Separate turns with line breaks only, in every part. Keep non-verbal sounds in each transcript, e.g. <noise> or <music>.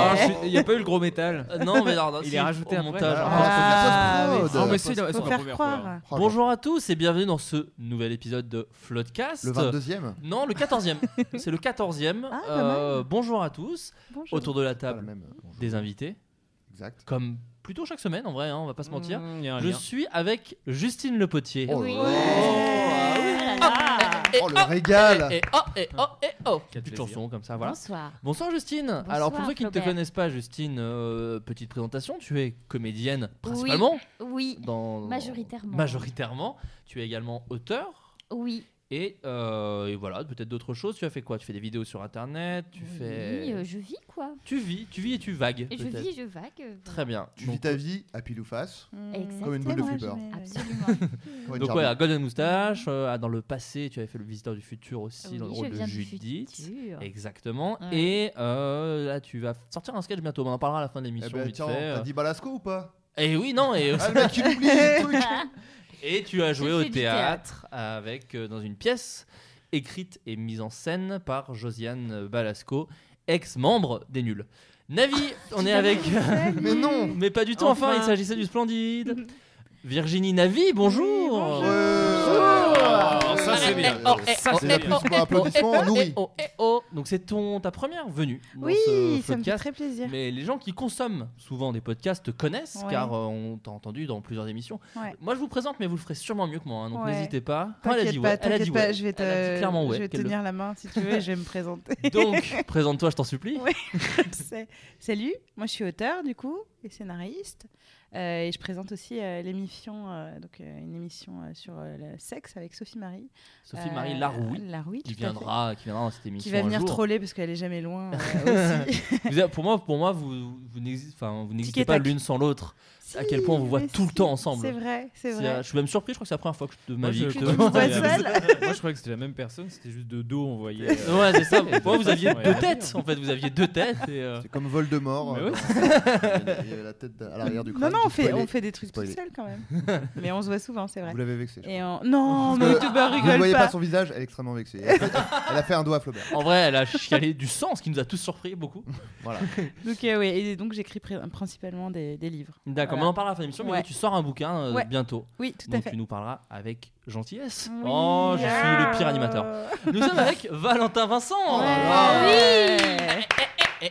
Ah, je suis- Il n'y a pas eu le gros métal.
euh, Non mais non, non,
Il
si,
est rajouté
au
après.
montage.
Ah,
Ah,
faut-
oui,
faut-
non,
faut-
mais c'est-
faut-
c'est
faut
la
faire
première
croire.
fois.
Oh là
Bonjour à tous et bienvenue dans ce nouvel épisode de Floodcast.
Le 22ème
Non, le 14e.
<laughs>
c'est le 14e.
Ah, pas mal.
Euh, bonjour à tous.
Bonjour.
Autour de la
Pas la
table,
même. Bonjour.
des invités.
Exact.
Comme plutôt chaque semaine en vrai, hein, on va pas se mentir.
Mm, il y a un
Je
lien.
suis avec Justine Le Potier.
Oh,
Oui.
là là.
Et
Oh, le
oh,
régal
Et oh, et oh, et oh.
Quel
Petite
plaisir.
chanson comme ça, voilà.
Bonsoir.
Bonsoir Justine. Alors pour ceux qui ne te
Flaubert.
connaissent pas, Justine, euh, petite présentation. Tu es comédienne principalement.
Oui,
Dans,
Majoritairement.
Majoritairement. Tu es également auteur.
oui.
Et, euh, et voilà, peut-être d'autres choses. Tu as fait quoi Tu fais des vidéos sur internet. Tu fais.
Oui, euh, je vis quoi.
Tu vis, tu vis et tu vagues.
Et je
peut-être.
vis, je vague. euh,
Très bien.
Tu
Donc-
vis ta vie à pile ou face.
Exactement.
Comme une boule de flipper.
Absolument.
Comme une
Donc
Barbie.
ouais, à Golden Moustache, euh, ah, dans le passé, tu avais fait le Visiteur du Futur aussi, dans le
Oui,
rôle
je
de
viens du
Judith.
futur.
Exactement.
Ouais.
Et euh, là, tu vas sortir un sketch bientôt, mais on en parlera à la fin de
Eh
l'émission.
ben,
vite
tiens,
fait. euh.
t'as dit Balasco ou pas
Et oui, non, et,
Ah, le mec, il oublie
<laughs>
les trucs
et tu as joué
J'ai
au
fait du
théâtre, avec, euh, dans une pièce écrite et mise en scène par Josiane Balasco, ex-membre des Nuls. Navi, on est avec...
Mais non
mais pas du tout, enfin,
Enfin.
il s'agissait du Splendide. Virginie Navi, bonjour
Ouais.
Ça, c'est bien.
Eh, oh, eh,
Ça,
oh,
c'est
eh,
bien.
oh,
Applaudissements,
eh,
applaudissements,
oh, eh,
nourris.
oh, eh, oh. Donc c'est ton ta première venue dans
Oui,
ce
ça me fait
podcast.
très plaisir.
Mais les gens qui consomment souvent des podcasts te connaissent
Ouais.
car euh, on t'a entendu dans plusieurs émissions.
Ouais.
Moi je vous présente mais vous le ferez sûrement mieux que moi hein, donc
Ouais.
n'hésitez pas. Quand elle a dit
T'inquiète pas,
ouais, elle a dit
t'inquiète pas,
ouais.
je vais te,
Elle a dit clairement ouais,
je vais te
qu'elle le-
tenir la main si tu veux et je vais me présenter. <laughs>
<laughs> Donc présente-toi, je t'en supplie.
Ouais. <laughs> C'est- Salut, moi je suis auteur du coup et scénariste Euh, et je présente aussi euh, l'émission, euh, donc euh, une émission euh, sur euh, le sexe avec Sophie Marie.
Sophie
Euh,
Marie Laroui
Laroui,
qui
tout à fait.
viendra qui viendra dans cette émission
Qui va
un
venir
jour.
troller parce qu'elle est jamais
<laughs>
loin euh, <laughs> aussi.
Vous avez- pour moi pour moi vous vous n'exi- enfin, vous n'existez
Tic et
pas
tac.
l'une sans l'autre. À quel point on vous voit
mais
tout le temps ensemble.
C'est vrai, c'est
C'est- euh,
vrai.
Je suis même surpris, je crois que c'est la première fois que je- de ma
Moi,
vie
je-
que je te
je-
vois.
Pas
<laughs>
Ouais,
seule.
Moi, je croyais que c'était la même personne, c'était juste de dos, on voyait. euh,
Ouais, <laughs> c'est ça. Pour moi, vous
Ouais,
aviez
ouais.
deux têtes. En fait, vous aviez deux têtes. Et, euh,
C'est comme Voldemort.
Mais
euh,
ouais.
dans- Il y a la tête à l'arrière du
Non,
crâne.
non, on
J'ai
fait,
spoilé.
on fait des trucs tout
Spoilé.
seul quand même.
<laughs>
mais on se voit souvent, c'est vrai.
Vous l'avez vexé.
Et on-
<laughs>
Non, mais
Parce
tu
que
bah,
Vous ne
rigole
voyez
pas.
pas son visage, elle est extrêmement vexée. Elle a fait- elle a fait un doigt à Flaubert.
En vrai, elle a chialé du sang, ce qui nous a tous surpris beaucoup.
Voilà.
Donc, euh, ouais, et donc j'éris pri- principalement des, des livres. Voilà.
D'accord, mais on en parlera à la fin de l'émission. Mais
Ouais.
oui, tu sors un bouquin euh,
Ouais.
bientôt.
Oui, tout à
donc
fait.
tu nous parleras avec gentillesse.
Oui.
Oh, je suis le pire animateur.
Euh,
Nous sommes avec Valentin Vincent.
Ah
Eh,
ouais.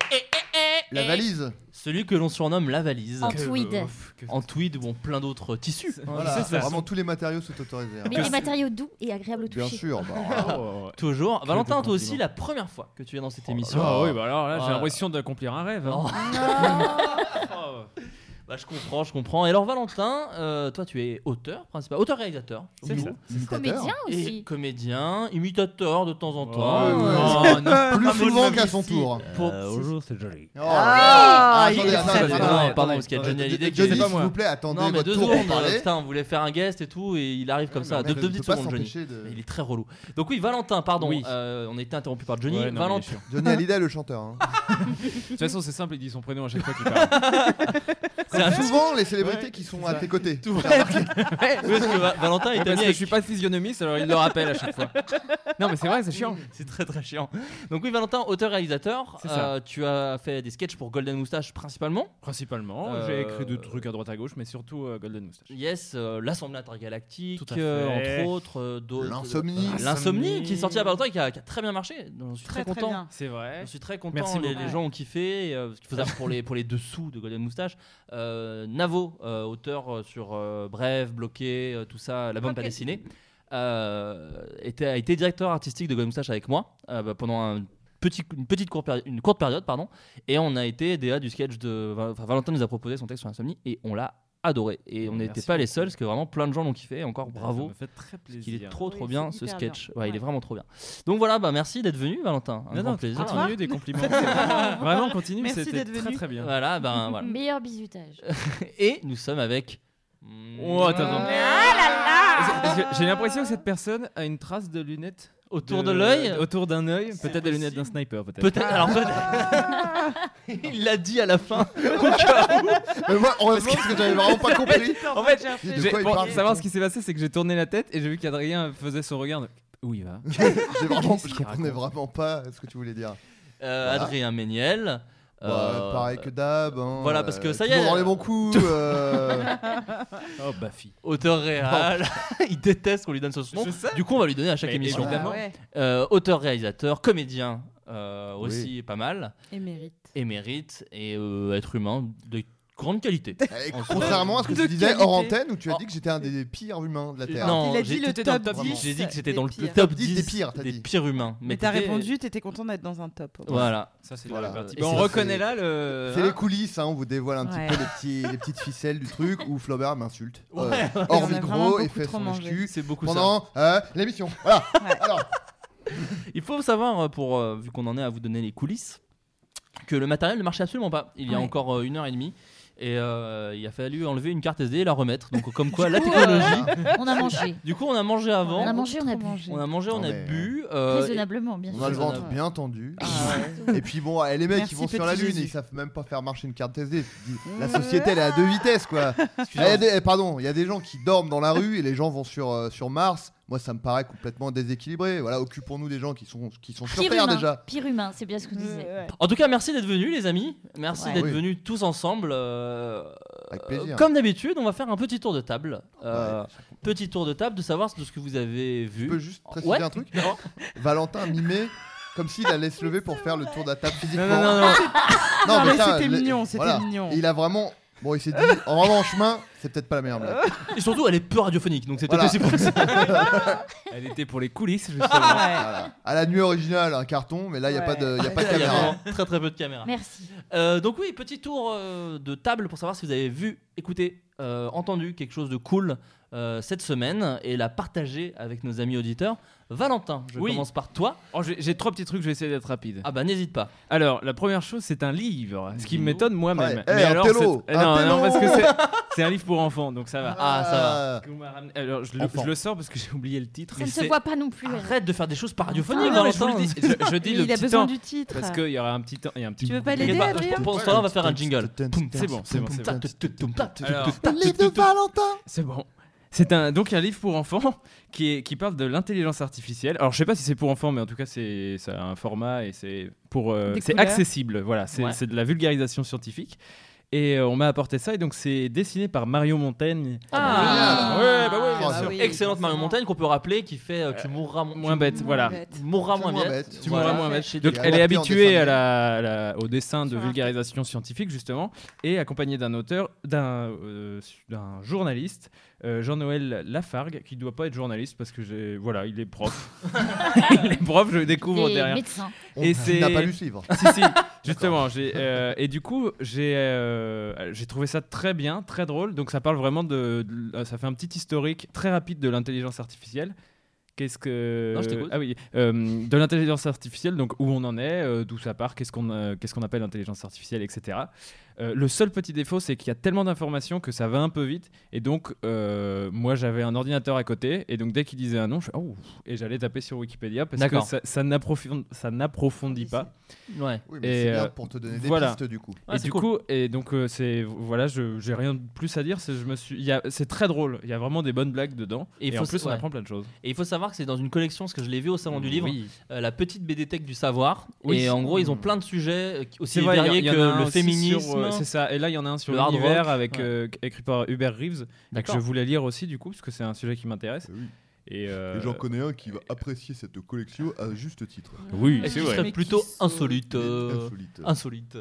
La valise.
Celui que l'on surnomme la valise.
En
que-
tweed.
euh, ouf, que-
En tweed ou en plein d'autres tissus.
C'est-
hein,
Voilà.
je
Voilà,
sais, c'est
vraiment tous les matériaux sont autorisés. hein.
Mais des matériaux doux et agréables au toucher.
Bien
<laughs>
sûr.
<laughs>
bah, voilà.
Oh,
Toujours.
Que
Valentin,
de
toi aussi,
compliments.
la première fois que tu es dans
Oh
cette émission.
Ah oui, bah alors là,
Ah.
j'ai l'impression d'accomplir un rêve. hein.
Oh.
<laughs>
<laughs> Oh.
Bah, je comprends, je comprends. Et alors, Valentin, euh, toi, tu es auteur, principal, auteur-réalisateur.
C'est
Nous.
ça.
Imitateur.
Comédien
Et
aussi.
comédien, imitateur de temps en
Oh,
<laughs>
temps.
ouais,
Euh, non, non,
Ah, Plus
pas
souvent
de
qu'à son
ici.
tour.
Pour-
c'est joli.
Oh là là.
Ah, il
Attendez,
est
attendez,
sale.
attendez,
Non,
attendez,
Ah, non, pardon, parce qu'il y a
attendez, attendez,
Johnny Hallyday qui-
Johnny,
C'est pas moi.
s'il vous plaît, attendez
non, mais
votre
deux
tour
secondes,
pour
euh,
parler.
putain, on voulait faire un guest et tout, et il arrive comme ça, deux,
Merde,
deux
il peut
petites
pas
secondes, Johnny.
s'empêcher de-
Il est très relou. Donc, oui, Valentin, pardon,
Oui.
euh, on a été interrompu par Johnny. Valentin, <laughs>
Johnny Hallyday, le chanteur. hein.
De toute façon, c'est simple, il dit son prénom à chaque fois qu'il parle.
c'est
C'est souvent les célébrités qui sont à tes côtés.
<laughs>
T'as remarqué
Oui, parce que Va- Valentin
Ouais,
est ami
parce que
avec-
je suis pas physionomiste, alors il le rappelle à chaque fois. Non, mais c'est vrai, c'est chiant.
C'est très très chiant. Donc oui, Valentin, auteur-réalisateur,
C'est ça.
euh, tu as fait des sketchs pour Golden Moustache principalement.
Principalement,
Euh,
j'ai écrit deux trucs à droite à gauche, mais surtout euh, Golden Moustache.
Yes, euh, l'Assemblée intergalactique,
Tout à fait.
euh, entre autres. euh, d'autres-
L'insomnie.
Euh, L'insomnie, qui est sorti il y a pas longtemps et qui a, qui a très bien marché. Donc, J'en suis très,
Très, très
content.
bien.
C'est vrai.
Je suis très content,
Merci
les,
beaucoup.
les gens ont kiffé. euh, parce qu'il faut savoir pour les, pour les dessous de Golden Moustache, euh, Navo, euh, auteur euh, sur euh, Bref, Bloqué, euh, tout ça, la bande pas
Ok.
dessinée, euh, était, a été directeur artistique de Golden Moustache avec moi euh, bah, pendant un petit- une petite courte, péri- une courte période. pardon. Et on a été DA du sketch de. Enfin, Valentin nous a proposé son texte sur l'insomnie et on l'a adoré. Et on
Merci
n'était pas les
beaucoup.
seuls, parce que vraiment plein de gens l'ont kiffé. Et encore
Ça
bravo.
me fait très plaisir.
Il est trop
Oui,
trop
c'est
bien ce
hyper
sketch.
bien.
Ouais, Il est
Ouais.
vraiment trop bien. Donc voilà, bah merci d'être venu Valentin. Un
Non,
grand
non,
plaisir.
continue des
<laughs>
compliments. Vraiment, continue,
Merci
c'était
d'être
très
venu.
très bien.
Voilà, <laughs> ben voilà.
Meilleur
<laughs>
bisutage.
Et nous sommes avec.
Oh, attends, attends.
Ah là
Parce
là
que J'ai l'impression que cette personne a une trace de lunettes
Autour de l'œil
autour d'un œil,
C'est
peut-être des lunettes
possible.
d'un sniper, peut-être.
Peut-être.
Ah.
Alors
<laughs>
peut-être- <laughs> Il l'a dit à la <laughs> fin. au cas où.
Mais moi, heureusement, parce que j'avais vraiment
<laughs>
pas
<laughs>
compris.
En
fait,
j'ai-
fait,
De
J'ai-
quoi il
pour
parle,
savoir
ce
ce qui s'est passé, c'est que j'ai tourné la tête et j'ai vu qu'Adrien faisait son regard. de- Où il va
<laughs> J'ai vraiment,
Qu'est-ce
je
qu'il
comprenais
raconte
vraiment pas ce que tu voulais dire.
Euh,
Voilà.
Adrien Méniel.
Bah,
euh,
pareil que d'hab. hein,
voilà, parce que
euh,
ça y
toujours
est.
dans les bons coups. euh,
<laughs> Oh, bah fille.
Auteur réel. <laughs> Il déteste qu'on lui donne ce nom.
Je sais.
Du coup, on va lui donner à chaque
Mais
émission.
évidemment.
Ah
Euh, auteur réalisateur, comédien euh, aussi pas mal.
Et mérite.
Émérite et euh, être humain de grande qualité.
et
En
contrairement à ce que
de
tu disais hors
qualité.
antenne, où tu as
Oh.
dit que j'étais un des pires humains de la Terre.
Non,
Il a dit
j'ai-
le
t'étais dans
top 10
J'ai dit que c'était
des
dans le
pires.
top
Top 10
10
des pires, t'as dit.
pires humains.
Mais t'as
t'étais-
répondu, t'étais content d'être dans un top.
Voilà.
Ça, c'est
Voilà.
la partie.
Et
Ben,
Bah, on
c'est-
reconnaît là le.
C'est
hein
les coulisses, hein, on vous dévoile un petit
Ouais.
peu les, petits, les petites ficelles du truc où Flaubert m'insulte. euh,
Ouais.
On
hors
a vraiment
micro
beaucoup
et fait
trop
son
mangé.
HQ
C'est beaucoup ça.
pendant euh, l'émission.
<laughs>
Voilà.
Ouais.
Alors,
Il faut savoir, euh, pour, euh, vu qu'on en est à vous donner les coulisses, que le matériel ne marchait absolument pas. Il y a
Ouais.
encore euh, une heure et demie. Et euh, il a fallu enlever une carte SD et la remettre. Donc, comme quoi, la
coup,
technologie.
On a mangé.
Du coup, on a mangé
On a
avant.
mangé, on a bu.
On a mangé, on
Non,
a
mais,
bu. euh,
Raisonnablement, bien
on a le
sûr.
ventre
Ouais.
bien tendu.
Ah ouais.
Et puis bon, eh, les mecs
Merci,
ils vont sur la
petit
lune,
Jésus.
ils savent même pas faire marcher une carte SD. Tu te dis, La société elle est à deux vitesses quoi. Eh, des- eh, pardon, il y a des gens qui dorment dans la rue et les gens vont sur, euh, sur Mars. Moi ça me paraît complètement déséquilibré. Voilà, occupons-nous des gens qui sont, qui sont sur
Pire
Terre
humain.
déjà.
Pire humain, c'est bien ce que tu disais.
En tout cas, merci d'être venus, les amis. Merci
Ouais.
d'être
Oui.
venus tous ensemble. euh,
Avec
euh,
plaisir.
comme d'habitude, on va faire un petit tour de table. Euh, Petit tour de table de savoir de ce que vous avez vu.
Je peux juste préciser
Ouais.
un truc
Non.
Valentin mimait comme s'il allait se lever pour faire le tour de la table physiquement.
Non, non, non, non.
Non, mais
ça,
c'était
le-
mignon, c'était
voilà.
mignon.
Et il a vraiment. Bon, il s'est dit, en vraiment en chemin, c'est peut-être pas la meilleure blague.
Et surtout, elle est peu radiophonique, donc c'est
Voilà.
aussi pour ça.
<laughs> Elle était pour les coulisses, justement.
Ouais.
<laughs> Voilà. À la nuit originale, un carton, mais là, il n'y a
Ouais.
pas de, y a pas de
<laughs> Il y a
caméra.
vraiment très très peu de caméras.
Merci.
Euh, donc oui, petit tour euh, de table pour savoir si vous avez vu, écouté, euh, entendu quelque chose de cool euh, cette semaine et la partager avec nos amis auditeurs. Valentin, je
Oui.
commence par toi.
Oh, j'ai j'ai trois petits trucs, je vais essayer d'être rapide.
Ah bah n'hésite pas.
Alors, la première chose, c'est un livre, ce qui
Dis-nous.
m'étonne moi-même.
Ouais. Eh, un
alors,
télo,
c'est- eh,
un
non,
télo.
non, parce que
<laughs>
<laughs>
c'est- c'est un livre pour enfants, donc ça va.
Ah, ça va.
Ah,
Que vous m'avez ramené- Alors, je le,
Enfant.
je le sors parce que j'ai oublié le titre.
Ça ne
mais
se
c'est-
voit pas non plus.
Arrête de faire des choses par
Non,
radiophoniques,
Ah, non, mais je vous
Valentin.
le dis,
<laughs>
je- je dis
Mais
le
il a
petit
besoin
temps.
du titre.
Parce qu'il y aura un petit temps. il y a un petit
Tu veux pas
bout de-
l'aider,
T'inquiète pas,
Adrien
pour- Pour ce temps-là, on va faire un jingle.
C'est bon, c'est bon, c'est bon. Alors,
Le livre de Valentin
C'est bon. C'est un, donc un livre pour enfants qui, est- qui parle de l'intelligence artificielle. Alors je sais pas si c'est pour enfants, mais en tout cas c'est ça a un format et c'est pour euh,
Des
c'est
couleurs.
accessible. Voilà, c'est
Ouais.
c'est de la vulgarisation scientifique. Et euh, on m'a apporté ça et donc c'est dessiné par Mario Montaigne.
Ah,
Ah,
ouais, bah oui,
bien
bien
sûr.
sûr.
oui,
Excellente Mario
forcément.
Montaigne qu'on peut rappeler qui fait euh, Tu mourras mon-
Moins bête, voilà.
Tu mourras
Tu
moins
mourras
bête.
bête.
Tu mourras
Voilà.
moins bête.
Chez
Donc
Il est
elle est
adapté en
habituée
dessin
à la, à la- au dessin de
Sur Arte.
vulgarisation scientifique justement et accompagnée d'un auteur, d'un euh, su- d'un journaliste, euh, Jean-Noël Lafargue, qui doit pas être journaliste parce que j'ai voilà, il est prof. il est prof, je le découvre
Des
derrière.
médecins.
On
Et c'est-
n'a pas lu ce livre.
si si, justement. J'ai euh, et du coup j'ai euh, j'ai trouvé ça très bien, très drôle. Donc ça parle vraiment de, de- ça fait un petit historique très rapide de l'intelligence artificielle. Qu'est-ce que
Non, je t'écoute.
ah oui euh, de l'intelligence artificielle donc où on en est, euh, d'où ça part, qu'est-ce qu'on euh, qu'est-ce qu'on appelle l'intelligence artificielle, etc. Euh, le seul petit défaut, c'est qu'il y a tellement d'informations que ça va un peu vite. Et donc, euh, moi, j'avais un ordinateur à côté. Et donc, dès qu'il disait un nom, je fais, Oh et j'allais taper sur Wikipédia parce que
D'accord.
ça, ça n'approfond- ça n'approfondit pas.
Ouais.
Oui, mais c'est
Et, euh,
bien pour te donner des
voilà.
pistes du coup.
Ah,
et
c'est
du
cool.
coup, et donc euh, c'est voilà, je j'ai rien de plus à dire. C'est je me suis, il y a- c'est très drôle. Il y a vraiment des bonnes blagues dedans.
Et
Et,
il faut
en
s-
plus, on
ouais.
apprend plein de choses.
Et il faut savoir que c'est dans une collection, parce que je l'ai vu au salon du livre,
Oui.
euh, la petite BD Tech du savoir.
Oui.
Et en gros, ils ont
Mm.
plein de sujets euh, qui- aussi
C'est vrai, il
variés
y- il y en a
que
un
le
aussi
féminisme.
sur, euh, c'est ça. Et là, il y en a un sur
le hard
l'univers
rock,
avec
ouais.
euh, écrit par Hubert Reeves. et que
D'accord.
je voulais lire aussi du coup parce que c'est un sujet qui m'intéresse.
Oui.
Et euh,
Et j'en connais un qui va apprécier cette collection à juste titre.
Oui,
Est-ce
c'est
qu'il
vrai.
serait plutôt
saute.
insolite euh,
Insolite.
Insolite.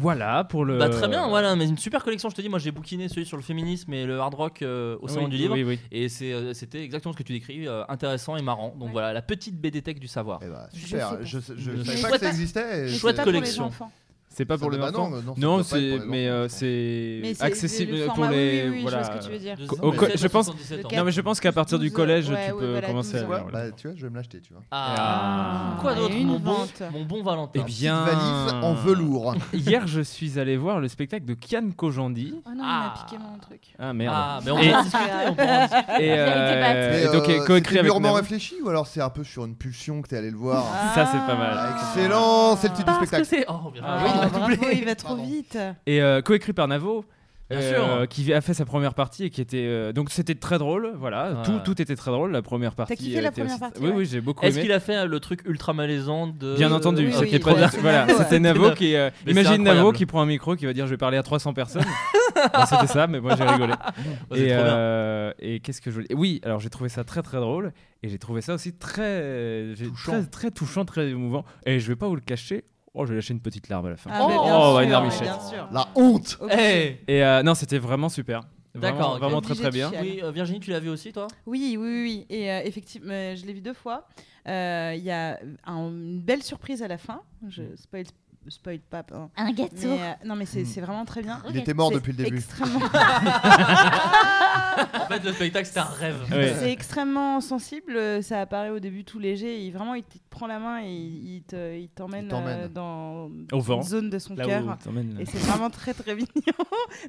Voilà pour le.
Bah très bien, voilà, mais une super collection, je te dis, moi j'ai bouquiné celui sur le féminisme et le hard rock euh, au
Oui,
salon du livre.
Oui, oui.
Et c'est, euh, c'était exactement ce que tu décris, euh, intéressant et marrant. Donc voilà, la petite BD Tech du savoir.
Eh bah,
Je sais
super,
pas.
je, je,
Je
savais
sais
pas,
pas.
que ça existait. et
Mais
c'est-
Chouette
c'est pas
collection.
Pour les enfants.
C'est pas
Ça
pour les
doit- bah
enfants.
non, non, ça doit
Non,
pas être
c'est
pour les
mais
enfants,
euh,
je pense.
c'est
Mais c'est-
accessible
c'est le
pour
format,
les
oui, oui, oui, Je
voilà.
vois ce que tu veux dire.
De
Au-
16
au
ans,
co-
17
je
ans,
pense-
77 ans.
Ok.
Non mais je pense qu'à partir du
12,
collège
ouais,
tu
ouais,
peux
voilà,
commencer
Tu
à
c'est-
lire.
vois,
voilà.
bah, tu vois, je vais me l'acheter, tu vois.
Ah.
Ah.
Quoi d'autre,
Et une
mon bon,
vente.
mon bon Valentin
Eh
Petite
bien-
valise en velours.
Hier je suis allé voir le spectacle de Kian Kojandi.
Oh non,
Ah.
il m'a piqué mon truc.
<laughs> Ah merde.
Ah, mais on
Et-
peut en discuter, on peut en discuter.
Et,
débattre.
Mais,
et donc
euh,
est coécrit
c'était
avec
mûrement
Navo.
réfléchi ou alors c'est un peu sur une pulsion que t'es allé le voir
Ça, c'est pas mal.
Ah, Excellent, c'est le titre du
Parce que
spectacle.
c'est. Oh, bien.
Ah,
oui, on a
bravo,
doublé.
il va trop
Pardon.
vite.
et euh, coécrit par Navo. euh,
Bien sûr.
qui a fait sa première partie et qui était euh, donc c'était très drôle voilà
Ouais.
tout, tout était très drôle la première partie
kiffé
elle
la
était
première
euh, aussi-
partie,
oui
ouais.
oui j'ai beaucoup
Est-ce
aimé
qu'il a fait euh, le truc ultra malaisant de. Euh,
Bien entendu,
Oui,
ce
oui,
qui est pas
voilà,
du-
c'est
voilà,
Navo,
c'était
ouais.
Navo qui. euh,
Mais c'est
imagine Navo
incroyable.
qui prend un micro, qui va dire je vais parler à 300 personnes. <laughs> Bon, c'était ça, mais moi j'ai
<laughs>
rigolé.
Oh, c'est
et
trop bien.
euh, et qu'est-ce que je voulais Oui, alors j'ai trouvé ça très très drôle et j'ai trouvé ça aussi très, j'ai-
Touchant.
très très touchant, très émouvant. Et je vais pas vous le cacher. Oh, j'ai lâché une petite larme à la fin.
Ah, mais
Oh,
bien
oh,
sûr,
Edgar
mais
Michel.
Bien sûr.
La honte
Ok.
Eh,
Et euh, non, c'était vraiment super. Vraiment-
D'accord, ok.
Vraiment très
Obligé
très
de
bien.
chier.
Oui, euh, Virginie, tu l'as vu aussi, toi
Oui, oui, oui. oui. Et euh, effectivement, euh, je l'ai vu deux fois. Euh, Il y a un- une belle surprise à la fin. Je
Mm.
spoil, spoil pas. pardon.
Un
Mais,
gâteau.
euh, non, mais c'est
Mm.
c'est vraiment très bien.
Il était mort
C'est
depuis le
<laughs>
début.
extrêmement- <laughs>
<laughs> En fait, le spectacle, c'était un rêve.
Ouais.
C'est extrêmement sensible. euh, Ça apparaît au début tout léger. Il, vraiment, il te prend la main et il, il te- il t'emmène
Il t'emmène.
euh, dans
Au vent.
une zone de son
Là
cœur.
où
euh.
t'emmènes, là.
Et c'est vraiment très très mignon. <laughs>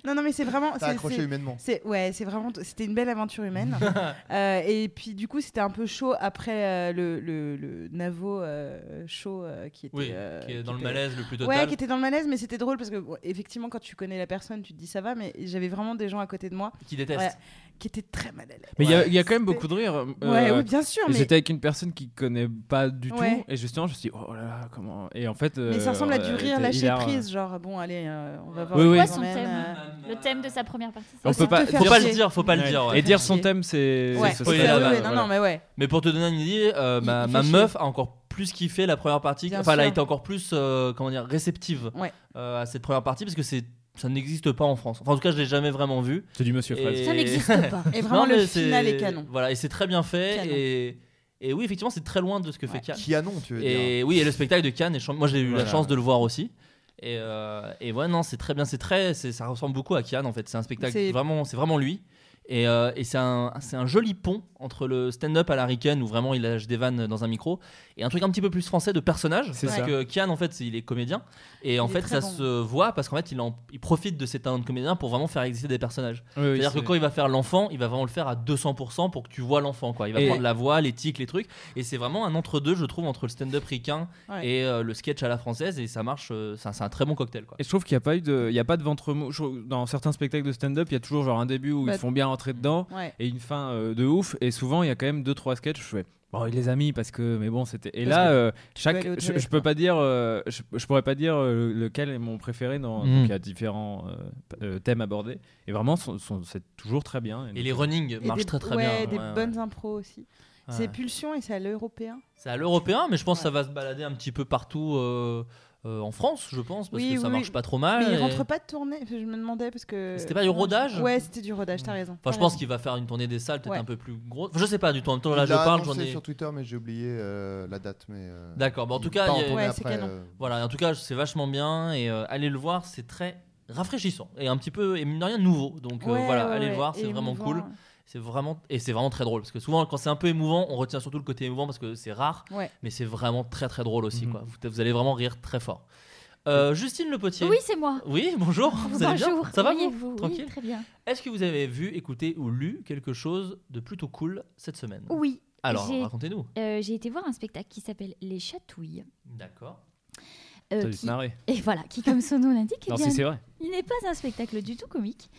non, non, mais c'est vraiment.
T'as
c'est-
accroché
c'est-
humainement.
C'est ouais, c'est vraiment c'était une belle aventure
<laughs>
humaine. Euh, et puis du coup, c'était un peu chaud après euh, le, le, le Navo euh, chaud euh, qui était
Oui,
euh,
qui est dans le
était-
malaise le plus
Ouais,
total.
qui était dans le malaise, mais c'était drôle parce que bon, effectivement, quand tu connais la personne, tu te dis ça va, mais j'avais vraiment des gens à côté de moi
Qui déteste.
qui étaient très mal à l'aise.
Mais il y a- il y, a
Ouais,
quand même
c'était-
beaucoup de rire. euh,
Ouais, oui, bien sûr,
Et
mais,
J'étais avec une personne qui connaît pas du
Ouais.
tout, et justement, je me suis dit, oh là là, comment. Et en fait.
mais ça
euh,
ressemble à
euh,
du rire
était
lâcher
hilar.
prise, genre bon, allez, euh, on va voir.
Oui,
où
oui.
ils
Quoi, son
emmènent,
thème
euh.
Le thème de sa première partie.
On
c'est
peut
ça
te
pas.
faire
Faut pas
chier.
le dire, faut pas le
Ouais.
dire. ouais.
Et dire son
Ok.
thème, c'est.
Ouais,
ce
c'est
spoiler
serait-
la
ça,
vanne,
ouais, non, non, mais ouais.
Mais pour te donner une idée, euh,
Il-
ma,
il
ma
fait
meuf a encore plus kiffé la première partie.
Bien
enfin, elle a
sûr.
été encore plus euh, comment dire, réceptive
Ouais.
euh, à cette première partie parce que c'est ça n'existe pas en France. Enfin, en tout cas, je l'ai jamais vraiment vu.
C'est du monsieur Fred.
Et-
Ça n'existe pas.
Et vraiment,
Non,
le
mais c'est-
final est canon.
Voilà, et c'est très bien fait.
Canon.
Et, et oui, effectivement, c'est très loin de ce que fait
Ouais.
Cannes.
Qui a non, tu veux dire
Et oui, et le spectacle de Cannes, est cham- moi j'ai eu
Voilà.
la chance de le voir aussi. Et, euh, et ouais, non, c'est très bien, c'est très, c'est- ça ressemble beaucoup à Cannes en fait. C'est un spectacle
C'est-
vraiment, c'est vraiment lui. Et, euh, et c'est un, c'est un joli pont entre le stand-up à la Riken où vraiment il lâche des vannes dans un micro et un truc un petit peu plus français de personnage.
C'est
Parce
ça.
que Kian, en fait, c'est- il est comédien et en
Il est
fait,
très
ça
bon.
se voit parce qu'en fait, il, en- il profite de ses talents de comédien pour vraiment faire exister des personnages.
Oui, oui,
C'est-à-dire que quand il va faire l'enfant, il va vraiment le faire à 200% pour que tu vois l'enfant. quoi. Il va
Et-
prendre la voix, les tics, les trucs. Et c'est vraiment un entre-deux, je trouve, entre le stand-up ricain
Ouais.
et euh, le sketch à la française. Et ça marche, euh, c'est un, c'est un très bon cocktail. Quoi.
Et je trouve qu'il n'y a pas eu de, il y a pas de ventre mou. Je trouve- Dans certains spectacles de stand-up, il y a toujours genre un début où
Bah-
ils font bien rentrer dedans
Ouais.
et une fin euh, de ouf. Et souvent, il y a quand même deux trois sketchs. où Je fais bon, il les a mis parce que, mais bon, c'était. Et
Parce
là,
que
euh,
peux
chaque,
aller aux
je,
toilettes,
je peux
quoi.
pas dire, euh, je, je pourrais pas dire euh, lequel est mon préféré. Dans,
Mm.
donc, il y a différents euh, p- euh, thèmes abordés. Et vraiment, sont- sont- c'est toujours très bien.
Et les running
Et
marchent
des- <laughs>
très très
ouais,
bien.
Des
Ouais, ouais.
bonnes impros aussi.
Ouais.
C'est Pulsion et c'est à l'européen.
C'est à l'européen, mais je pense que ça
Ouais.
va se balader un petit peu partout euh, euh, en France, je pense, parce
Oui,
que ça
oui,
marche
oui.
pas trop mal.
Mais il
et-
rentre pas de tournée. Enfin, Je me demandais parce que.
C'était pas du
Non, je-
rodage
Ouais, c'était du rodage. T'as raison.
Enfin, je pense qu'il va faire une tournée des salles peut-être
hein. Ouais.
un peu plus grosse. Enfin, je sais pas du tout. En même temps, là,
Il
je
l'a
parle, j'en
annoncé
ai.
sur Twitter, mais j'ai oublié euh, la date. mais, euh,
D'accord, bon, en
il
tout cas,
part
il y a-
tournée
Ouais, c'est
après,
canon.
euh,
Voilà, en tout cas, c'est vachement bien et euh, allez le voir, c'est très rafraîchissant et un petit peu et mine de rien nouveau. Donc euh, voilà, allez le voir, c'est vraiment cool. C'est vraiment et c'est vraiment très drôle parce que souvent quand c'est un peu émouvant, on retient surtout le côté émouvant parce que c'est rare,
Ouais.
mais c'est vraiment très très drôle aussi
Mhm.
quoi. Vous, vous allez vraiment rire très fort. Euh, Justine Le Potier.
Oui, c'est moi.
Oui,
<laughs>
bonjour. Vous allez bien
Bonjour.
Ça va
Oui,
vous,
vous
Tranquille
Oui, très bien.
Est-ce que vous avez vu, écouté ou lu quelque chose de plutôt cool cette semaine
Oui,
Alors,
j'ai-
racontez-nous.
euh, j'ai été voir un spectacle qui s'appelle Les Chatouilles.
D'accord.
euh,
T'as dû
qui-
te marrer.
et voilà, qui, comme son nom l'indique, eh
Non,
bien,
si, c'est vrai.
il n'est pas un spectacle du tout comique.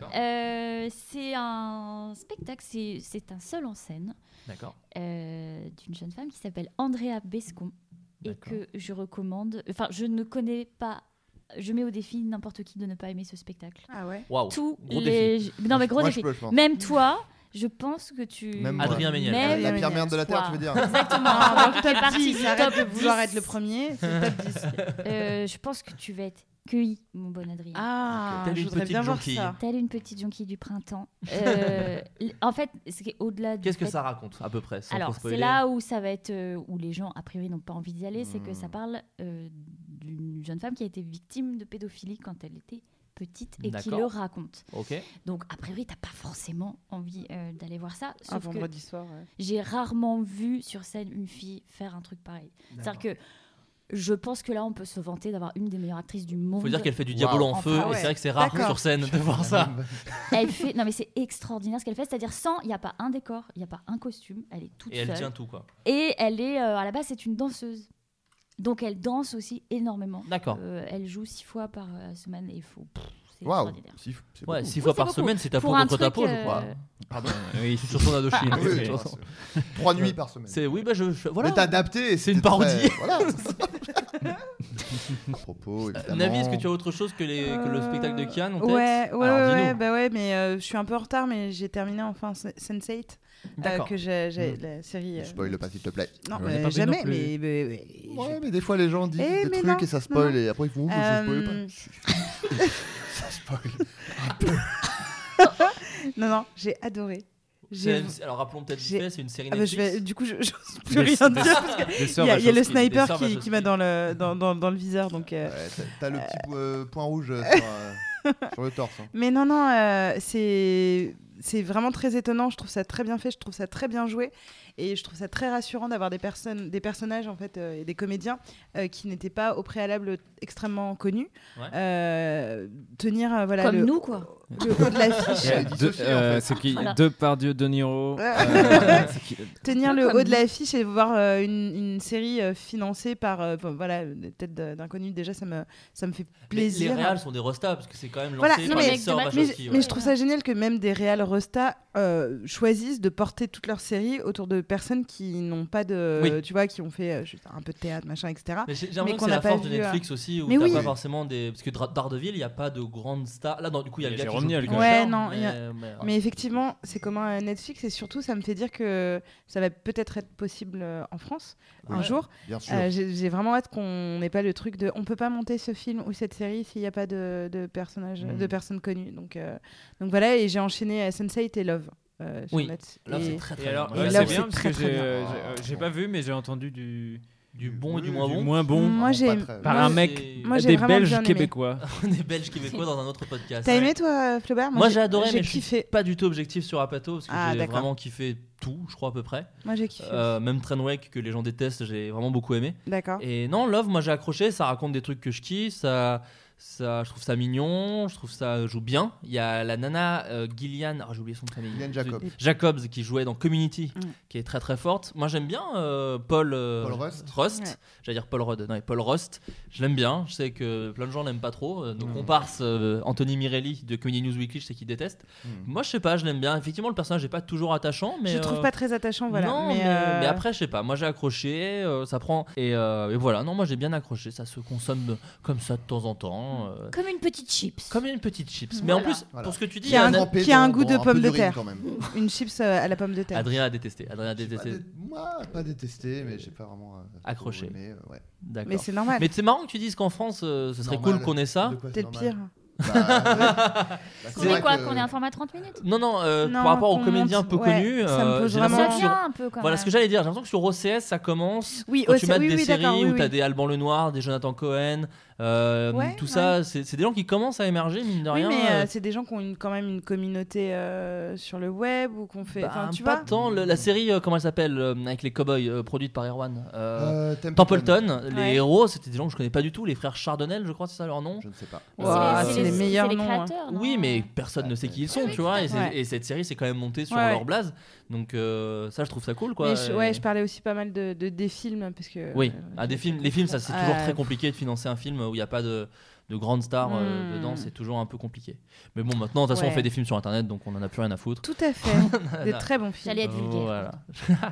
D'accord.
Euh, c'est un spectacle, c'est c'est un seul en scène
D'accord.
euh, d'une jeune femme qui s'appelle Andrea Bescon et
D'accord.
que je recommande. Enfin, je ne connais pas. Je mets au défi n'importe qui de ne pas aimer ce spectacle.
Ah ouais.
Waouh.
Tous
Gros
les.
défi.
Non, mais gros
Moi,
défi.
je peux, je pense.
Même toi, je pense que tu.
Même moi.
Adrien Méniel.
La-
Même
La pire merde de la Terre,
toi.
tu veux dire
Exactement.
Ah,
Tu
donc
fais
top
partie
10,
du
arrête de
top
vouloir
10.
être le premier, c'est le top 10.
<laughs> Euh, je pense que tu vas être cueilli, mon bon Adrien.
Ah,
Telle
je
une
voudrais
petite
bien voir
jonquille.
ça.
Telle une petite jonquille du printemps. Euh, <laughs> l- en fait, ce qui est au-delà du
Qu'est-ce que
fait-
ça raconte à peu près sans
Alors,
trop spoiler
c'est là où ça va être euh, où les gens a priori n'ont pas envie d'y aller, c'est que ça
Hmm.
parle euh, d'une jeune femme qui a été victime de pédophilie quand elle était petite et qui
D'accord.
le raconte.
Ok.
Donc a priori, t'as pas forcément envie euh, d'aller voir ça.
Un
Sauf que
vendredi soir. ouais.
j'ai rarement vu sur scène une fille faire un truc pareil. C'est-à-dire que je pense que là, on peut se vanter d'avoir une des meilleures actrices du monde.
Faut dire qu'elle fait du
Waouh.
diabolo en
Enfin,
feu et
ouais.
c'est vrai que c'est rare
D'accord. Ah bah,
sur scène de voir ça.
Elle fait, non mais c'est extraordinaire ce qu'elle fait, c'est-à-dire sans, il n'y a pas un décor, il n'y a pas un costume, elle est toute
Et elle
seule.
tient tout quoi.
Et elle est, euh, à la base, c'est une danseuse. Donc elle danse aussi énormément.
D'accord.
Euh, elle joue six fois par euh, semaine et il faut. pff, C'est
Waouh
extraordinaire.
Si, c'est
Ouais,
beaucoup.
six fois
c'est
par
beaucoup.
semaine, c'est ta peau
Pour un
contre ta
truc,
peau, je crois.
euh,
<laughs>
Pardon.
Oui,
Je suis sur son Indochine.
Ah oui,
<laughs> de toute
oui,
façon.
c'est- Trois nuits par semaine.
C'est oui, bah je, je- voilà.
Mais t'as adapté.
C'est une
c'était
parodie.
très- <laughs>
<laughs>
Voilà. euh, À propos, évidemment.
Navi, est-ce que tu as autre chose que, les, que
Euh,
le spectacle de Kian en tête
Ouais, ouais,
Alors,
ouais,
dis-nous.
ouais, bah ouais, mais euh, je suis un peu en retard, mais j'ai terminé enfin Se- Sense8, euh,
D'accord. Mm.
que j'ai, j'ai- la série. euh,
Spoil pas, s'il te plaît.
Non,
Je
mais
l'ai pas vu
jamais,
non plus.
mais, mais- mais-
Ouais, mais des fois les gens disent
Eh,
des
mais
trucs
non,
et ça
non,
spoil
non.
et après ils font Ouh, je spoil
Euh,
pas. ça spoil.
je- non, non, j'ai adoré. <laughs> J'ai...
C'est- c'est- Alors rappelons peut-être vite
j'ai-
fait, c'est une série
Ah bah, je
Netflix.
vais- du coup, je <laughs> j'ose plus
Des-
rien
des-
dire. parce que
Des
Il
sœurs
y a, il y a le
Wachowski.
sniper
sœurs
qui,
Wachowski.
qui m'a dans le, dans, dans, dans le viseur. Donc, euh,
Ouais, t'as- T'as le petit euh, point rouge euh, sur,
<laughs>
euh, sur le torse. hein.
Mais non, non, euh, c'est c'est vraiment très étonnant. Je trouve ça très bien fait. Je trouve ça très bien joué. Et je trouve ça très rassurant d'avoir des personnes, des personnages en fait euh, et des comédiens euh, qui n'étaient pas au préalable extrêmement connus.
Ouais.
Euh, tenir euh, voilà
Comme
le,
nous, quoi.
le haut de l'affiche.
Ouais,
Ils
deux-
dissocient,
euh,
en fait.
C'est qui
Voilà.
Deux par Dieu, De Niro.
<laughs> Ouais.
<laughs> euh, c'est qui-
tenir
Pas
le
comme
haut de
nous.
l'affiche et voir euh, une, une série euh, financée par euh, bon, voilà des têtes de- d'inconnus. Déjà, ça me ça me fait
Les, les
plaisir.
réals sont des rostas parce que c'est quand même lancé
Voilà,
par
non,
les
mais-
sœurs
mais-
Mais,
Wachowski.
je-
ouais.
mais je trouve ça génial que même des réals Rosta euh, choisissent de porter toute leur série autour de personnes qui n'ont pas de.
Oui.
Tu vois, qui ont fait euh, je sais pas, un peu de théâtre, machin, etc.
Mais j'ai j'ai l'impression
qu'on
que c'est
n'a
la
pas
force de
vu, euh.
Netflix aussi où
Mais
t'as
oui.
pas forcément des parce que Dra- Daredevil il y a pas de grande star là non du coup il y a
Il
le
y a
gars qui
Jérôme Niel,
joue
quand
même.
Punisher,
Ouais, non, il y a-
mais- mais-
Mais effectivement, c'est commun à Netflix et surtout, ça me fait dire que ça va peut-être être possible euh, en France un
Ouais,
jour.
Bien sûr.
Euh, J'ai j'ai vraiment hâte qu'on n'ait pas le truc de on peut pas monter ce film ou cette série s'il n'y a pas de, de personnages,
Mm.
de personnes connues. Donc, euh, donc voilà, et j'ai enchaîné euh, Sense8 et Love. euh, sur
Oui.
Net-
là
et-
c'est très très
Et alors,
bien.
ouais,
Et
Là,
là,
c'est
c'est
bien
c'est
parce
très,
que
très
j'ai
bien.
euh, j'ai- euh, j'ai pas vu, mais j'ai entendu du,
du bon et du
Oui,
moins
du
bon
moins bon
Moi,
Vraiment
j'ai-
pas très-
par
moi,
un
j'ai-
mec
moi, j'ai
des
vraiment bien
Belges
aimé.
<laughs>
québécois.
on est belge québécois dans un autre podcast.
T'as aimé toi, euh, Flaubert
Moi
j'ai-
j'ai adoré
J'ai
mais je suis
kiffé.
pas du tout objectif sur Apato parce que
Ah,
j'ai
d'accord.
vraiment kiffé tout je crois à peu près.
Moi j'ai kiffé.
Euh, même Trainwreck que les gens détestent j'ai vraiment beaucoup aimé.
D'accord.
Et non, Love, moi j'ai accroché, ça raconte des trucs que je kiffe, ça, ça, je trouve ça mignon, je trouve ça joue bien. Il y a la nana euh, Gillian, oh, j'ai oublié son prénom.
Gillian Jacob.
Jacobs qui jouait dans Community,
Mm.
qui est très très forte. Moi j'aime bien euh, Paul, euh,
Paul Rust.
Ouais.
j'allais dire Paul Rudd, non, mais Paul Rust, je l'aime bien, je sais que plein de gens l'aiment pas trop. Euh, Nos
Mm.
comparses, euh, Anthony Mirelli de Community News Weekly, je sais qu'il déteste.
Mm.
Moi je sais pas, je l'aime bien. Effectivement, le personnage est pas toujours attachant, mais.
je le
euh,
trouve pas très attachant, voilà.
non, mais,
mais, euh,
mais après, je sais pas. Moi, j'ai accroché, euh, ça prend. Et, euh, et voilà, non, moi, j'ai bien accroché. Ça se consomme de- comme ça de temps en
Mm.
temps. euh,
Comme une petite chips.
comme une petite chips. Mais en
Voilà.
plus,
Voilà.
pour ce que tu dis,
Qui a un
Anna-
Trempé
qui a un
dans-
goût
dans
de
peu
pomme de
riz,
terre.
quand même.
une chips euh, à la pomme de terre.
Adrien a détesté. Adrien a
J'ai pas
détesté.
dé- Moi, pas détesté, mais j'ai pas vraiment euh,
Accroché.
trop aimé, euh, ouais.
D'accord.
Mais c'est normal.
Mais c'est marrant que tu dises qu'en France, euh, ce serait
Normal.
cool qu'on ait ça.
De quoi,
C'est le
normal
pire.
Bah, ouais.
Qu'on
C'est
est
vrai
quoi
que-
Qu'on est un format 30 minutes
Non, non, euh,
Non,
par rapport aux
qu'on
comédiens
monte-
peu
ouais,
connus,
ça me
euh,
pose
j'ai
vraiment-
Ça
l'impression que
Non.
vient
sur-
un peu quand
Voilà
même.
ce que j'allais dire. J'ai l'impression que sur OCS, ça commence.
Oui,
Quand
oh,
tu
c'est-
mates
oui,
des
oui, d'accord,
séries
oui,
où t'as
oui.
des Alban Lenoir, des Jonathan Cohen, Euh,
Ouais,
tout
ouais.
ça, c'est c'est des gens qui commencent à émerger, mine de
Oui,
rien.
mais euh,
euh,
c'est des gens qui ont une- quand même une communauté euh, sur le web ou qu'on fait.
bah,
Enfin, tu
pas
vois.
tant. Le- la série, euh, comment elle s'appelle euh, Avec les cowboys, euh, produite par Erwan. euh,
Euh, Templeton.
Templeton, les
Ouais.
héros, c'était des gens que je connais pas du tout. Les frères Chardonnel, je crois, c'est ça leur nom.
Je ne sais pas. Ah,
Ouah,
Euh,
c'est
c'est
les
les-
meilleurs
c'est les
noms. hein. Ah,
créateurs, non
Oui, mais personne ne sait qui ils sont, tu vois. Et, c'est-
Ouais.
et cette série, c'est quand même montée sur
Ouais, ouais.
leur blase. Donc euh, ça, je trouve ça cool, quoi.
Mais je,
Et-
ouais, je parlais aussi pas mal de, de- des films parce que.
Oui,
euh,
ah, des films, les films, ça c'est toujours
Euh,
très compliqué de financer un film où il n'y a pas de, de grande star euh,
Hmm.
dedans, c'est toujours un peu compliqué. Mais bon, maintenant, de toute façon,
Ouais.
on fait des films sur internet, donc on en a plus rien à foutre.
Tout à fait. des
<laughs> Voilà.
très bons films.
J'allais être vulgaire.
Voilà. <laughs>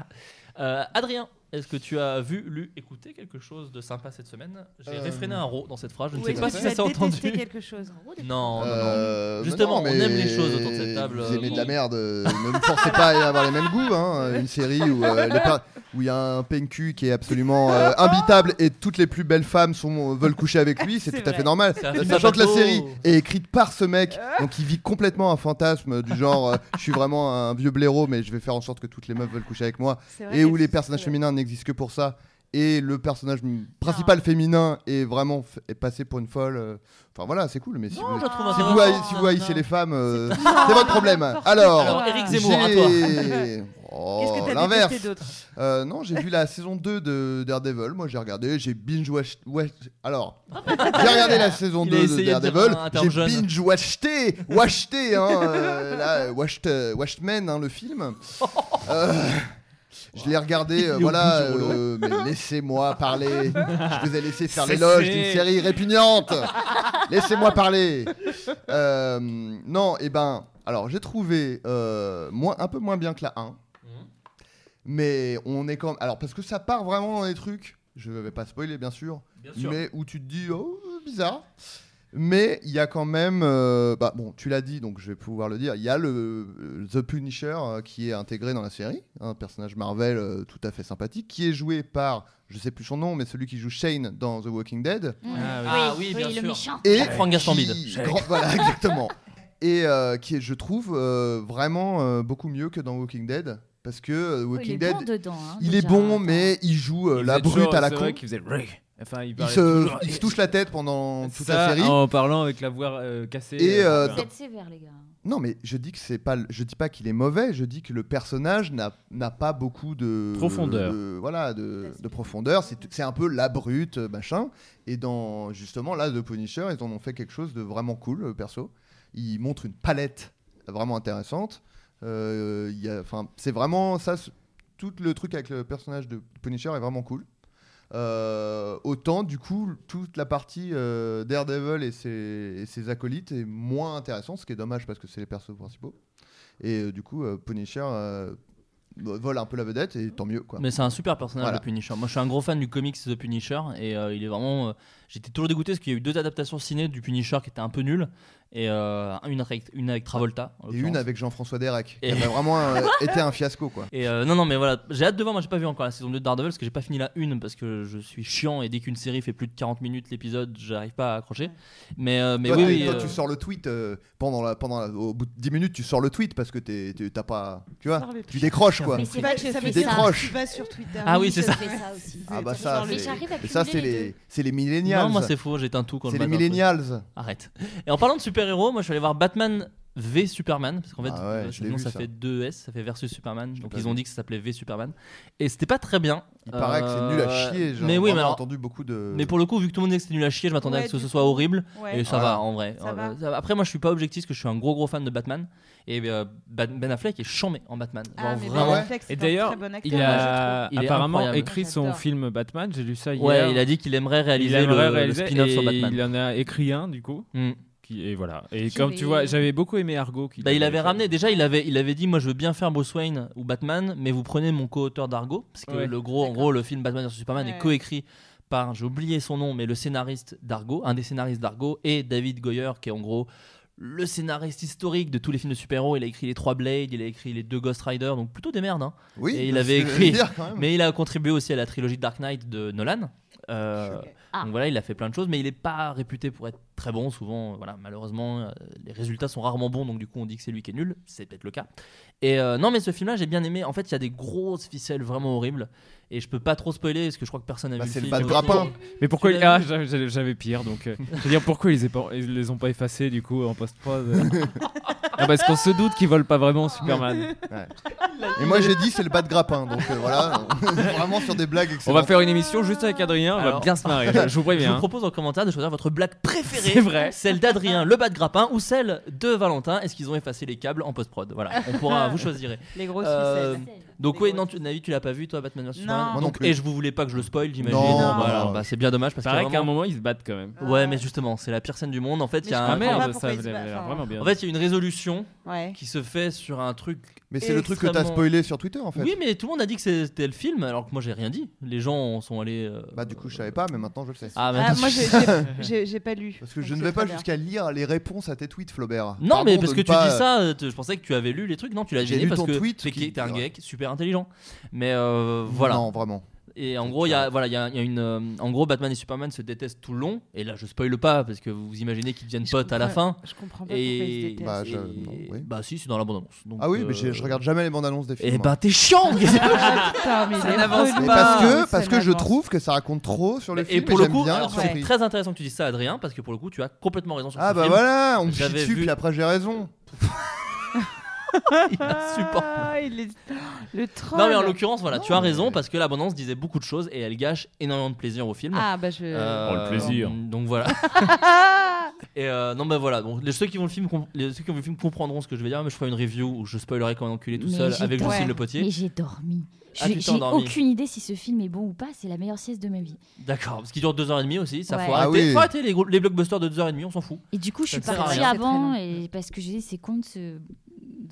Euh, Adrien, est-ce que tu as vu, lu, écouté quelque chose de sympa cette semaine J'ai
Euh,
réfréné un ro dans cette phrase, je ne
Ou
sais
est-ce
pas
que
si
tu
ça
as
s'est
détesté
entendu.
quelque chose.
Non, non, non.
Euh, mais
Justement,
non,
on aime
mais
les choses autour de cette table,
Vous aimez
euh,
de la
on-
merde, euh, ne me forcez pas à avoir les mêmes
<laughs>
goûts. hein. Une série où euh, les par- où il y a un PNQ qui est absolument euh, imbitable et toutes les plus belles femmes sont, veulent coucher avec lui, c'est
C'est
tout
vrai.
à
Euh.
fait normal.
C'est un film
Sachant que la
bateau.
série est écrite par ce mec, donc il vit complètement un fantasme du genre euh, je suis vraiment un vieux blaireau, mais je vais faire en sorte que toutes les meufs veulent coucher avec moi
C'est vrai
et
que
où les
c'est-
personnages
c'est-
féminins n'existent que pour ça et le personnage m- principal féminin est vraiment f- est passé pour une folle euh, enfin voilà c'est cool mais si
Non,
vous,
je la trouve
Si
si vous,
intéressante,
haï- si vous haïssez
Anna.
les femmes euh, <laughs> c'est votre problème alors
Alors, Eric
j'ai-
Zemmour, à toi.
<laughs> Oh,
Qu'est-ce que t'as
l'inverse
détesté d'autre
Euh, non j'ai vu la saison 2 de Daredevil moi j'ai regardé j'ai binge watch ouais, alors j'ai regardé la saison
Il
2
a
de
essayé de dire
Daredevil
un- un terme
j'ai
jeune.
binge watché watché hein euh, là, watched, euh, Watchmen hein, le film Euh, je l'ai regardé, euh,
au
voilà,
bout du rouleau.
euh, mais laissez-moi parler. Je vous ai laissé faire
Cessez.
l'éloge d'une série répugnante. laissez-moi parler. Euh, non, et ben, alors j'ai trouvé euh, moins, un peu moins bien que la 1. Mais on est quand même. Alors, parce que ça part vraiment dans des trucs, je vais pas spoiler bien sûr,
Bien sûr.
mais où tu te dis, oh, bizarre. Mais il y a quand même. euh, bah, bon, tu l'as dit, donc je vais pouvoir le dire. Il y a le euh, The Punisher euh, qui est intégré dans la série, un personnage Marvel euh, tout à fait sympathique, qui est joué par, je sais plus son nom, mais celui qui joue Shane dans The Walking Dead.
Mm.
Ah oui.
Ah oui,
oui,
bien
le
sûr.
méchant.
Et
Jacques Franck Gastambide.
qui- grand-
<laughs>
voilà, exactement. Et euh, qui est, je trouve, euh, vraiment euh, beaucoup mieux que dans Walking Dead. Parce que euh,
Oh, il
Walking
est
Dead,
bon dedans. hein,
il
déjà.
est bon, mais il joue euh, la brute à la con.
Qui faisait Ray. Enfin, il,
Il
parlait
se,
toujours-
il se touche la tête pendant toute la
Ça,
série.
En parlant avec la voix euh, cassée.
Et, euh,
Vous êtes sévères, les gars.
Non, mais je dis que c'est pas, le- je dis pas qu'il est mauvais. Je dis que le personnage n'a n'a pas beaucoup de
Profondeur.
de- voilà, de, de profondeur. C'est c'est un peu la brute, euh, machin. Et dans justement là, de Punisher, ils en ont fait quelque chose de vraiment cool, euh, perso. Ils montrent une palette vraiment intéressante. Euh, il y a- enfin, c'est vraiment ça. c'est- Tout le truc avec le personnage de Punisher est vraiment cool. Euh, autant du coup toute la partie euh, Daredevil et ses, et ses acolytes est moins intéressante, ce qui est dommage parce que c'est les persos principaux. Et euh, du coup euh, Punisher euh, vole un peu la vedette et tant mieux quoi.
Mais c'est un super personnage
Voilà.
le Punisher. Moi je suis un gros fan du comics The Punisher et euh, il est vraiment. euh, J'étais toujours dégoûté parce qu'il y a eu deux adaptations ciné du Punisher qui étaient un peu nulles et euh, une, avec, une avec Travolta. en
Et
l'occurrence.
une avec Jean-François Derek
Et-
qui a vraiment euh, été un fiasco quoi.
Et euh, non, non, mais voilà, j'ai hâte de voir. Moi, j'ai pas vu encore la saison 2 de Daredevil parce que j'ai pas fini la une parce que je suis chiant et dès qu'une série fait plus de 40 minutes l'épisode, j'arrive pas à accrocher. Mais, euh, mais
toi,
oui,
t'es-
oui,
toi,
euh,
tu sors le tweet euh, pendant la, pendant la- au bout de 10 minutes tu sors le tweet parce que t'es- t'es- t'as pas tu vois
Sors le
tu décroches quoi.
Mais c'est
Tu
vrai
vas-
que je
ça
fais
veut
des
dire
ça.
croches.
que Tu vas sur Twitter.
Ah oui,
Je
c'est ça.
fais ça aussi.
Ah bah
t'as
ça
sors le-
Mais
c'est-
j'arrive à
mais ça
cumuler
c'est
les
les
deux.
c'est les millennials.
Non, moi c'est faux, j'éteins tout quand
c'est
je
les
mate un truc.
millennials.
Arrête. Et en parlant de super-héros, moi je suis allé voir Batman V Superman parce qu'en fait
Ah ouais,
euh,
je l'ai
sinon,
vu,
ça,
ça.
fait 2S, ça fait versus Superman. Donc
pas
ils
vu.
ont dit que ça s'appelait V Superman et c'était pas très bien. Euh,
Il paraît que c'est nul à chier. Genre,
mais oui, mais,
j'ai
alors-
entendu beaucoup de.
mais pour le coup, vu que tout le monde disait que c'était nul à chier, je m'attendais
Ouais,
à ce que
du
ce
coup.
soit horrible.
Ouais.
Et ça
Ah.
va en vrai.
Ça
Euh,
va.
ça va. Après, moi je suis pas objectif parce que je suis un gros gros fan de Batman et euh, Ba- Ben Affleck est chambé en Batman.
Ah,
Genre,
mais
vraiment.
Ben Affleck, c'est
Et
un
d'ailleurs,
très bon acteur,
il
moi,
a
je trouve. Il est
apparemment
incroyable.
écrit son
Ah, J'adore.
film Batman. J'ai lu ça hier.
Ouais, il a dit qu'il aimerait
Il
réaliser le,
aimerait
le
réaliser
spin-off
et
sur Batman.
Il en a écrit un du coup.
Mm.
qui- Et voilà. Et
Qui
comme tu
est-
euh.
vois, j'avais beaucoup aimé Argo. qui
Bah, il avait
fait.
ramené, déjà il avait, il avait dit moi je veux bien faire Bruce Wayne ou Batman, mais vous prenez mon co-auteur d'Argo, parce que
Ouais.
le gros, en
D'accord.
gros le film Batman vs Superman
Ouais.
est coécrit par, j'ai oublié son nom, mais le scénariste d'Argo, un des scénaristes d'Argo, et David Goyer, qui est en gros le scénariste historique de tous les films de super-héros. Il a écrit les trois Blade, il a écrit les deux Ghost Rider, donc plutôt des merdes. hein.
Oui, bah,
Et il
c'est
avait
ce que
écrit-
j'allais dire, quand même.
Mais il a contribué aussi à la trilogie Dark Knight de Nolan. Euh,
Ok.
Ah.
Donc voilà, il a fait plein de choses, mais il n'est pas réputé pour être très bon. Souvent, euh, voilà, malheureusement, euh, les résultats sont rarement bons, donc du coup, on dit que c'est lui qui est nul. C'est peut-être le cas. Et euh, non, mais ce film-là, j'ai bien aimé. En fait, il y a des grosses ficelles vraiment horribles. Et je peux pas trop spoiler parce que je crois que personne n'a
Bah,
vu
c'est
le
le
film.
bas de
mais-
grappin.
Mais pourquoi
Tu
il-
l'as
ah, j'avais- j'avais j'avais pire donc
<laughs>
euh, je veux dire pourquoi ils, les pas- ils les ont pas effacés du coup en post prod parce qu'on se doute qu'ils volent pas vraiment Superman.
Et moi j'ai dit c'est le <laughs> bas de grappin, donc euh, voilà, <laughs> on est vraiment sur des blagues.
On va
excellentes.
faire une émission juste avec Adrien, on va
Alors-
bien se marrer. Je, je vous
Je
préviens. hein.
vous propose en commentaire de choisir votre blague préférée.
C'est vrai.
Celle d'Adrien, le bas de grappin, ou celle de Valentin. Est-ce qu'ils ont effacé les câbles en post-prod Voilà, on pourra, vous choisirez.
Ah. Les grosses
Euh,
ficelles.
Donc,
Des
oui,
grosses.
non, tu, Navi, tu l'as pas vu, toi, Batman vs Superman
Non.
Moi non
Donc,
plus.
Et je vous voulais pas que je le spoil, j'imagine.
Non,
Non.
Voilà,
non.
bah, c'est bien dommage parce
Pareil
qu'il y a
qu'à un
vraiment-
moment ils se battent quand même.
Ouais, mais justement, c'est la pire scène du monde. En fait, il y a
Mais
un.
je
Ah
comprends pas
merde, ça
pourquoi ils
avait
se battent,
l'air
enfin.
vraiment bien.
En fait, il y a une résolution
Ouais.
qui se fait sur un truc.
Mais c'est le truc que t'as
extrêmement-
spoilé sur Twitter en fait.
Oui, mais tout le monde a dit que c'était le film, alors que moi j'ai rien dit. Les gens sont allés. euh,
Bah du coup je savais pas, mais maintenant je le sais.
Ah, mais
Ah,
attends,
moi,
je-
j'ai-
<laughs>
j'ai- j'ai j'ai pas lu.
Parce que je
Donc
ne
c'est
vais pas
très bien.
jusqu'à lire les réponses à tes tweets, Flaubert.
Non,
Pardon
mais
de
parce que
ne
tu
pas-
dis ça, euh, te- je pensais que tu avais lu les trucs. Non, tu l'as
J'ai
gêné
lu
parce
ton
que
tweet
t'es-
qui-
t'es un geek super intelligent. Mais euh, voilà.
Non, vraiment.
Et en gros, il y a, voilà, il y a- il y a une, euh, en gros, Batman et Superman se détestent tout le long. Et là, je spoil pas parce que vous imaginez qu'ils deviennent
Je
potes à la
comprends-
fin.
Je comprends pas pourquoi ils se
Et
détestent.
Bah, je-
et-
non, oui.
bah, si, c'est dans la euh, bande annonce.
Ah oui, mais j'ai- je regarde jamais les bandes annonces des films.
Et
moi.
bah, t'es chiant.
Ah, putain, mais
Ça
il est
n'avance
relou.
Mais
pas.
parce
Ça
que, parce que je
n'avance
trouve que ça raconte trop Oh, sur le
Bah, et
film.
pour le
j'aime
coup,
bien
alors,
leur
c'est
surprise.
très intéressant que tu dises ça, Adrien, parce que pour le coup, tu as complètement raison sur
Ah
ce
bah
film.
voilà, on me chie
J'avais
dessus,
vu-
puis après j'ai raison.
<laughs> Il insupporte.
Ah, il est- Le troll.
Non mais en l'occurrence voilà
euh, Non,
<laughs> tu as raison
mais-
parce que l'abondance disait beaucoup de choses et elle gâche énormément de plaisir au film.
Ah, bah, je.
Euh,
Oh, le plaisir.
<laughs>
Donc voilà.
Ah
Et euh, non bah voilà donc les- ceux qui vont le film comp- les- ceux qui ont vu le film comprendront ce que je vais dire mais je ferai une review où je spoilerai comme un enculé tout
Mais
seul
j'ai
avec
peur.
Justine Le
Mais
Potier.
j'ai dormi.
Ah,
J'ai
tu t'es
j'ai
endormi.
aucune idée si ce film est bon ou pas. C'est la meilleure sieste de ma vie.
D'accord parce qu'il dure deux heures et demie aussi ça faut
Ouais.
Ah
arrêter,
oui.
faut arrêter les, gros- les blockbusters de deux heures et demie on s'en fout.
Et du coup, je
Ça
suis
ne sert à
partie
rien.
avant
C'est très
et parce que j'ai dit c'est con de se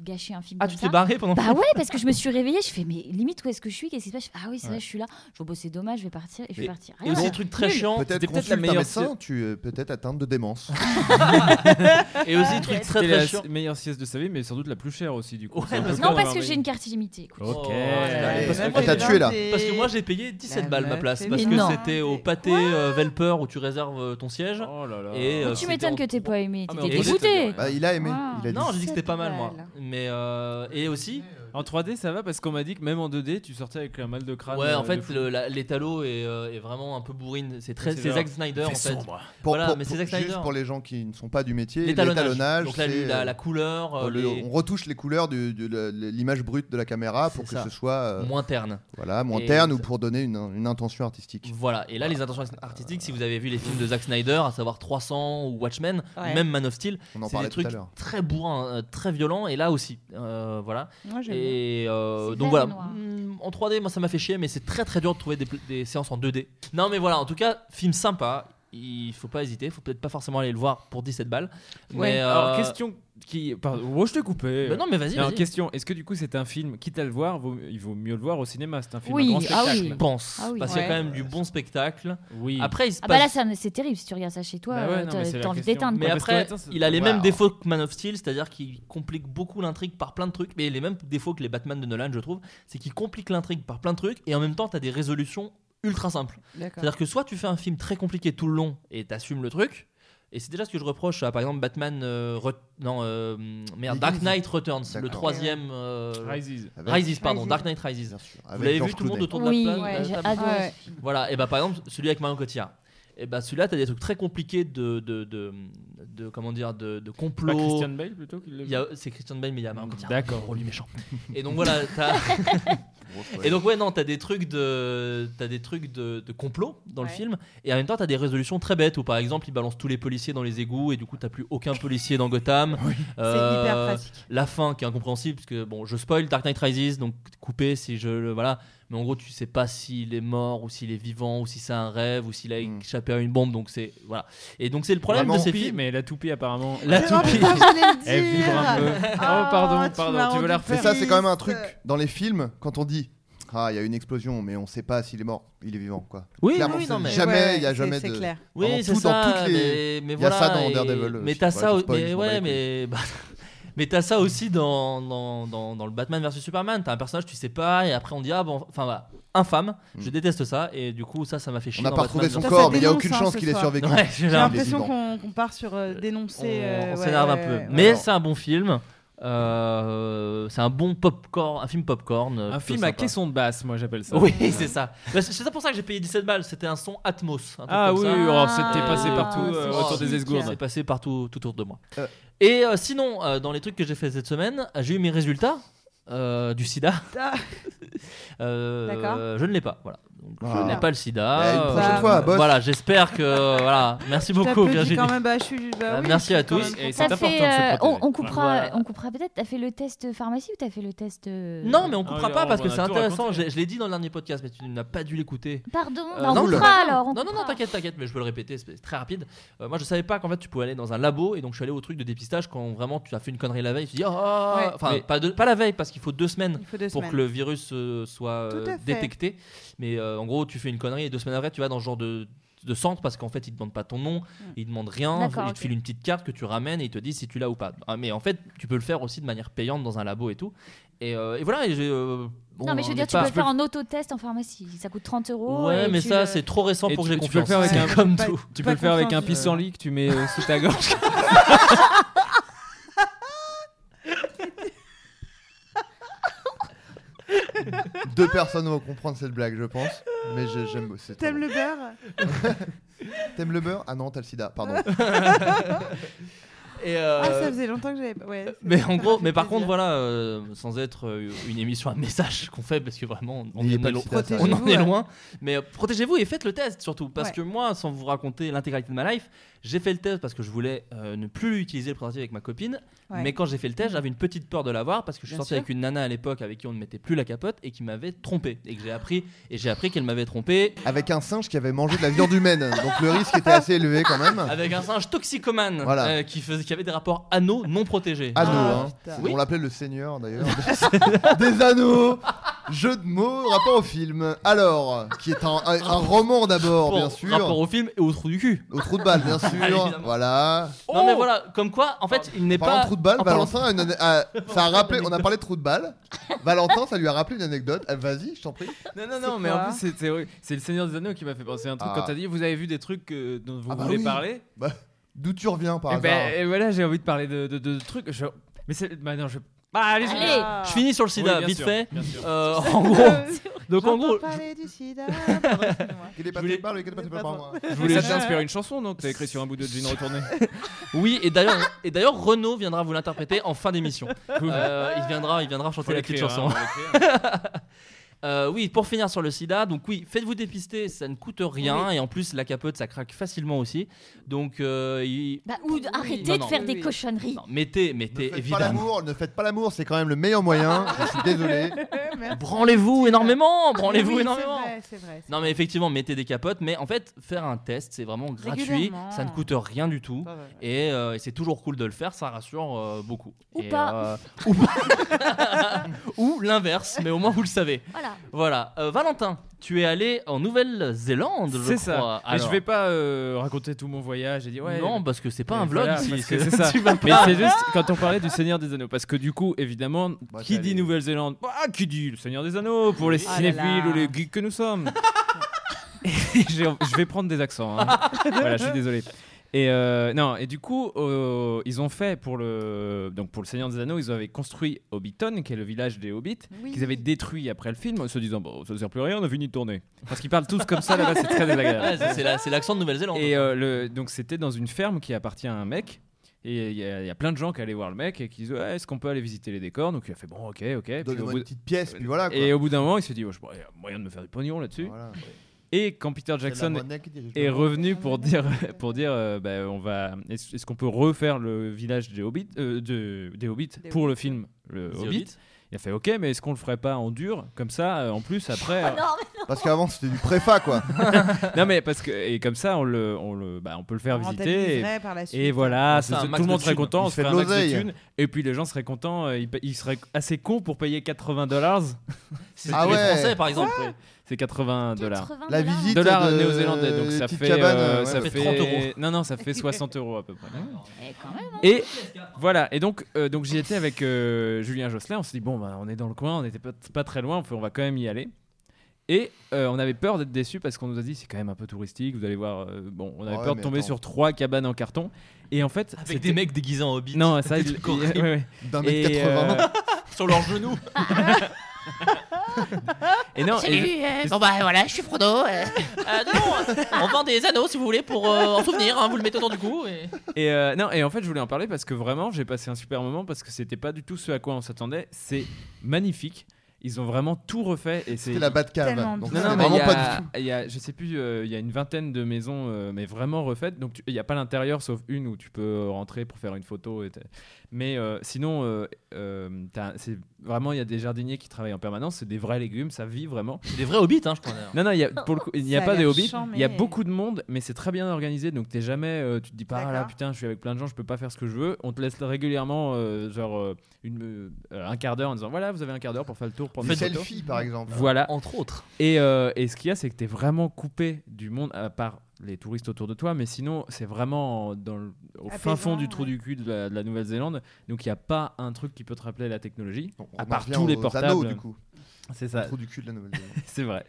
gâcher un film
Ah
comme
tu
ça.
t'es barré pendant.
Bah ouais, parce que je me suis réveillée, je fais mais limite où est-ce que je suis Qu'est-ce qui se passe Je fais, Ah oui, c'est
Ouais.
vrai, je suis là. Je vais bosser, dommage, je vais partir et je
Mais-
vais partir.
Et
Rien à
aussi
voir.
truc très
Nul.
chiant.
Peut-être
peut-être
consulte
la
un
meilleure
médecin, tu es peut-être atteinte de
<laughs>
démence.
<laughs> Et aussi truc très
C'était la
très
si-
chiant.
meilleure sieste de sa vie, mais sans doute la plus chère aussi du coup.
Ouais,
C'est un peu
parce-
comme
Non, parce
un
que j'ai
Marvel.
une carte illimitée. écoute.
Ok.
Oh là là.
Parce que
Parce
t'as tué, là.
Parce que moi j'ai payé 17
La
balles ma
meuf
place
est
parce que
énorme.
c'était au pâté euh, Velper où tu réserves euh, ton siège.
Oh là là.
Et, euh,
Tu
c'était
m'étonnes
en
que t'aies
trois-
pas aimé,
Ah, mais
t'étais Ah.
on peut-
dégoûté.
Bah, il a aimé,
Wow.
il a dit.
Non, j'ai dit que c'était pas mal moi.
balles.
Mais euh, et aussi
En 3D ça va parce qu'on m'a dit que même en 2D tu sortais avec un mal de crâne.
Ouais,
euh,
en
de
fait,
fou.
le- la- l'étalo est, euh, est vraiment un peu bourrine. C'est très,
C'est
c'est
vrai.
Zack Snyder en fait.
Pour,
Voilà,
pour-
mais c'est
pour-
Zack Snyder.
juste pour les gens qui ne sont pas du métier,
L'étalonnage.
l'étalonnage,
Donc la,
c'est,
la, la
euh,
couleur, euh,
le-
les-
on retouche les couleurs du- de, la- de l'image brute de la caméra pour
C'est
que
ça.
ce soit euh,
moins terne.
voilà, moins
Et-
terne ou pour donner une, une intention artistique.
Voilà. Et là, les intentions
Euh,
artistiques, si vous avez vu les films de Zack Snyder, à savoir 300 ou Watchmen,
Ouais.
même Man of Steel,
On en
c'est
parlait
des
tout
trucs
à l'heure.
très bourrins, euh, très violents. Et là aussi, euh, voilà.
Moi, j'aime bien.
Et euh,
C'est
donc
vert
voilà.
et noir.
Mm, En 3D, moi ça m'a fait chier, mais c'est très très dur de trouver des, pl- des séances en 2D. Non, mais voilà, en tout cas, film sympa. Il faut pas hésiter, faut peut-être pas forcément aller le voir pour 17 balles.
Ouais.
Mais,
Alors
euh,
question qui. Pardon. Oh, je t'ai coupé.
bah non, mais vas-y,
Non,
vas-y.
question, est-ce que du coup c'est un film, quitte à le voir, vaut- il vaut mieux le voir au cinéma C'est un film
Oui,
à grand
ah oui.
spectacle.
Je pense.
Ah oui.
Parce qu'il y a
Ouais.
quand même du bon spectacle.
Oui.
Après, il se
Ah bah là,
passe.
ça, c'est terrible si tu regardes ça chez toi,
Bah ouais,
euh,
non,
t'as
mais c'est la
t'as envie
question.
d'éteindre.
mais
Ouais,
quoi.
parce que,
après,
attends, c'est- hein.
il a les
Wow.
mêmes défauts que Man of Steel, c'est-à-dire qu'il complique beaucoup l'intrigue par plein de trucs, mais les mêmes défauts que les Batman de Nolan, je trouve, c'est qu'il complique l'intrigue par plein de trucs, et en même temps, t'as des résolutions ultra simples.
D'accord.
C'est-à-dire que soit tu fais un film très compliqué tout le long et t'assumes le truc, et c'est déjà ce que je reproche à par exemple Batman. euh, Re- Non, euh, merde, Dark
Begins.
Knight Returns, le
D'accord.
troisième. euh,
Rises.
Avec-
Rises, pardon,
Rises.
Dark Knight Rises.
bien sûr,
Vous
avec
l'avez vu
George
tout le monde
Clooney.
autour de la
Oui,
plate-
ouais,
de
j'ai
la table
adoré.
Ouais.
ce film.
voilà, et bah par exemple celui avec Marion Cotillard. Et bah celui-là, t'as des trucs très compliqués de, de, de, de- comment dire, de, de
Pas
complot.
Christian Bale plutôt qu'il le
Il y a- C'est Christian Bale, mais il y a Marion Cotillard.
D'accord.
Oh, lui méchant. et donc voilà, t'as- et donc ouais, non, t'as des trucs de, t'as des trucs de, de complot dans le
Ouais.
film, et en même temps t'as des résolutions très bêtes où par exemple ils balancent tous les policiers dans les égouts et du coup t'as plus aucun policier
<laughs>
dans Gotham.
C'est
Euh,
hyper pratique.
la fin qui est incompréhensible parce que bon je spoil Dark Knight Rises donc coupé si je le voilà mais en gros tu sais pas s'il est mort ou s'il est vivant ou si c'est un rêve ou s'il a
Mm.
échappé à une bombe donc c'est voilà et donc c'est le problème
Vraiment.
de ces
Hmm. toupie,
films
mais la toupie apparemment.
La
Mais non,
toupie
putain, j'allais le
<laughs> Elle vibre un
dire.
peu.
Ah,
oh pardon,
tu m'as
pardon, tu veux la
rendu
C'est
refaire
ça, c'est quand même un truc
Triste.
dans les films quand on dit ah il y a une explosion mais on sait pas s'il est mort, il est vivant quoi.
oui
Clairement,
oui
c'est
non mais
jamais,
Ouais,
il y a
c'est-
jamais
c'est
de-
clair.
Dans
oui c'est
tout- dans
ça
toutes les-
mais, mais
y a
voilà
ça dans
et-
Daredevil,
mais
je-
t'as
ouais,
ça
je spoil,
mais
je m'en bats
ouais
les couilles.
mais bah, <laughs> Mais t'as ça aussi dans, dans, dans, dans le Batman versus Superman. T'as un personnage, tu sais pas, et après on dit ah bon, enfin voilà, infâme. Je déteste ça, et du coup ça, ça m'a
Mm.
fait
On
chier.
n'a
dans
pas
Batman
retrouvé son
versus-
Superman.
corps, mais il n'y
Ça
a
fait
aucune
dénonce,
chance
hein,
qu'il
ce
ait
soir.
survécu.
Ouais, j'ai
J'ai
un
l'impression
peu
qu'on qu'on part sur euh, dénoncer.
on
euh,
on
ouais,
s'énerve un
ouais,
peu.
ouais,
mais
ouais.
c'est un bon film. Euh, c'est un bon popcorn, un film popcorn. euh,
Un
plutôt
film à
sympa.
caisson de basse, moi j'appelle ça.
Oui, <laughs> c'est ça. Bah, C'est c'est ça pour ça que j'ai payé 17 balles. C'était un son Atmos. un truc
Ah
comme
oui,
ça.
oui, oh,
Ah,
c'était passé partout
c'est
euh, autour
chic.
des
C'est
esgourdes.
passé partout tout autour de moi.
Euh.
Et euh, sinon, euh, dans les trucs que j'ai fait cette semaine, j'ai eu mes résultats euh, du sida.
<laughs> Ah.
Euh,
D'accord.
je ne l'ai pas. Voilà. Donc,
Ah.
Je n'ai pas le sida.
Eh, une
Euh,
prochaine
Bah,
fois, boss.
Voilà, j'espère que. euh, voilà. Merci beaucoup,
T'applaudis
Virginie.
quand même, bah, je suis- bah
Ah,
oui,
merci
je suis
à
quand
tous.
même
Et c'est
T'as
hein,
important
fait,
de se
euh, on,
protéger.
on coupera,
Voilà.
on coupera peut-être. T'as fait le test pharmacie ou t'as fait le test euh,
Non, mais on
Ah,
coupera
oui,
pas
on
parce que
va
c'est
tout
intéressant.
raconter. hein.
Je, je l'ai dit dans le dernier podcast, mais tu n'as pas dû l'écouter.
Pardon,
Euh,
non, on
non, le-
coupera alors. on
non, non, non,
coupera.
t'inquiète, t'inquiète, mais je peux le répéter, c'est c'est très rapide. Euh, moi, je savais pas qu'en fait, tu pouvais aller dans un labo, et donc je suis allé au truc de dépistage quand vraiment tu as fait une connerie la veille. Tu dis, ah,
Ouais.
enfin,
Mais-
pas, de- pas la veille, parce qu'il faut deux semaines
Il faut deux
pour
semaines.
que le virus euh, soit
Tout à
euh,
fait.
détecté. Mais euh, en gros, tu fais une connerie, et deux semaines après, tu vas dans ce genre de de centre parce qu'en fait ils te demandent pas ton nom, ils te demandent rien, ils te
Mm. D'accord, ok.
filent une petite carte que tu ramènes et ils te disent si tu l'as ou pas. Ah, mais en fait tu peux le faire aussi de manière payante dans un labo et tout. Et, euh, et voilà. Et j'ai, euh, bon,
Non, mais je
on
veux
est
dire, tu
pas-
peux le faire en autotest en pharmacie. Ça coûte 30 euros.
Ouais,
et
mais
tu
ça
le-
c'est trop récent
Et
pour que
tu-
j'ai
tu peux le
confiance.
faire avec
C'est
un-
comme
pas-
tout.
Tu
Pas
peux le faire avec un
confiance, euh.
pissenlit que tu mets euh, sous ta gorge.
Deux personnes vont comprendre cette blague, je pense. Mais j'ai- j'aime. c'est très
T'aimes
bon.
le beurre
<laughs> T'aimes le beurre Ah non, t'as le sida, pardon.
Et, euh,
Ah, ça faisait longtemps que j'avais pas. Ouais,
mais
ça m'a
en gros,
fait
mais par
plaisir.
contre voilà, euh, sans être euh, une émission à message <laughs> qu'on fait parce que vraiment on,
N'ayez
est
pas le
lo-
sida, ça
Protégez-
on
arrive.
en
Protégez-vous,
est
ouais.
loin. Mais euh, protégez-vous et faites le test surtout. Parce
Ouais.
que moi, sans vous raconter l'intégralité de ma life, j'ai fait le test parce que je voulais euh, ne plus utiliser le préservatif avec ma copine.
Ouais.
Mais quand j'ai fait le test, j'avais une petite peur de l'avoir parce que je suis
Bien
sorti
sûr.
avec une nana à l'époque avec qui on ne mettait plus la capote et qui m'avait trompé. Et que j'ai appris, et j'ai appris qu'elle m'avait trompé
Avec un singe qui avait mangé de la viande humaine. Donc le risque était assez élevé quand même.
avec un singe toxicomane
Voilà.
euh, qui, faisait, qui avait des rapports anneaux non protégés.
Anneaux,
Ah,
hein.
putain.
On l'appelait le seigneur d'ailleurs. <laughs> Des anneaux Jeu de mots, rapport au film. Alors, qui est un, un- un roman d'abord,
Rapport-
bien sûr.
Rapport au film et au trou du cul.
Au trou de balle,
<laughs>
bien
Ah,
sûr.
évidemment.
voilà.
Non mais voilà, comme quoi, en fait, il n'est
Parlant
pas.
de trou de balle,
en parlant-
Valentin, a une ane- a-
<laughs>
ça a rappelé. On a parlé de trou de balle. Valentin, ça lui a rappelé une anecdote. Ah, Vas-y, je t'en prie.
Non, non,
C'est
non, mais
quoi
en plus, c'est- c'est horrible. C'est le Seigneur des Anneaux qui m'a fait penser à un truc.
Ah.
Quand t'as dit, vous avez vu des trucs euh, dont vous
Ah bah
voulez
oui.
parler
D'où tu reviens par
Eh
Et,
hasard
ben, et voilà, j'ai envie de parler de, de- de trucs. Je- Mais c'est. Bah non, je. Bah, allez,
Allez,
Ah.
Je finis sur le sida,
Oui, bien
vite
sûr,
fait.
bien sûr.
Euh,
<laughs>
en gros, donc en
J'entends
gros,
parler du sida. Pardon, excuse-moi.
Qu'il est
je voulais-
passé par lui, qu'il est passé par moi.
Je voulais
Ça
juste
t'a-
inspirer une chanson, donc t'as écrit sur un bout de
<laughs>
jean retourné.
oui, et d'ailleurs, et d'ailleurs, Renaud viendra vous l'interpréter en fin
<laughs>
d'émission.
Cool.
Euh, il viendra, il viendra chanter
Faut
la petite
l'écrire,
chanson.
hein, faut l'écrire.
<laughs> Euh, oui, pour finir sur le sida, donc oui, faites-vous dépister, ça ne coûte rien et en plus la capote ça craque facilement aussi. Donc euh, il-
Bah, ou de- arrêtez
Non,
de
non.
faire
Oui,
des
oui.
cochonneries.
<laughs> non, mettez,
Ne
mettez
faites pas
évidemment.
l'amour, ne faites pas l'amour, c'est quand même le meilleur
<laughs>
moyen. Je suis
<laughs>
désolé.
Merci.
Branlez-vous énormément, branlez-vous
Oui,
énormément.
C'est vrai, c'est vrai. c'est
Non mais effectivement, mettez des capotes, mais en fait, faire un test, c'est vraiment gratuit,
Régulièrement.
ça ne coûte rien du tout.
pas vrai.
Et, euh, et c'est toujours cool de le faire, ça rassure euh, beaucoup.
Ou
Et,
pas.
euh, ou pas. <laughs> Ou l'inverse, mais au moins vous le savez.
Voilà.
Voilà. Euh, Valentin, tu es allé en Nouvelle-Zélande, je
C'est ça.
crois.
Mais je
Alors-
vais pas euh, raconter tout mon voyage et dire ouais.
non, parce que c'est pas
Mais
un vlog
voilà,
ici.
parce que c'est
<laughs>
ça.
tu vas
Mais
pas-
c'est juste quand on parlait du Seigneur des Anneaux, parce que du coup, évidemment,
Bah,
qui
t'as
dit
les-
Nouvelle-Zélande Ah, qui dit le Seigneur des Anneaux pour les
Ah là
cinéphiles
là.
ou les geeks que
<laughs>
nous sommes <laughs> Et j'ai- Je vais prendre des accents. hein. voilà, je suis désolé. Et euh, non, et du coup, euh, ils ont fait pour le donc pour le Seigneur des Anneaux, ils avaient construit Hobbiton, qui est le village des hobbits,
Oui.
qu'ils avaient détruit après le film, en se disant bon, ça sert plus à rien, on a fini de tourner. Parce qu'ils parlent tous comme ça là-bas, c'est très désagréable.
Ouais, c'est- c'est la- c'est l'accent de Nouvelle-Zélande. hein.
Et euh, le, donc c'était dans une ferme qui appartient à un mec. Et il y, a- il y a plein de gens qui allaient voir le mec et qui disaient Ah, Est-ce qu'on peut aller visiter les décors Donc il a fait Bon, ok, ok. Puis au
Donnez-moi
bout-
une petite pièce, puis voilà. Quoi.
et au bout d'un moment, il s'est dit Oh, je- Il y a moyen de me faire du pognon là-dessus.
Voilà.
Et quand Peter
C'est la
Jackson
monnaie qui dirige le
est
monde.
revenu pour dire, <laughs> pour dire euh, bah, on va, Est-ce est-ce qu'on peut refaire le village des Hobbits, euh, de- des Hobbits
Des
pour le film le
The
Hobbit.
Hobbit.
Il a fait ok, mais est-ce qu'on le ferait pas en dur Comme ça, euh, en plus, après. euh,
non,
Parce qu'avant, c'était du préfa, quoi.
<laughs> non, mais parce que. Et comme ça, on, le, on, le, bah, on peut le faire visiter. Et,
rentabiliserait par la suite.
et voilà,
C'est un
ça-
max
tout le
de
monde serait
thunes.
content,
Il
on
se
se
fait
ferait
de
un max de
l'oseille.
thunes, et puis les gens seraient contents, euh, ils, pa- ils seraient assez cons pour payer 80 dollars.
<laughs>
C'est
Ah
les
ouais.
Français, par exemple. ouais.
C'est 80 dollars.
80
La visite
dollars euh,
de-
néo-zélandais, donc
des
ça
petites
fait,
cabanes,
euh,
ouais,
ça
ouais.
fait
30 euros.
Non, non, ça fait 60 euros à peu près.
Eh, quand même.
Et voilà, et donc, euh, donc j'y étais avec euh, Julien Josselin, on s'est dit, bon, bah, on est dans le coin, on n'était pas, pas très loin, on, fait, on va quand même y aller. Et euh, on avait peur d'être déçus parce qu'on nous a dit, c'est quand même un peu touristique, vous allez voir, euh, bon, on avait
Ouais,
peur de
mais
tomber
attends.
sur trois cabanes en carton. Et en fait,
Avec
c'était-
des mecs déguisés en hobbit.
Non, ça,
<laughs> Des
il-
trucs
il-
horribles.
ouais, ouais.
D'un
Et,
mètre 80.
euh,
sur leurs genoux.
et non, et-
Salut, euh, bon bah voilà, je suis Frodo. euh.
Ah
Euh, non, euh, on vend des anneaux si vous voulez pour euh, en souvenir, hein, vous le mettez autour du cou. Et...
<laughs> Et euh, non, et en fait, je voulais en parler parce que vraiment, j'ai passé un super moment parce que c'était pas du tout ce à quoi on s'attendait. C'est magnifique. Ils ont vraiment tout refait et c'est
C'était la Batcave.
Tellement
Donc,
bien.
non,
c'était
non, mais il
vraiment
y a,
pas du tout.
il y a- je sais plus, euh, il y a une vingtaine de maisons, euh, mais vraiment refaites. Donc, tu- il n'y a pas l'intérieur, sauf une où tu peux euh, rentrer pour faire une photo. et t'as- mais euh, sinon, euh, euh, t'as- c'est vraiment, il y a des jardiniers qui travaillent en permanence. C'est des vrais légumes, ça vit vraiment.
C'est des vrais hobbits, hein, je crois. d'ailleurs.
Non, non, il y a, pour le coup, il n'y a
Ça a
pas des
l'air
hobbies.
chiant,
Il y a
mais-
beaucoup de monde, mais c'est très bien organisé. Donc, t'es jamais, euh, tu te dis pas, ah là,
D'accord.
putain, je suis avec plein de gens, je peux pas faire ce que je veux. On te laisse régulièrement, euh, genre, euh, une, euh, un quart d'heure en disant, voilà, vous avez un quart d'heure pour faire le tour, prendre
Des
une photo.
selfies, par exemple.
Voilà.
Entre autres.
Et, euh, et ce qu'il y a, c'est que t'es vraiment coupé du monde, à part les touristes autour de toi, mais sinon, c'est vraiment en- dans le- au fin
Apaisant,
fond du trou
ouais.
du cul de la, de la Nouvelle-Zélande. Donc, il n'y a pas un truc qui peut te rappeler la technologie.
Bon, on
À
en
part
revient
tous les
aux
portables.
anneaux, du coup.
C'est ça.
Trop du cul de la nouvelle.
<laughs> C'est vrai.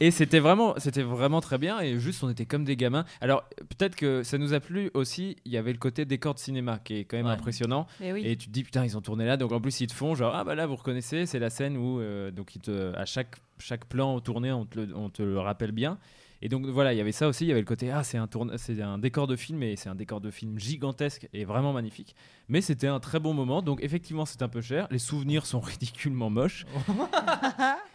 Et c'était vraiment, c'était vraiment très bien. Et juste, on était comme des gamins. Alors, peut-être que ça nous a plu aussi. Il y avait le côté décor de cinéma qui est quand même
Ouais.
impressionnant.
Mais oui.
Et tu te dis, putain, ils ont tourné là. Donc, en plus, ils te font genre, ah bah là, vous reconnaissez, c'est la scène où, euh, donc, ils te, à chaque, chaque plan tourné, on te, le, on te le rappelle bien. Et donc, voilà, il y avait ça aussi. Il y avait le côté, ah, c'est un, tourne- c'est un décor de film. Et c'est un décor de film gigantesque et vraiment magnifique. Mais c'était un très bon moment. Donc, effectivement, c'est un peu cher. Les souvenirs sont <laughs> ridiculement moches.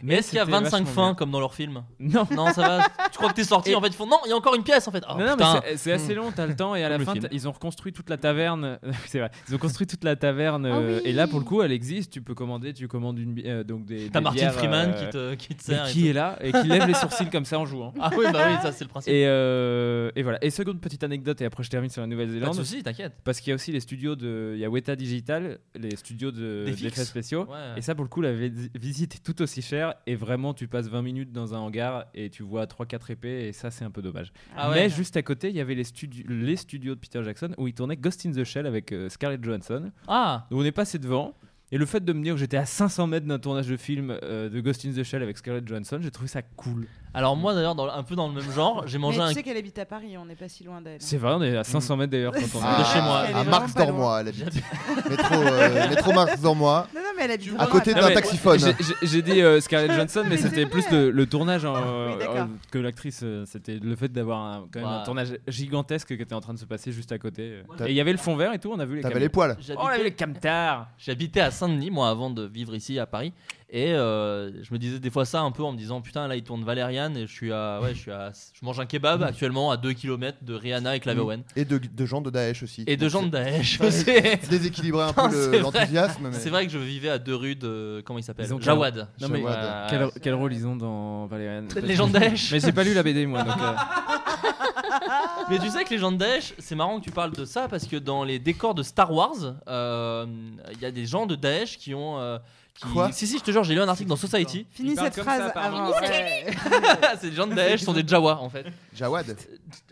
Mais est-ce qu'il y a
c'était
25
vachement
fins
bien.
comme dans leurs films
Non.
Non,
<laughs>
ça va. Tu crois que t'es sorti
Et-
en fait ils font non, il y a encore une pièce en fait. Oh,
non, non, mais
putain.
c'est- c'est assez long, t'as le temps, et à la
Comme le
fin,
film.
t'as- ils ont reconstruit toute la taverne. euh, <laughs> c'est vrai, ils ont construit toute la taverne,
Ah
euh,
oui.
et là, pour le coup, elle existe. Tu peux commander, tu commandes une bi- euh, donc des.
T'as
des
Martin
bières,
Freeman
euh,
qui te qui te
mais
sert. et
qui est là et qui lève les sourcils comme ça en jouant.
tout. Ah oui, bah oui, ça c'est le principe.
Et, euh, et voilà. Et seconde petite anecdote, et après je termine sur la
Pas de
Nouvelle-Zélande.
soucis, t'inquiète.
Parce qu'il y a aussi les studios de. Il y a Weta Digital, les studios de-
Des
d'effets
fixes.
spéciaux.
Ouais.
Et ça, pour le coup, la vi- visite est tout aussi chère. Et vraiment, tu passes 20 minutes dans un hangar et tu vois 3-4 épées. Et ça, c'est un peu dommage.
Ah ouais.
Mais juste à côté, il y avait les, studi- les studios de Peter Jackson où il tournait Ghost in the Shell avec euh, Scarlett Johansson.
Ah.
Donc on est passé devant. Et le fait de me dire que j'étais à 500 mètres d'un tournage de film euh, de Ghost in the Shell avec Scarlett Johansson, j'ai trouvé ça cool.
Alors moi d'ailleurs, dans- un peu dans le même genre, j'ai
Mais
mangé
tu
un
sais qu'elle habite à Paris, on n'est pas si loin d'elle. hein.
C'est vrai, on est à 500 mètres d'ailleurs quand on
Ah.
est
De chez moi.
Elle est
À
vraiment
Marx
pas
Dormois,
<laughs>
elle habite.
J'habite-
métro, euh, métro Marx Dormois.
Non, non, mais elle habite
À
vraiment
côté
Paris.
Non,
d'un
mais-
taxiphone.
J'ai- j'ai- J'ai dit euh,
<laughs>
Scarlett Johansson, mais
Mais c'est
c'était plus le, le tournage en- euh,
d'accord.
euh, que l'actrice. euh, C'était le fait d'avoir un- quand même un
Ouais.
tournage gigantesque qui était en train de se passer juste à côté. euh.
T'as-
Et il y avait le fond vert et tout, on a vu les
T'avais
camions.
les poils.
Oh, on a vu les camtars
J'habitais à Saint-Denis, moi, avant de vivre ici à Paris. Et euh, je me disais des fois ça un peu en me disant Putain, là, il tourne Valériane et je suis à. Ouais, je, suis à, je mange un kebab actuellement à 2 km de Rihanna et Clave Owen.
Et de, de gens de Daesh aussi.
Et de gens de Daesh,
<laughs>
je sais.
Déséquilibrer un peu
Putain,
le-
<laughs> c'est vrai.
l'enthousiasme. mais-
C'est vrai que je vivais à deux rues de. Comment il s'appelle
Ils ont-
Jawad.
Non, mais-
Jawad.
Euh,
Quel, quel rôle ils ont dans Valérian
Les gens de Daesh.
Mais j'ai pas lu la BD moi, donc. euh,
Mais tu sais que les gens de Daesh, c'est marrant que tu parles de ça parce que dans les décors de Star Wars, euh, il y a des gens de Daesh qui ont. euh, qui-
Quoi
si, si, je te jure, j'ai lu un article dans Society.
Finis
Il parle
cette
comme
phrase
ça, apparemment.
avant.
<laughs> c'est les gens de Daesh sont des Jawa en fait. <laughs>
Jawad.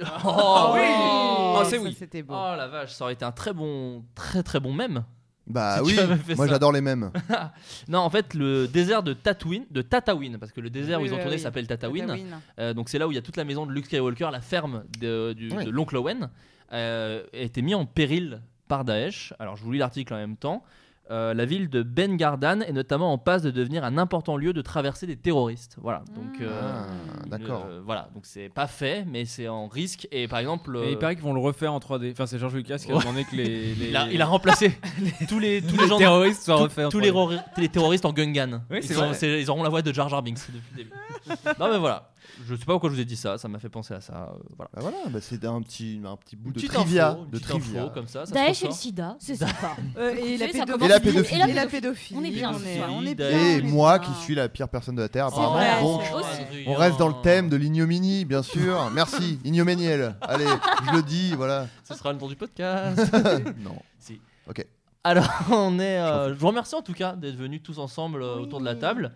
Oh oui
<laughs> <laughs> Oh,
Oh, c'est
ça,
oui
C'était beau.
Oh la vache, ça aurait été un très bon, très très bon mème.
Bah
Si
oui,
tu avais fait
moi
ça.
j'adore les mêmes.
<laughs> Non, en fait, le désert de Tatooine, de Tatooine, parce que le désert
Oui,
où ils ont
oui,
tourné
oui.
s'appelle Tatooine.
Tatooine.
Euh, donc c'est là où il y a toute la maison de Luke Skywalker, la ferme de, du-
Oui.
de l'oncle Owen, euh, a été mis en péril par Daesh. Alors je vous lis l'article en même temps. Euh, la ville de Ben Gardan est notamment en passe de devenir un important lieu de traversée des terroristes. Voilà.
Mm.
Donc euh,
Ah, D'accord.
euh, voilà. Donc c'est pas fait, mais c'est en risque. Et par exemple,
Et
euh,
il paraît qu'ils vont le refaire en 3D. Enfin, c'est George Lucas qui a
Ouais.
demandé que les, les-
<laughs> il a, il
<laughs>
a remplacé <laughs> tous les tous les
les
gens
terroristes soient
Tous-
refaits en
tous
3D.
les, rori- les terroristes en Gungan.
Oui,
ils,
c'est
sont-
<laughs>
vrai.
c'est- ils auront la voix de Jar Jar Binks depuis le début. non mais voilà, je sais pas pourquoi je vous ai dit ça, ça m'a fait penser à ça. euh, voilà.
Bah voilà, bah c'est un petit, un petit bout
Une
de
petite
trivia.
info, une
de
petite
trivia.
info comme ça. ça se
Daesh et le
ressort.
sida, c'est
<laughs>
sympa.
Euh, et, la
Vous savez, ça
pédophilie.
commence
Et la
bien.
pédophilie.
Et la pédophilie.
On est bien.
on est,
Solide,
Eh ben, on est bien.
Et
on est
moi
bien.
qui suis la pire personne de la Terre,
C'est
apparemment.
vrai,
donc,
c'est aussi.
on reste dans le thème de l'ignominie, bien sûr. Merci, ignominiel. Allez, je le dis, voilà.
Ce sera le temps du <laughs> podcast.
non.
Si.
Ok.
<laughs> Alors, on est. euh, je vous remercie en tout cas d'être venus tous ensemble euh, autour de la table.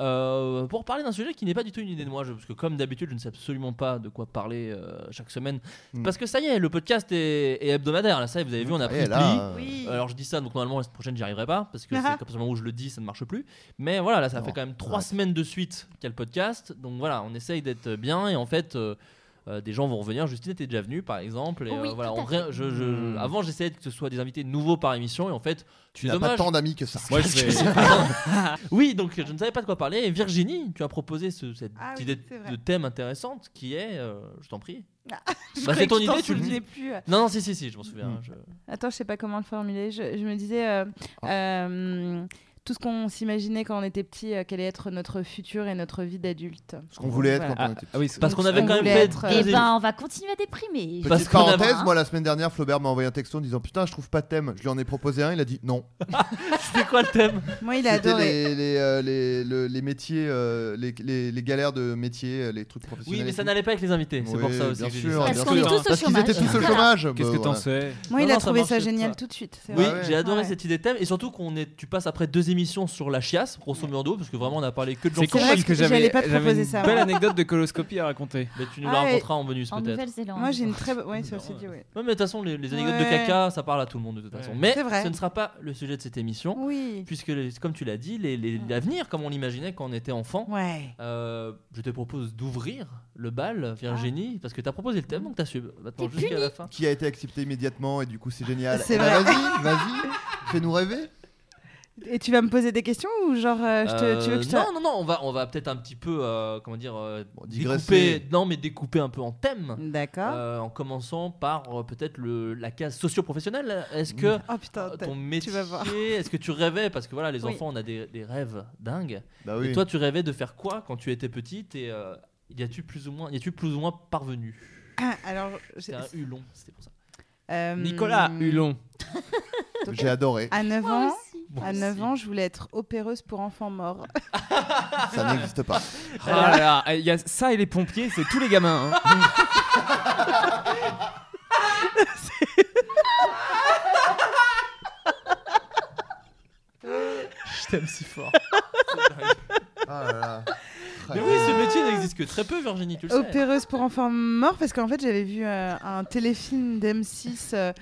euh, pour parler d'un sujet qui n'est pas du tout une idée de moi, je- parce que comme d'habitude, je ne sais absolument pas de quoi parler euh, chaque semaine.
Mm.
Parce que ça y est, le podcast est, est hebdomadaire. Là, ça, y est, vous avez vu, on a
Ah,
pris
et
le pli.
là, euh,
Oui.
Alors je dis ça, donc normalement la semaine prochaine j'y arriverai pas parce que
Ah
c'est qu'à partir du moment où je le dis ça ne marche plus. Mais voilà, là ça
Non,
fait quand même trois
arrête.
semaines de suite qu'il y a le podcast, donc voilà, on essaye d'être bien et en fait euh, euh, des gens vont revenir. Justine était déjà venue par exemple. Et,
Oui,
euh, voilà,
tout
on
à
ré-
fait.
je- je-
Mm.
Avant j'essayais que ce soit des invités nouveaux par émission et en fait
Hmm. tu
c'est
n'as pas
dommage.
tant d'amis que ça.
Moi,
<laughs>
je vais-
<laughs> Oui, donc je ne savais pas de quoi parler. Et Virginie, tu as proposé ce- cette
Ah oui,
idée
c'est vrai.
de thème intéressante qui est, euh, je t'en prie.
<laughs> Ah, Je
Bah,
croyais
c'est ton
que t'en
idée, tu le
souvenais plus. euh.
Non, non, si, si, si, je m'en souviens.
Mm.
je-
Attends, je sais pas comment le formuler. Je, je me disais euh,
Ah.
euh, tout ce qu'on s'imaginait quand on était petit, euh, quelle allait être notre futur et notre vie d'adulte.
Ce qu'on voulait être
Voilà.
quand on était petit.
oui, c'est-
Ah, Parce qu'on avait
on
quand même
voulait
fait
être, euh,
deux
Et
émissions.
ben, on va continuer à déprimer.
Parce
Petite
qu'on avait-
parenthèse, moi la semaine dernière, Flaubert m'a envoyé un texto en disant Putain, je trouve pas de thème. Je lui en ai proposé un, il a dit non.
<laughs> C'était quoi le thème
Moi, il a
C'était
adoré.
les, les, euh, les, le- les métiers, euh, les, les, les galères de métiers, euh, les trucs professionnels.
Oui, mais
et
ça
tout.
n'allait pas avec les invités, c'est
Oui,
pour ça aussi.
Bien
que j'ai dit
sûr,
ça.
Parce
bien
qu'on est
sûr.
tous au
Parce qu'ils étaient
chômage.
tous au chômage.
Qu'est-ce
bah,
que t'en
voilà.
sais
Moi,
Non,
il a
non, ça
trouvé
marche,
ça
ça.
génial tout de suite. c'est
Oui,
vrai. Ah
j'ai adoré
Ouais.
cette idée de thème et surtout qu'on est, tu passes après deux émissions sur la chiasse, grosso modo, parce que vraiment on a parlé que de gens
C'est
qui
con
vrai
parce
que
que
j'allais
j'avais
pas te
j'avais
proposer
une
ça,
belle
moi.
anecdate de coloscopie à raconter.
Mais tu nous
Ah,
la
et-
raconteras en bonus
En
peut-être.
Nouvelle-Zélande.
Moi, j'ai une <laughs> très bonne. Ouais, ça aussi dit, ouais.
Ouais, mais de toute façon, les, les anecdotes de
Ouais.
caca, ça parle à tout le monde de toute façon. Mais
C'est vrai.
ce ne sera pas le sujet de cette émission,
Oui.
puisque, les- comme tu l'as dit, les- les- l'avenir, comme on l'imaginait quand on était enfant,
Ouais.
euh, je te propose d'ouvrir le bal, Virginie,
Ah.
parce que tu as proposé le thème, donc tu as su maintenant
T'es
jusqu'à la fin.
Qui a été accepté immédiatement et du coup c'est génial.
C'est
Eh ben,
vrai.
Vas-y, vas-y, fais-nous rêver.
Et tu vas me poser des questions ou genre euh, je te- tu veux que je te...
Euh, Non, non, non, on va, on va peut-être un petit peu, euh, comment dire, euh,
Bon, digresser.
découper, non, mais découper un peu en thèmes.
D'accord.
Euh, en commençant par euh, peut-être le- la case socio-professionnelle. Est-ce que
Oh putain.
euh,
t'as-
ton métier,
vas voir.
est-ce que tu rêvais Parce que voilà, les
Oui.
enfants, on a des, des rêves dingues.
Bah oui.
Et toi, tu rêvais de faire quoi quand tu étais petite Et euh, y as-tu plus ou moins, y as-tu plus ou moins parvenu
Ah, <coughs> alors. j'ai-
C'est un hulon, Euh, c'était pour ça.
euh,
Nicolas Hulon.
J'ai adoré.
À 9
Moi
ans.
aussi.
Bon,
À 9 ans, je voulais être opéreuse pour enfants morts.
<laughs> Ça n'existe pas.
<laughs> Ah là là, il y a ça et les pompiers, c'est tous les gamins. hein.
<laughs> je t'aime si fort.
Ah Oh là là.
Mais oui, ce métier n'existe que très peu, Virginie, tu le sais.
Opéreuse pour enfants morts parce qu'en fait j'avais vu euh, un téléfilm d'M6 euh,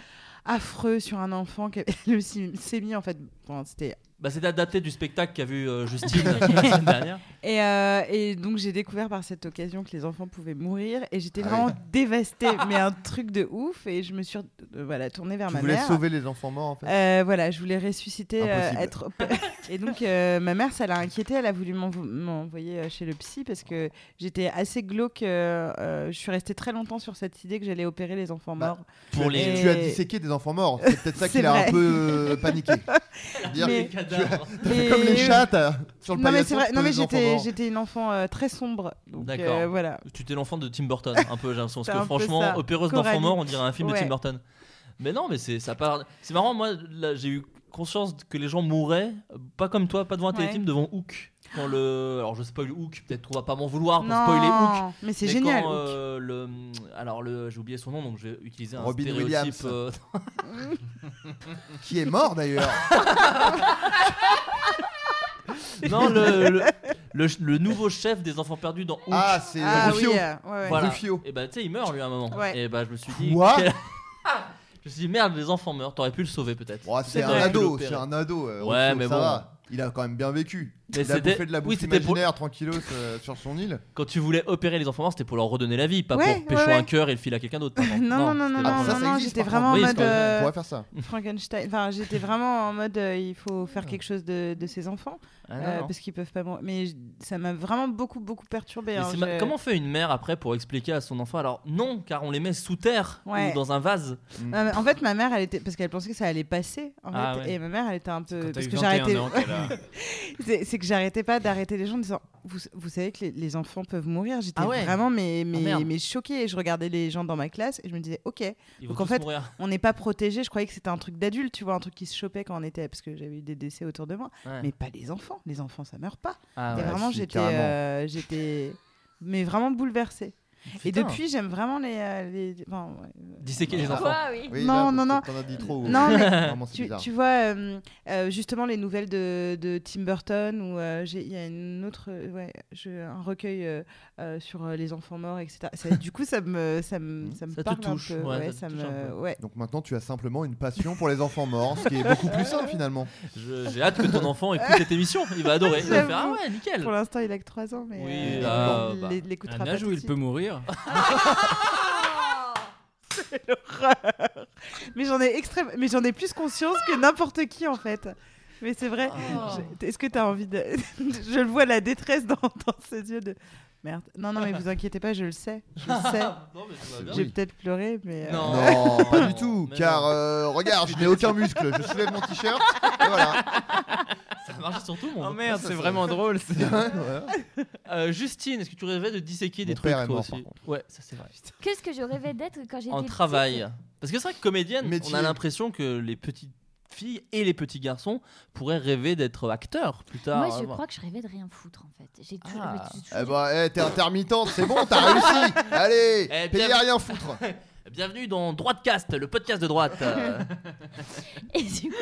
affreux sur un enfant qui avait <laughs> le sy- sémi en fait. Bon, c'était
Bah, c'est adapté du spectacle qu'a
<laughs>
vu euh, Justine la semaine dernière.
et, euh, et donc j'ai découvert par cette occasion que les enfants pouvaient mourir et j'étais
Ah <laughs>
vraiment dévastée, mais un truc de ouf et je me suis euh, voilà tournée vers
Tu
ma
voulais
mère.
sauver les enfants morts en fait.
Euh, voilà, je voulais ressusciter, euh,
Impossible.
être. <laughs> Et donc, euh, ma mère, ça l'a inquiétée. Elle a voulu m'envo- m'envoyer euh, chez le psy parce que j'étais assez glauque. euh, euh, je suis restée très longtemps sur cette idée que j'allais opérer les enfants
Bah,
morts.
Pour
tu, as-
les.
tu as disséqué des enfants morts. C'est peut-être ça
C'est
qui l'a
vrai.
un peu euh, paniqué. Dire,
Mais-
<laughs>
les cadavres.
t'as fait comme les
Et-
chats t'as- sur le
Non, mais
paillasson,
c'est vrai.
tous
Non,
les
mais
enfants
j'étais
morts.
j'étais une enfant euh, très sombre. Donc,
D'accord.
euh, voilà.
Tu t'es l'enfant de Tim Burton, un peu, j'ai l'impression.
C'est
Parce que
un peu
franchement,
ça.
opéreuse
Coralie.
d'enfant mort, on dirait un film de Tim
Ouais.
Burton. Mais non, mais c'est ça parle. C'est marrant, moi, là, j'ai eu conscience que les gens mouraient, euh, pas comme toi, pas devant un
Ouais.
téléfilm, devant Hook. Quand le. Alors, je spoil Hook, peut-être qu'on va pas m'en vouloir pour
non,
spoiler Hook.
mais c'est
Mais
génial.
quand,
Hook.
euh, le, alors le, j'ai oublié son nom, donc je vais utiliser un
Robin
stéréotype.
Williams.
euh,
<laughs>
<laughs>
Qui est mort d'ailleurs.
non, le, le, le, le nouveau chef des enfants perdus dans Hook.
Ah, c'est
Ah oui,
Rufio.
euh, ouais, ouais.
Voilà.
Rufio.
Et bah tu sais, il meurt lui à un moment.
Ouais.
Et bah je me suis dit.
Quoi
quel- <laughs> je me suis dit merde, les enfants meurent. T'aurais pu le sauver peut-être.
Oh, c'est
Peut-être
un
t'aurais pu
ado,
l'opérer.
c'est un ado. euh,
Ouais,
Rufio,
mais
ça
bon.
va. Il a quand même bien vécu.
Mais
il a
c'était-
bouffé de la bouffe
oui, c'était pour-
imaginaire tranquillos euh, sur son île.
Quand tu voulais opérer les enfants morts, c'était pour leur redonner la vie, pas
Ouais,
pour pécho
ouais, ouais.
un cœur et le filer à quelqu'un d'autre. par
<laughs>
exemple.
Non, non, non, non, non,
c'était pas
non,
Ah, ça, ça
ça.
non,
existe,
j'étais
par
vraiment en
contre. Oui,
mode
parce qu'on
On
euh,
pourrait faire ça.
Frankenstein. Enfin, j'étais vraiment en mode euh, il faut
Ah.
faire quelque chose de, de ces enfants.
Ah, non,
Euh,
non.
parce qu'ils peuvent pas mourir. Mais je- ça m'a vraiment beaucoup, beaucoup hein. perturbé.
Mais c'est ma- Comment fait une mère après pour expliquer à son enfant alors non car on les met sous terre
Ouais.
ou dans un vase
En fait, ma mère, elle était. Parce qu'elle pensait que ça allait passer. En
Mm. Ah
fait,
ouais.
Et ma mère, elle était un peu.
Quand t'as
Parce
eu
que
21
j'arrêtais.
ans, qu'elle a-
<laughs> C'est c'est c'est que j'arrêtais pas d'arrêter les gens en disant vous, vous savez que les, les enfants peuvent mourir. J'étais
Ah ouais.
vraiment mais, mais,
merde.
mais choquée. Et je regardais les gens dans ma classe et je me disais ok,
Ils vont
Donc, en
tous
fait,
mourir.
on n'est pas protégé. Je croyais que c'était un truc d'adulte, tu vois, un truc qui se chopait quand on était, parce que j'avais eu des décès autour de moi.
Ouais.
Mais pas les enfants. Les enfants, ça meurt pas.
Ah
et
ouais.
vraiment,
si,
j'étais,
carrément.
euh, j'étais, mais vraiment
<laughs>
bouleversée. Et
Putain.
depuis, j'aime vraiment les, euh, les... enfin, ouais.
Disséquer les
Quoi
enfants.
Quoi, oui.
Oui,
Non, non, non.
peut-être T'en as dit trop.
Non, mais
<laughs> Vraiment, c'est
Tu,
bizarre.
tu vois, euh, euh, justement, les nouvelles de, de Tim Burton, ou euh, j'ai- il y a une autre, euh, ouais, je- un recueil euh, euh, sur euh, les enfants morts, etc. Ça- du coup, ça me, ça me, ça me
Mm. Ça te
parle
touche,
un peu.
ouais,
ouais,
ça
ça
te
me,
touche un peu.
ouais.
Donc maintenant, tu as simplement une passion pour les enfants morts, ce qui est beaucoup plus simple finalement.
Je- J'ai hâte que ton enfant écoute cette émission. Il va
<laughs>
adorer. Il va faire Ah
J'avoue.
ouais, nickel.
Pour l'instant, il a que 3 ans, mais
Oui,
euh,
là,
il
bah,
l'é- l'écoutera
Un
pas.
âge
tout
où
de
il
suite.
peut mourir.
Ah
<laughs> Mais j'en ai extrême, mais j'en ai plus conscience que n'importe qui en fait. Mais c'est vrai.
Oh.
Je- Est-ce que tu as envie de <laughs> Je le vois la détresse dans, dans ses yeux de merde. Non, non, mais vous inquiétez pas, je le sais, je le sais.
<laughs> Non, mais tout va bien.
J'ai peut-être pleuré, mais. euh,
Non.
Non,
<laughs>
pas du tout,
Mais
car
non.
euh, regarde, je n'ai aucun muscle. Je soulève mon t-shirt.
<laughs>
et voilà.
Ça marche sur tout le monde.
Oh merde, c'est vraiment drôle. c'est-
Ouais.
Euh, Justine, est-ce que tu rêvais de disséquer des
Mon
trucs
père est
toi
mort,
aussi
par
Ouais, ça c'est vrai.
Qu'est-ce que je rêvais d'être quand j'étais
En
petite
travail. Parce que c'est vrai que comédienne,
Métier.
on a l'impression que les petites filles et les petits garçons pourraient rêver d'être acteurs plus tard.
Moi, je
Voilà.
crois que je rêvais de rien foutre en fait. J'ai toujours.
Ah.
je me suis
Eh
toujours-
bah, eh, t'es intermittente, c'est bon, t'as
<laughs>
réussi. Allez,
Eh,
payez
bien-
à rien foutre.
<laughs> Bienvenue dans Droitecast, le podcast de
<laughs>
droite. Euh,
<laughs> Et du coup,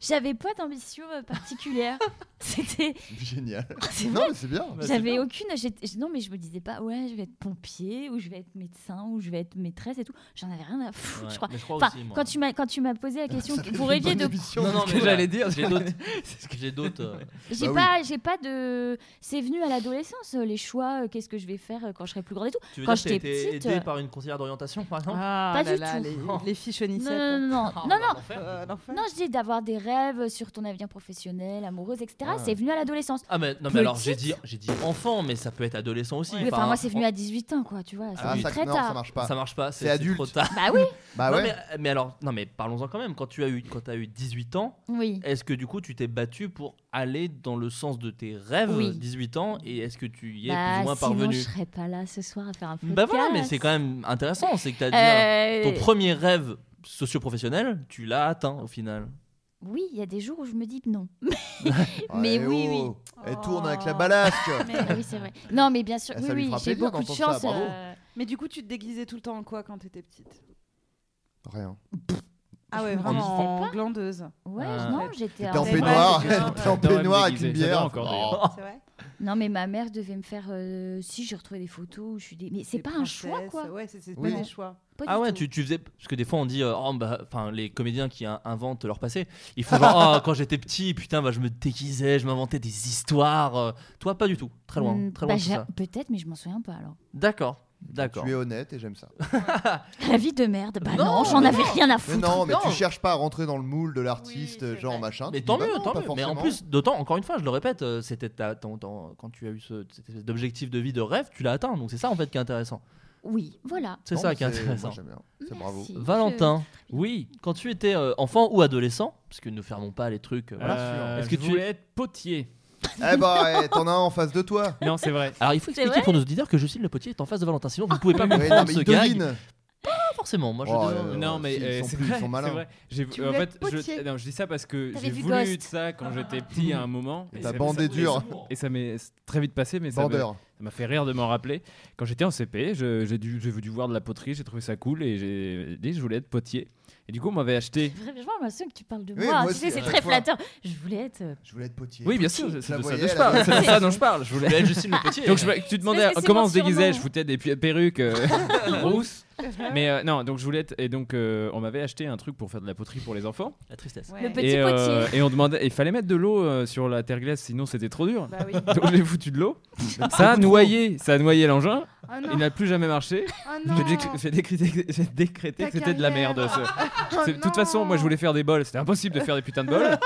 j'avais pas d'ambition euh, particulière.
<laughs>
C'était.
Génial.
Ah,
Ah, C'est
Non,
vrai.
mais c'est bien.
bah, c'est
J'avais
bien.
aucune. j'étais- j'- Non, mais je me disais pas, ouais, je vais être pompier, ou je vais être médecin, ou je vais être maîtresse et tout. J'en avais rien à foutre,
Ouais,
je crois.
mais je crois
Enfin,
aussi, moi.
quand tu m'as quand tu m'as
<laughs>
posé la question,
Ça fait
vous
une
rêviez
bonne
de
émission.
Non, non,
ce
mais
que
voilà.
j'allais dire.
<laughs>
J'ai d'autres. C'est ce que j'ai d'autres. euh,
J'ai
Bah oui.
pas, j'ai pas de. C'est venu à l'adolescence euh, les choix. euh, Qu'est-ce que je vais faire euh, quand je serai plus grande et tout.
Tu veux
Quand
dire que t'as
j'étais
été
petite,
aidée
euh,
par une conseillère d'orientation, par exemple Oh.
Ah,
Pas
là
du
là,
tout.
Les, les filles
Non,
chenissettes.
non, non,
Ah,
non,
bah,
non.
l'enfer.
Euh, l'enfer.
Non, je dis d'avoir des rêves euh, sur ton avenir professionnel, amoureuse, etc.
Ah.
C'est venu à l'adolescence.
Ah mais non mais
Petite.
alors j'ai dit j'ai dit enfant mais ça peut être adolescent aussi.
Mais enfin, moi, c'est venu à 18 ans, quoi, tu vois. C'est
Ah,
venu
ça,
très
non, ça
tard.
marche pas.
Ça marche pas, c'est
C'est
c'est
adulte.
trop tard.
bah
<laughs>
oui,
Bah
Non,
ouais.
mais, mais alors non mais parlons-en quand même. Quand tu as eu quand as eu 18 ans,
oui.
est-ce que du coup tu t'es battu pour aller dans le sens de tes rêves
Oui.
18 ans et est-ce que tu y es plus
Bah,
ou moins
sinon,
parvenu
je serais pas là ce soir à faire un podcast.
Bah voilà mais c'est quand même intéressant c'est que t'as dit hein,
Euh,
ton premier rêve socio-professionnel tu l'as atteint au final.
Oui, il y a des jours où je me dis
<laughs>
non. <laughs>
Ouais,
Mais oui,
oh, Elle tourne avec la
Oh.
balasque.
Mais oui, <laughs> c'est vrai. Non, mais bien sûr,
Ah, ça
oui,
lui
oui,
fera
j'ai
plaisir
beaucoup de
d'entendre ça,
chance.
bravo.
euh,
Mais du coup, tu te déguisais tout le temps en quoi quand t'étais petite
Rien.
Ah ouais,
Je me disais
vraiment
pas.
en glandeuse.
Ouais,
Ah.
non, j'étais
T'es en
c'est
rêve.
peignoir, <laughs>
vrai, c'est
t'es en
vrai.
peignoir avec une
Déguisé, ça doit
bière.
encore,
Oh.
C'est vrai.
Non, mais ma mère devait me faire. euh, Si, j'ai retrouvé des photos où je suis des. Mais c'est
Des
pas un choix,
princesses,
quoi.
Ouais, c'est c'est
Oui.
pas des choix.
Pas du
Ah ouais
tout.
tu, tu faisais parce que des fois on dit euh, Oh, bah, enfin les comédiens qui in- inventent leur passé ils font genre
<laughs>
Ah, quand j'étais petit putain bah, je me déguisais je m'inventais des histoires euh. toi pas du tout très loin
Hmm,
très loin
bah,
de tout
j'ai-
ça.
Peut-être, mais je m'en souviens pas alors. <laughs>
D'accord d'accord.
Tu es honnête et j'aime ça.
La vie de merde, bah
Non,
non, j'en
mais
avais rien à
Mais
foutre.
non, mais
Non.
tu cherches pas à rentrer dans le moule de l'artiste,
Oui, c'est
genre
vrai.
machin.
Mais
tu
tant
dis, bah
mieux,
non,
tant
pas
mieux. Mais en
forcément.
plus, d'autant, encore une fois, je le répète, euh, c'était ta- ton- ton- quand tu as eu ce, cet espèce d'objectif de vie, de rêve, tu l'as atteint. Donc c'est ça en fait qui est intéressant.
Oui, voilà.
C'est
Non,
ça qui est
moi,
intéressant.
j'aime bien. C'est bravo.
Merci.
Valentin,
Je-
oui, quand tu étais euh, enfant ou adolescent, parce que nous fermons pas les trucs. euh, voilà.
Euh,
Est-ce que
je
tu-
voulais être potier
<laughs> Eh bah, eh, t'en as un en face de toi.
<laughs> Non, c'est vrai.
Alors il faut
C'est
expliquer pour nos auditeurs que Justine Le Potier est en face de Valentin, sinon vous
<laughs>
pouvez pas
Oui, non,
comprendre
mais
ce
il
gars.
devine.
Pas forcément, moi je.
Oh, euh,
devine.
non mais
si, ils
euh,
sont
c'est
plus- ils
vrai,
sont malins.
c'est vrai. J'ai
Tu
en
voulais
fait
être potier.
je non, je dis ça parce que
T'avais
j'ai
vu
voulu
Ghost.
de ça quand j'étais petit à un moment
Et t'as
ça-
bandé
ça-
dur.
et ça m'est très vite passé mais ça me-
Bandeur.
ça m'a fait rire de m'en rappeler. Quand j'étais en CP, je- j'ai dû j'ai voulu voir de la poterie, j'ai trouvé ça cool et j'ai dit que je voulais être potier. Et du coup, on m'avait acheté
Vraiment, j'ai l'impression que tu parles de
Oui,
moi.
moi
tu sais,
aussi,
c'est
à
très
chaque fois.
flatteur. Je voulais être. euh,
Je voulais être potier.
Oui, bien sûr, c'est de
la
ça
voyais,
dont je
la
parle.
voyais.
C'est de ça dont je parle. Je
Je
voulais.
voulais être Justine Le Potier.
Donc je- tu demandais
parce que c'est
comment
mon
on se déguisait,
surnom.
je foutais des pu- perruques
<laughs>
euh, <laughs> rousses. Mais euh, non, donc je voulais être et donc euh, on m'avait acheté un truc pour faire de la poterie pour les enfants
La tristesse.
Ouais.
Le petit
et, euh,
potier.
et on demandait il fallait mettre de l'eau euh, sur la terre glace sinon c'était trop dur.
Bah oui.
<laughs> Donc j'ai foutu de
<laughs>
l'eau. Ça a noyé, ça a noyé l'engin,
Oh
Ah
il
non.
n'a plus jamais marché.
Oh non.
J'ai décré- j'ai décrété, j'ai décrété
Ta
que c'était de la
carrière.
merde. ce-
Oh
<laughs>
c'est- De toute façon, moi je
non.
voulais faire des bols, c'était impossible de faire des putains de
<laughs>
bols.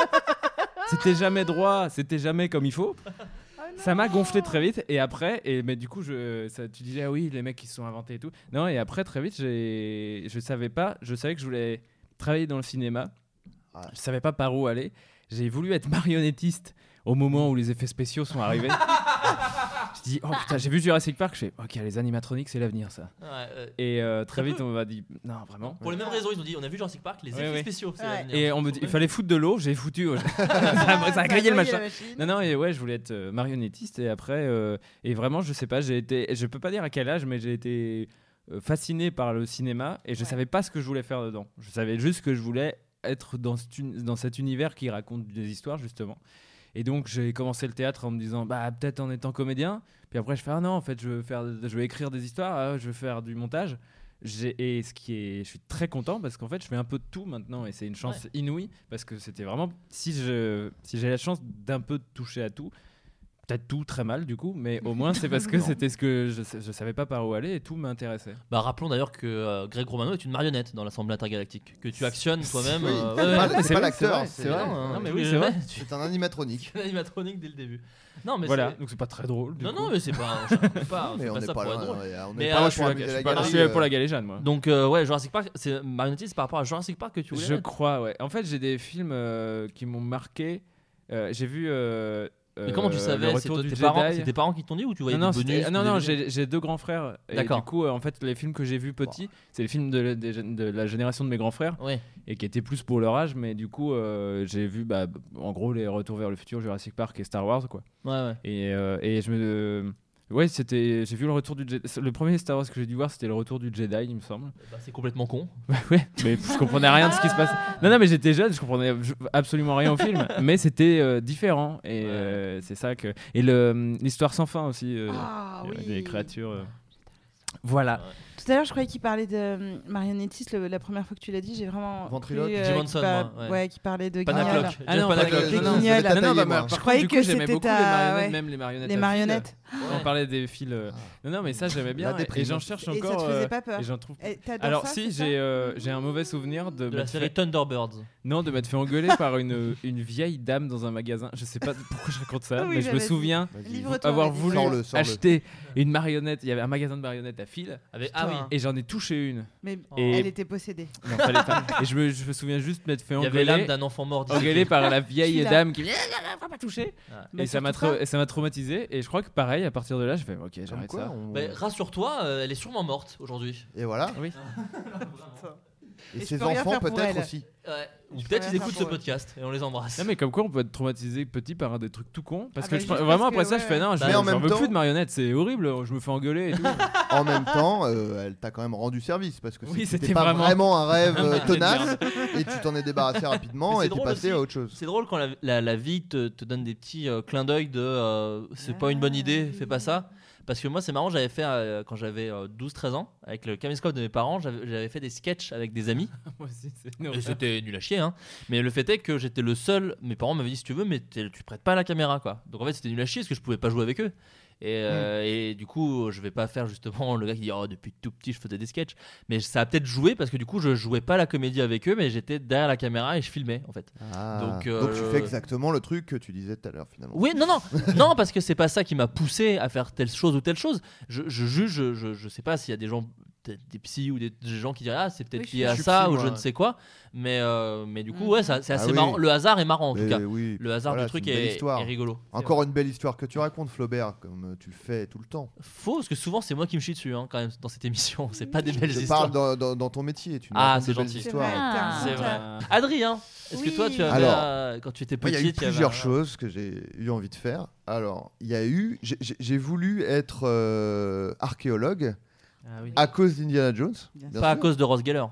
C'était jamais droit, c'était jamais comme il faut.
Oh non.
Ça m'a gonflé très vite et après, et, mais du coup, je, ça, tu disais ah oui, les mecs qui se sont inventés et tout. Non, et après, très vite, j'ai- je savais pas, je savais que je voulais travailler dans le cinéma.
Ouais.
Je savais pas par où aller. j'ai voulu être marionnettiste au moment où les effets spéciaux sont
<laughs>
arrivés. je dis, oh putain, j'ai vu Jurassic Park, je fais, ok, les animatroniques, c'est l'avenir ça.
Ouais, euh,
Et euh, très vite, on m'a dit, non, vraiment.
Pour les mêmes raisons, ils ont dit on a vu Jurassic Park, les
Ouais,
effets
ouais.
spéciaux. c'est
Ouais.
l'avenir. hein.
Et on me dit, il fallait foutre de l'eau, j'ai foutu. ça, a- ça a grillé le machin. Non, non, et ouais, je voulais être euh, marionnettiste et après, euh, et vraiment, je sais pas, j'ai été, je peux pas dire à quel âge, mais j'ai été euh, fasciné par le cinéma et je savais pas ce que je voulais faire dedans. Je savais juste que je voulais être dans, cet uni- dans cet univers qui raconte des histoires, justement. Et donc, j'ai commencé le théâtre en me disant, bah, peut-être en étant comédien. Puis après, je fais, ah non, en fait, je veux, faire, je veux écrire des histoires, ah, je veux faire du montage. J'ai- Et ce qui est, je suis très content parce qu'en fait, je fais un peu de tout maintenant et c'est une chance inouïe parce que c'était vraiment, si je, si j'ai la chance d'un peu toucher à tout, peut-être tout très mal du coup, mais au moins c'est
<laughs>
parce que c'était ce que je, sa- je savais pas par où aller et tout m'intéressait.
Bah, rappelons d'ailleurs que euh, Greg Romano est une marionnette dans l'Assemblée intergalactique, que
<laughs>
tu actionnes toi-même.
Oui,
euh,
c'est
ouais,
pas-
ouais,
c'est
c'est
pas
vrai, c'est
l'acteur,
vrai,
c'est
c'est vrai.
euh,
Non, mais
tu-
oui, c'est vrai.
tu-
<laughs> C'est un animatronique.
tu fais l'animatronique dès le début. Non, mais
Voilà,
c'est-
donc c'est pas très drôle. du
Non,
coup.
non, mais c'est pas. on fait pas- on
<laughs>
fait
Mais on
pas
n'est
ça
pas
pour
là.
être drôle.
ouais, On
Mais,
n'est
euh,
pas là
Je suis
pour
là-
la
je
la
suis pas- je
galerie,
suis là pour
euh,
la galéjane, moi.
Donc, euh, ouais, Jurassic Park, c'est marionnettiste c'est par rapport à Jurassic Park que tu voulais
Je
être
crois, ouais. En fait, j'ai des films euh, qui m'ont marqué. Euh, j'ai vu. euh,
Mais comment tu
euh,
savais
Le
C'est
retour
toi-
du
tes parents,
Jedi.
c'est tes parents qui t'ont dit ou tu voyais
Non, non,
des
c'était-
bonus
ah,
ou
non,
des
non,
vidéos
j'ai j'ai deux grands frères. Et
D'accord.
Du coup, euh, en fait, les films que j'ai vus petits, c'est les films de, des jeunes- de la génération de mes grands frères
Ouais.
et qui étaient plus pour leur âge, mais du coup, euh, j'ai vu, bah, en gros, les Retours vers le futur, Jurassic Park et Star Wars, quoi.
Ouais, ouais.
Et, euh, et je me. euh, ouais, c'était. J'ai vu le retour du Jedi. Le premier Star Wars que j'ai dû voir, c'était le retour du Jedi, il me semble.
Bah, c'est complètement con.
Bah <laughs> ouais, mais je comprenais rien de ce qui se passait. Non, non, mais j'étais jeune, je comprenais ab- absolument rien au film, mais c'était euh, différent. Et
Ouais.
euh, c'est ça que. Et le- hum, l'histoire sans fin aussi. euh,
Ah,
il y avait
oui. Ah,
Des créatures. euh. Voilà.
Tout à l'heure, je croyais qu'il parlait de euh, marionnettiste. le- la première fois que tu l'as dit, j'ai vraiment.
Ventriloque.
cru, euh,
Jim
qu'il
Henson,
par-
moi, ouais.
ouais. qui parlait de guignol.
Panacloc.
Ah
Jeff
non,
Panacloc.
Panacloc.
non, non,
Guignol,
non,
la
non, bah,
taille,
par
moi.
contre,
ah Je croyais
du coup,
que
j'aimais
c'était
beaucoup
ta-
les marionnettes,
ouais.
même les marionnettes.
Les
à fil.
marionnettes. Ah.
On parlait des fils. euh, Non, non, mais ça, j'aimais bien. et- Et
déprime.
j'en cherche
Et
encore.
ça te faisait
euh,
pas peur
Et j'en trouve.
Eh, t'adores
Alors
ça,
si,
c'est ça
j'ai euh, j'ai un mauvais souvenir de,
De la
m'être
série
fait-
Thunderbirds.
non de m'être fait engueuler <laughs> par une, une vieille dame dans un magasin. Je sais pas pourquoi je raconte ça,
<laughs> Oui,
mais je me
j'avais dit.
souviens
Livre-toi,
avoir
vas-y.
voulu
Sors-le, sors-le.
acheter une marionnette. Il y avait un magasin de marionnettes à fil
Avec... Ah oui.
Putain.
et j'en ai touché une.
Mais
Et-
elle était possédée.
Non, fallait pas. Et je me, je me souviens juste m'être fait
Il y avait l'âme
engueuler,
d'un enfant mort. disait-
engueuler par la
Je
vieille
suis là.
dame qui m'a pas touché.
Bah,
Ah. Et ça m'a
surtout
tra- et ça m'a traumatisé. Et je crois que pareil, à partir de là, je fais ok,
Comme
j'arrête
quoi,
ça.
on-
Mais Bah, rassure-toi, euh, elle est sûrement morte aujourd'hui.
Et voilà.
Ah Oui.
Et
Et je
ses
peux rien
enfants
faire pour
peut-être
elle.
aussi.
Ouais. Ou
Je
peut-être
ferais
ils
rien
écoutent
pour
ce
eux.
podcast et on les embrasse.
Non mais comme quoi on peut être traumatisé petit par des trucs tout cons parce
Ah
que
bah,
je-
juste
vraiment
parce
après
que,
ça je
ouais.
fais non je
Mais Bah, en
j'en
même
veux
temps-
plus de marionnettes c'est horrible je me fais engueuler
<laughs>
et tout
En même temps, euh, elle t'a quand même rendu service parce que
Oui,
c'était,
c'était
pas
vraiment-
vraiment...
<laughs>
un rêve euh,
c'était
tenace et tu t'en es débarrassé rapidement
Mais c'est
et t'es
drôle
passé
aussi.
à autre chose.
C'est drôle quand la, la- la vie te, te donne des petits euh, clins d'œil de euh, c'est pas une bonne
Ah,
idée,
oui.
fais pas ça. Parce que moi, c'est marrant, j'avais fait euh, quand j'avais 12-13 ans, avec le caméscope de mes parents, j'avais j'avais fait des sketchs avec des amis.
<laughs> moi aussi c'est
Et c'était nul à chier, hein. Mais le fait est que j'étais le seul. Mes parents m'avaient dit si tu veux, mais t'es- tu prêtes pas la caméra, quoi. Donc en fait, c'était nul à chier parce que je pouvais pas jouer avec eux. Et, euh,
Mm.
et du coup, je vais pas faire justement le gars qui dit oh depuis tout petit je faisais des sketchs, mais ça a peut-être joué parce que du coup je jouais pas la comédie avec eux, mais j'étais derrière la caméra et je filmais en fait.
Ah.
Donc, euh,
tu fais exactement le truc que tu disais tout à l'heure finalement.
Oui, non, <laughs> non, non, parce que c'est pas ça qui m'a poussé à faire telle chose ou telle chose. Je, je juge, je, je, je sais pas s'il y a des gens, peut-être des psys ou des, des gens qui diraient ah c'est peut-être
Oui, je
lié à
suis
ça
psy,
ou
moi.
je ne sais quoi, mais euh, mais du coup
Mm.
ouais, ça- c'est
Ah
assez
oui.
marrant. Le hasard est marrant en tout
Mais
cas.
oui.
Le hasard
Voilà,
du truc
c'est une belle
est,
histoire.
est rigolo.
Encore une belle histoire que tu racontes, Flaubert, comme euh, tu le fais tout le temps.
Faux, parce que souvent c'est moi qui me chie dessus hein, quand même dans cette émission. C'est pas des belles
Je
histoires.
parle dans, dans- dans ton métier. Tu nous
Ah,
racontes
c'est
des belles
gentil.
C'est
histoires.
vrai, t'as un
C'est
compte
vrai.
à-
Adrien, est-ce que
Oui.
toi tu avais
Alors,
euh, quand tu étais
Moi,
petit,
il y a eu
tu avais
plusieurs
un-
choses que j'ai eu envie de faire. Alors, il y a eu, j'ai- j'ai j'ai voulu être euh, archéologue à cause d'Indiana Jones.
Bien
bien
Ah Pas à
sûr.
cause de Rose Geller.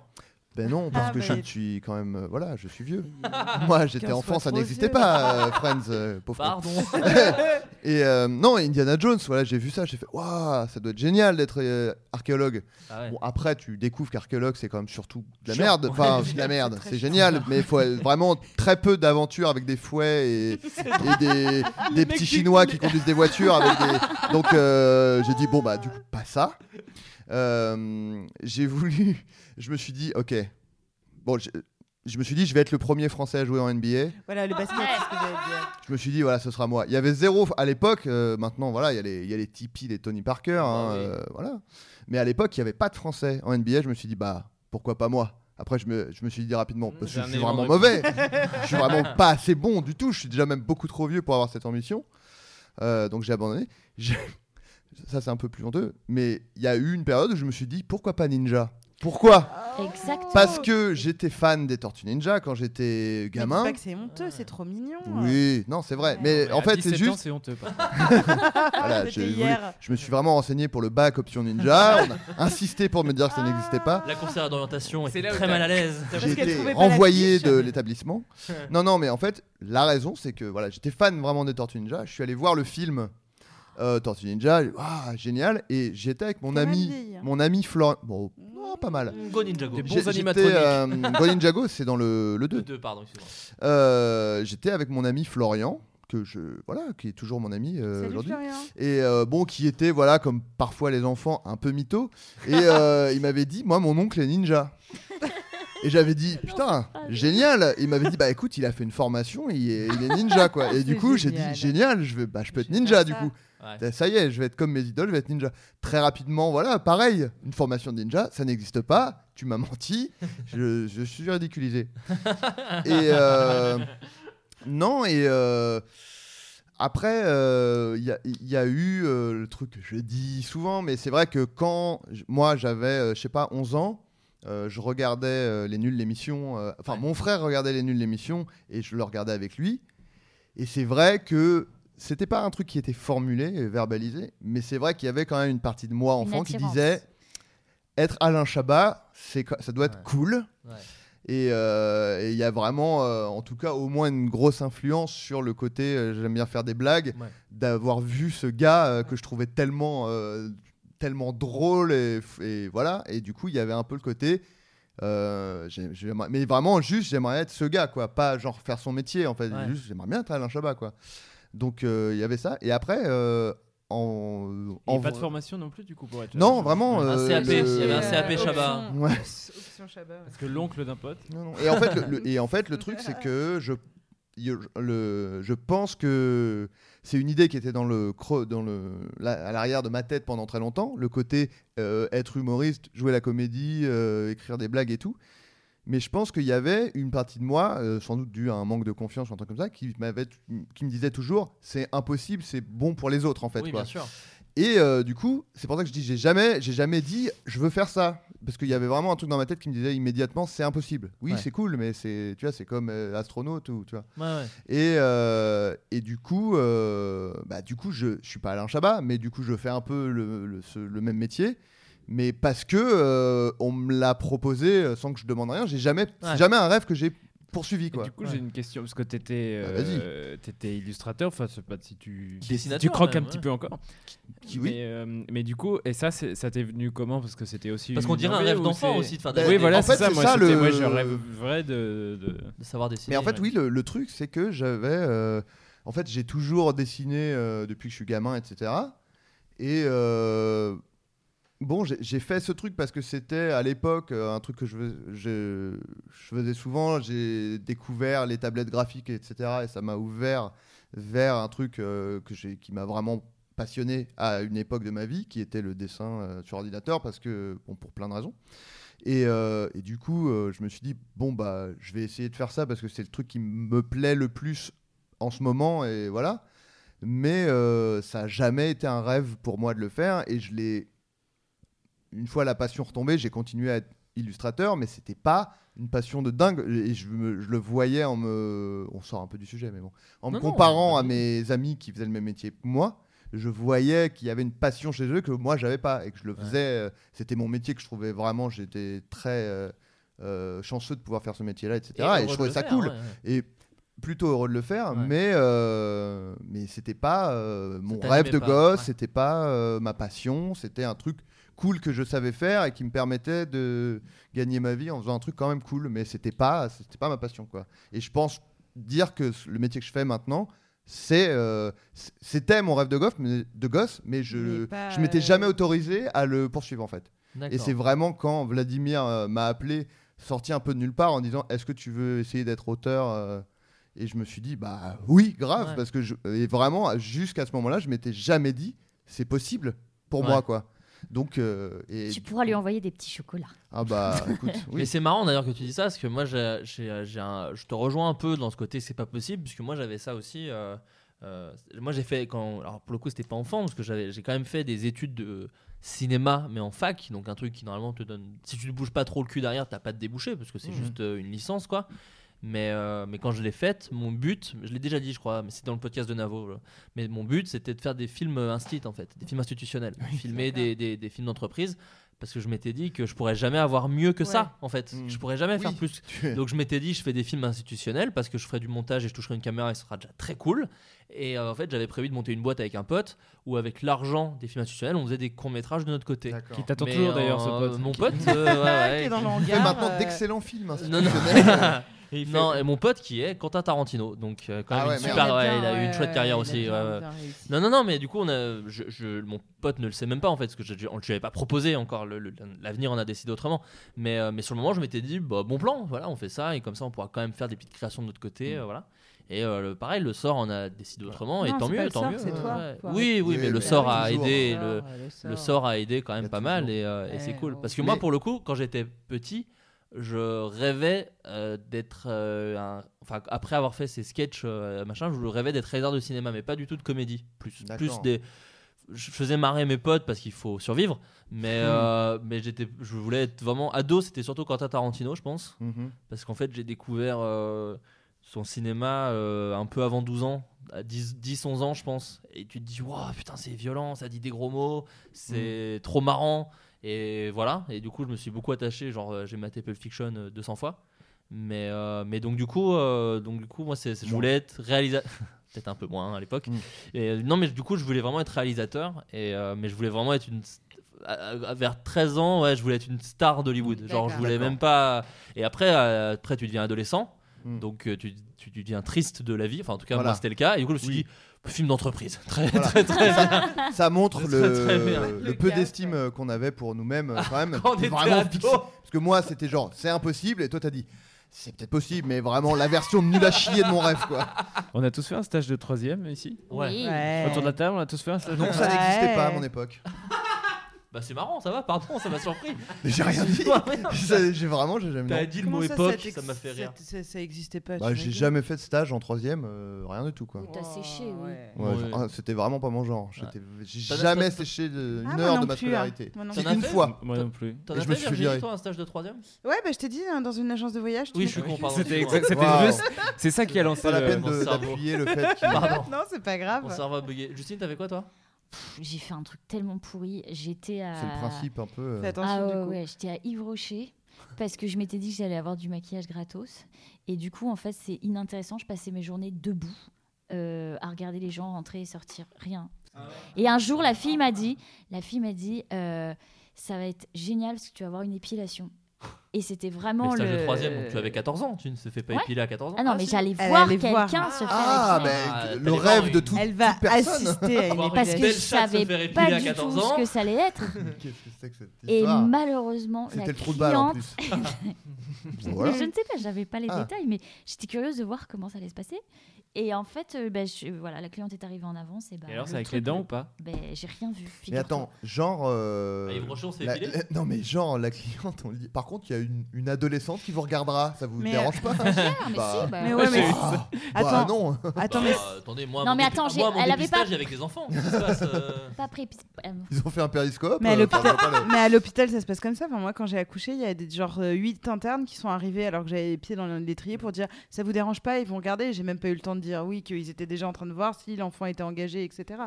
Ben non, parce que
bah,
je
et-
suis quand même, euh, voilà, je suis vieux.
Bien
Moi, j'étais
Quinze
enfant,
fois
ça
trop
n'existait
vieux.
pas, euh, Friends, euh, pauvre con.
Pardon.
<laughs> Et euh, non, Indiana Jones, voilà, j'ai vu ça, j'ai fait, waouh, ça doit être génial d'être euh, archéologue.
Ah ouais.
Bon, après, tu découvres qu'archéologue, c'est quand même surtout de la
Chiant.
merde. Enfin,
Ouais,
de la merde,
très
c'est génial, mais il faut être vraiment très peu d'aventures avec des fouets <laughs> et, et des, des petits Chinois qui conduisent des voitures. Avec <laughs> des... Donc, euh, j'ai dit, bon, bah, du coup, pas ça. Euh, j'ai voulu, je me suis dit, ok, bon, je, je me suis dit, je vais être le premier français à jouer en NBA.
Voilà, le basket, c'est ce que j'allais
<laughs>
dire.
Je me suis dit, voilà, ce sera moi. Il y avait zéro à l'époque. euh, maintenant, voilà, il y, a les- il y a les Tipeee, les Tony
Ah
Parker. hein,
oui.
euh, voilà. Mais à l'époque, il n'y avait pas de français en NBA. Je me suis dit, bah, pourquoi pas moi Après, je me, je me suis dit
Mmh,
rapidement, parce
c'est
que
un
je suis
élément de
vraiment mauvais. <laughs> je suis vraiment pas assez bon du tout. Je suis déjà même beaucoup trop vieux pour avoir cette ambition. Euh, donc j'ai abandonné. <laughs> J'ai- Ça, c'est un peu plus honteux. Mais il y a eu une période où je me suis dit, pourquoi pas Ninja Pourquoi
Exactement.
Parce que j'étais fan des Tortues Ninja quand j'étais
Mais dis
gamin.
pas que c'est honteux, c'est trop mignon.
Oui, non, c'est vrai. Mais
Mais
en
Hein. à
fait, c'est
17 ans,
juste.
C'est honteux. par contre.
<laughs> voilà,
C'était
j'ai voulu-
hier.
Je me suis vraiment renseigné pour le bac
<laughs>
option ninja. On a insisté pour me dire
Ah,
que ça n'existait pas.
La conseillère d'orientation
C'est
était
là où
très
t'as-
mal à l'aise.
Parce
J'ai
qu'elle
été
trouvait pas
renvoyé
l'affiche.
de
<laughs>
l'établissement. non, non, mais en fait, la raison, c'est que voilà, j'étais fan vraiment des Tortues Ninja. Je suis allé voir le film euh, Tortues Ninja. Waouh, génial. Et j'étais avec mon
T'es mal
ami,
vieille, hein.
mon ami Florent. Bon, non, pas mal.
Go Ninjago.
Des bons
J'ai-
animatroniques.
J'étais euh, Golden Jago, c'est dans le, le 2.
Deux, pardon, excuse-moi.
Euh, j'étais avec mon ami Florian que je voilà qui est toujours mon ami euh,
Salut
aujourd'hui
Florian.
et euh, bon qui était voilà comme parfois les enfants un peu mytho et euh,
<laughs>
il m'avait dit moi mon oncle est ninja et j'avais dit putain génial il m'avait dit bah écoute il a fait une formation il est, il est ninja quoi et du
C'est
coup j'ai dit
génial.
génial je vais bah je peux
Je
être
vais
ninja
faire
du
ça.
coup
Ouais.
T'as- ça y est je vais être comme mes idoles je vais être ninja très rapidement voilà pareil une formation de ninja ça n'existe pas tu m'as menti je, je suis ridiculisé <laughs> et euh, non, et euh, après, euh, il y, a- il y a eu euh, le truc que je dis souvent, mais c'est vrai que quand j- moi j'avais, euh, je sais pas, 11 ans, euh, je regardais euh, Les Nuls l'émission, euh, enfin mon frère regardait Les Nuls l'émission et je le regardais avec lui. Et c'est vrai que c'était pas un truc qui était formulé, et verbalisé, mais c'est vrai qu'il y avait quand même une partie de moi enfant qui
attirance.
disait être Alain Chabat, c'est co- ça doit être
Ouais.
cool.
Ouais.
Et euh, et il y a vraiment, euh, en tout cas, au moins une grosse influence sur le côté euh, j'aime bien faire des blagues,
Ouais.
d'avoir vu ce gars euh, que je trouvais tellement, euh, tellement drôle. Et, f- et voilà. Et du coup, il y avait un peu le côté. euh, j'ai- j'aimerais- mais vraiment, juste, j'aimerais être ce gars, quoi. Pas genre faire son métier, en fait.
Ouais.
Juste, j'aimerais bien être Alain Chabat, quoi. Donc, euh, il y avait ça. Et après, euh, en.
Il y
en
a pas de formation non plus, du coup, pour être.
Non, vraiment.
Ouais.
Un
euh,
CAP,
le-
s'il y avait un CAP
option-
Chabat.
Ouais.
Option Chabat. ouais.
Parce que l'oncle d'un pote.
Non, non. Et en fait, le, le- et en fait, le truc, c'est que je, je- le, je pense que c'est une idée qui était dans le creux, dans le, la- à l'arrière de ma tête pendant très longtemps. Le côté euh, être humoriste, jouer la comédie, euh, écrire des blagues et tout. Mais je pense qu'il y avait une partie de moi, euh, sans doute dû à un manque de confiance ou un truc comme ça, qui, m'avait, qui me disait toujours c'est impossible, c'est bon pour les autres en fait.
Oui,
quoi.
bien sûr.
Et euh, du coup, c'est pour ça que je dis, j'ai jamais, j'ai jamais dit, je veux faire ça, parce qu'il y avait vraiment un truc dans ma tête qui me disait immédiatement, c'est impossible. Oui,
Ouais.
c'est cool, mais c'est, tu vois, c'est comme euh, astronaute ou tu vois.
Ouais, ouais.
Et, euh, et du coup, euh, bah, du coup, je, je suis pas Alain Chabat, mais du coup, je fais un peu le, le- ce- le même métier. Mais parce que euh, on me l'a proposé euh, sans que je demande rien, j'ai jamais, c'est
Ouais.
jamais un rêve que j'ai poursuivi
Et
quoi.
du coup,
Ouais.
j'ai une question parce que t'étais,
Ah,
euh, t'étais illustrateur, enfin, je sais pas si tu,
Dessinateur,
tu croques un
même, hein.
petit
ouais.
peu encore.
Qui- oui.
Mais, euh, mais du coup, et ça, c'est- ça t'est venu comment Parce que c'était aussi
Parce
une
qu'on dirait un
envie
rêve
ou
d'enfant
c'est-
aussi de faire
Bah,
des
Oui,
des-
voilà,
en
c'est
fait,
ça.
c'est
Moi,
ça,
c'était-
le-
moi, je rêverais de. de-
de savoir dessiner.
Mais en fait,
euh,
oui,
ouais.
le, le truc, c'est que j'avais. euh, en fait, j'ai toujours dessiné euh, depuis que je suis gamin, etc. Et euh, bon, j'ai- j'ai fait ce truc parce que c'était à l'époque euh, un truc que je, fais- je, je faisais souvent. J'ai découvert les tablettes graphiques, etc. Et ça m'a ouvert vers un truc euh, que j'ai- qui m'a vraiment passionné à une époque de ma vie, qui était le dessin euh, sur ordinateur, parce que, bon, pour plein de raisons. Et, euh, et du coup, euh, je me suis dit, bon, bah, je vais essayer de faire ça parce que c'est le truc qui me plaît le plus en ce moment, et voilà. Mais euh, ça n'a jamais été un rêve pour moi de le faire, et je l'ai. Une fois la passion retombée, j'ai continué à être illustrateur, mais c'était pas une passion de dingue. Et je, me- je le voyais en me. On sort un peu du sujet, mais bon. En me
Non, non,
comparant
pas
à
du
mes amis qui faisaient le même métier que moi, je voyais qu'il y avait une passion chez eux que moi j'avais pas et que je le faisais. euh, C'était mon métier que je trouvais vraiment. J'étais très euh, euh, chanceux de pouvoir faire ce métier-là, etc.
heureux
Et,
de
je trouvais
le
ça
faire,
cool
ouais, ouais.
et plutôt heureux de le faire.
Ouais.
Mais euh, mais c'était pas euh, mon
t'animait
rêve de
pas,
gosse.
ouais.
C'était pas euh, ma passion. C'était un truc cool que je savais faire et qui me permettait de gagner ma vie en faisant un truc quand même cool. Mais c'était pas c'était pas ma passion quoi. Et je pense dire que le métier que je fais maintenant, c'est euh, c- c'était mon rêve de gosse, mais, de gosse, mais je
Mais pas,
je m'étais
euh,
jamais autorisé à le poursuivre en fait. Et
D'accord.
c'est vraiment quand Vladimir euh, m'a appelé, sorti un peu de nulle part en disant Est-ce que tu veux essayer d'être auteur euh Et je me suis dit Bah oui, grave,
Ouais.
parce que je... et vraiment, jusqu'à ce moment-là, je m'étais jamais dit C'est possible pour
Ouais.
moi, quoi. Donc, euh, et,
Tu pourras lui envoyer des petits chocolats.
ah
<laughs>
bah écoute,
Mais
oui.
c'est marrant d'ailleurs que tu dis ça, parce que moi, j'ai- j'ai- j'ai un- je te rejoins un peu dans ce côté, c'est pas possible, puisque moi, j'avais ça aussi. euh, euh, moi, j'ai fait, quand, alors pour le coup, c'était pas enfant, parce que j'avais- j'ai quand même fait des études de cinéma, mais en fac, donc un truc qui normalement te donne. Si tu ne bouges pas trop le cul derrière, t'as pas de débouché, parce que c'est
Mhm.
juste euh, une licence, quoi. Mais, euh, mais quand je l'ai faite, mon but, je l'ai déjà dit, je crois, mais c'est dans le podcast de Navo, là. mais mon but, c'était de faire des films euh, instit, en fait, des films institutionnels, filmer des, des- des films d'entreprise, parce que je m'étais dit que je pourrais jamais avoir mieux que
Ouais.
ça, en fait.
Mm.
Je pourrais jamais
Oui.
faire plus.
<laughs> Tu es-
Donc je m'étais dit, je fais des films institutionnels, parce que je ferai du montage et je toucherai une caméra et ce sera déjà très cool. Et euh, en fait, j'avais prévu de monter une boîte avec un pote, où avec l'argent des films institutionnels, on faisait des courts-métrages de notre côté.
D'accord.
Qui t'attend
Mais,
toujours d'ailleurs ce
euh,
pote. <laughs>
Mon pote, euh, ouais,
qui
ouais,
est Ah, dans le
Il fait
hangar,
maintenant
euh,
d'excellents films. hein,
non, non.
institutionnels.
euh, non, <laughs> et mon pote qui est Quentin Tarantino, donc euh, quand
Ah
même
ouais,
une
il a
merde.
super, ouais,
bien,
il a eu une
ouais,
chouette carrière
il a
aussi.
bien,
ouais, ouais.
bien réussi.
Non, non, non, mais du coup, on a, je, je- mon pote ne le sait même pas en fait, parce que je, je- on ne lui avait pas proposé encore. le- le- L'avenir, on a décidé autrement. Mais, euh, mais sur le moment, je m'étais dit, bah, bon plan, voilà, on fait ça, et comme ça, on pourra quand même faire des petites créations de notre côté, euh, voilà. Et euh, le- pareil, le sort, on a décidé autrement,
Non,
et tant
c'est pas
mieux,
le
tant
sort,
mieux.
c'est
ouais,
toi,
ouais.
faut
Oui, oui,
arrêter.
mais le
Ouais,
sort a
toujours,
aidé, et
Ah,
le, le
sort.
sort a aidé quand
Il y
même
a
pas mal
toujours.
et, euh, et
Eh,
c'est cool.
oh.
Parce que moi,
Mais-
pour le coup, quand j'étais petit, je rêvais euh, d'être. euh, un- Enfin, après avoir fait ces sketchs, euh, machin, je rêvais d'être réalisateur de cinéma, mais pas du tout de comédie. Plus,
D'accord.
plus des. Je faisais marrer mes potes parce qu'il faut survivre, mais, euh, mais j'étais, je voulais être vraiment ado. C'était surtout Quentin Tarantino, je pense
Mhm.
parce qu'en fait j'ai découvert euh, son cinéma euh, un peu avant 12 ans à 10 10 11 ans je pense et tu te dis waouh putain c'est violent ça dit des gros mots
Mm.
c'est trop marrant et voilà et du coup je me suis beaucoup attaché genre euh, j'ai maté Pulp Fiction euh, 200 fois mais euh, mais donc du coup euh, donc du coup moi c'est c'est- je voulais être réalisateur <laughs> peut-être un peu moins hein, à l'époque
Mm.
et euh, non mais du coup je voulais vraiment être réalisateur et euh, mais je voulais vraiment être une à- à- vers 13 ans ouais je voulais être une star d'Hollywood genre je
D'accord.
voulais
D'accord.
même pas et après, euh, après tu deviens adolescent,
Mm.
donc euh, tu, tu, tu deviens triste de la vie. Enfin, en tout cas,
Voilà.
moi, c'était le cas. Et du coup, je me suis
Oui.
dit, film d'entreprise. <laughs> Très,
Voilà.
très, très.
Ça montre
Très,
le,
très bien.
le
Le
peu
gap,
d'estime euh, qu'on avait pour nous-mêmes
<laughs>
euh, quand même.
Quand on était
Vraiment
ado.
fixé. Parce que moi, c'était genre, c'est impossible, et toi, t'as dit, c'est peut-être possible, mais vraiment la version nul à chier de mon rêve, quoi.
On a tous fait un stage de troisième ici.
Ouais.
Oui.
Ouais.
Autour de la table, on a tous fait un stage. de
Donc
Ouais.
ça n'existait pas à mon époque.
Bah, c'est marrant, ça va, pardon, ça m'a surpris.
<laughs> Mais J'ai rien dit.
Ouais, ouais, non,
Ça, J'ai vraiment, j'ai jamais.
T'as
non.
dit le
Comment
mot
ça,
époque,
t'ex-
ça m'a fait rire.
Ça, ça- ça existait pas.
Bah,
tu
j'ai
imagines
jamais fait de stage en troisième, euh, rien du tout, quoi.
Ou t'as séché, oui.
Ouais.
Ouais,
Ouais.
genre, ah, C'était vraiment pas mon genre. J'étais- J'ai
T'en as-
jamais
t'en-
séché de- une
Ah, moi
heure
non
de ma
plus, hein.
scolarité.
Moi non
T'en
C'est
as
une
fait
fois.
Moi non plus.
T'en
Et
as
je
fait,
me suis
Virginie,
viré.
toi, un stage de troisième
Ouais, bah je t'ai dit hein, dans une agence de voyage.
Oui,
tu
je suis
m'as
con,
pas
pardon.
cru.
C'était
excuse-moi.
c'était
Waouh.
juste. C'est ça qui a lancé
Pas la
le-
peine
mon
de-
cerveau.
d'appuyer le fait
<laughs>
qu'il.
Pardon.
Non, c'est pas
Mon
grave.
cerveau a bugué. Justine, t'avais quoi, toi
Pff, J'ai fait un truc tellement pourri. J'étais à.
C'est le principe un peu.
Fais
euh,
attention
ah
du
ouais,
coup.
ouais, j'étais à Yves Rocher parce que je m'étais dit que j'allais avoir du maquillage gratos. Et du coup, en fait, c'est inintéressant. Je passais mes journées debout euh, à regarder les gens rentrer et sortir. Rien. Et un jour, la fille m'a dit, la fille m'a dit, euh, ça va être génial parce que tu vas avoir une épilation. Et c'était
Le
vraiment le.
stage de troisième, donc tu avais 14 ans, tu ne te fais pas
Ouais.
épiler à 14 ans.
Ah non, mais
si.
j'allais
Elle
voir
allait voir.
quelqu'un se faire
Ah,
épiler.
bah,
Ah,
le
t'allais
rêve
voir
de
une-
tout.
Elle va
toute personne.
assister à
Avoir
une
une
Parce que
belle
je
chatte se
savais
faire épiler à
pas du
14
tout
ans.
ce que ça allait être.
<laughs> Qu'est-ce que c'est que cette
Et
histoire
malheureusement, la
C'était le trou de balle en
cliente
plus.
<laughs>
voilà.
Mais je ne sais pas, j'avais pas les
Ah.
détails, mais j'étais curieuse de voir comment ça allait se passer. Et en fait, euh, bah, je- voilà, la cliente est arrivée en avance. Et, bah,
Et alors,
le
c'est avec
truc,
les dents ou pas
bah, J'ai rien vu.
Mais
figure-toi.
attends, genre. euh,
Ah, Yves Rocher, on s'est
la-
épilé
la- <laughs> non mais genre la cliente on lui dit par contre il y a une, une adolescente qui vous regardera ça vous
Mais, euh,
dérange pas
Ah, mais
Bah,
si,
<laughs>
bah,
Mais ouais, mais.
ah, bah,
Attends,
non
<laughs> attends,
Bah,
mais.
Attendez, moi,
Non,
mon
mais
dépi-
attends, j'ai-
moi, mon
elle avait pas-
dépistage avec les enfants. Qu'est-ce qui se
<laughs>
passe euh
<laughs> pas pré- euh,
ils ont fait un périscope
Mais à
euh,
l'hôpital-
enfin, je vois pas le-
Mais à l'hôpital, ça se passe comme ça. Enfin, moi, quand j'ai accouché, il y a des genre 8 internes qui sont arrivés alors que j'avais les pieds dans l'étrier pour dire ça vous dérange pas, ils vont regarder. J'ai même pas eu le temps de dire oui, qu'ils étaient déjà en train de voir si l'enfant était engagé, etc.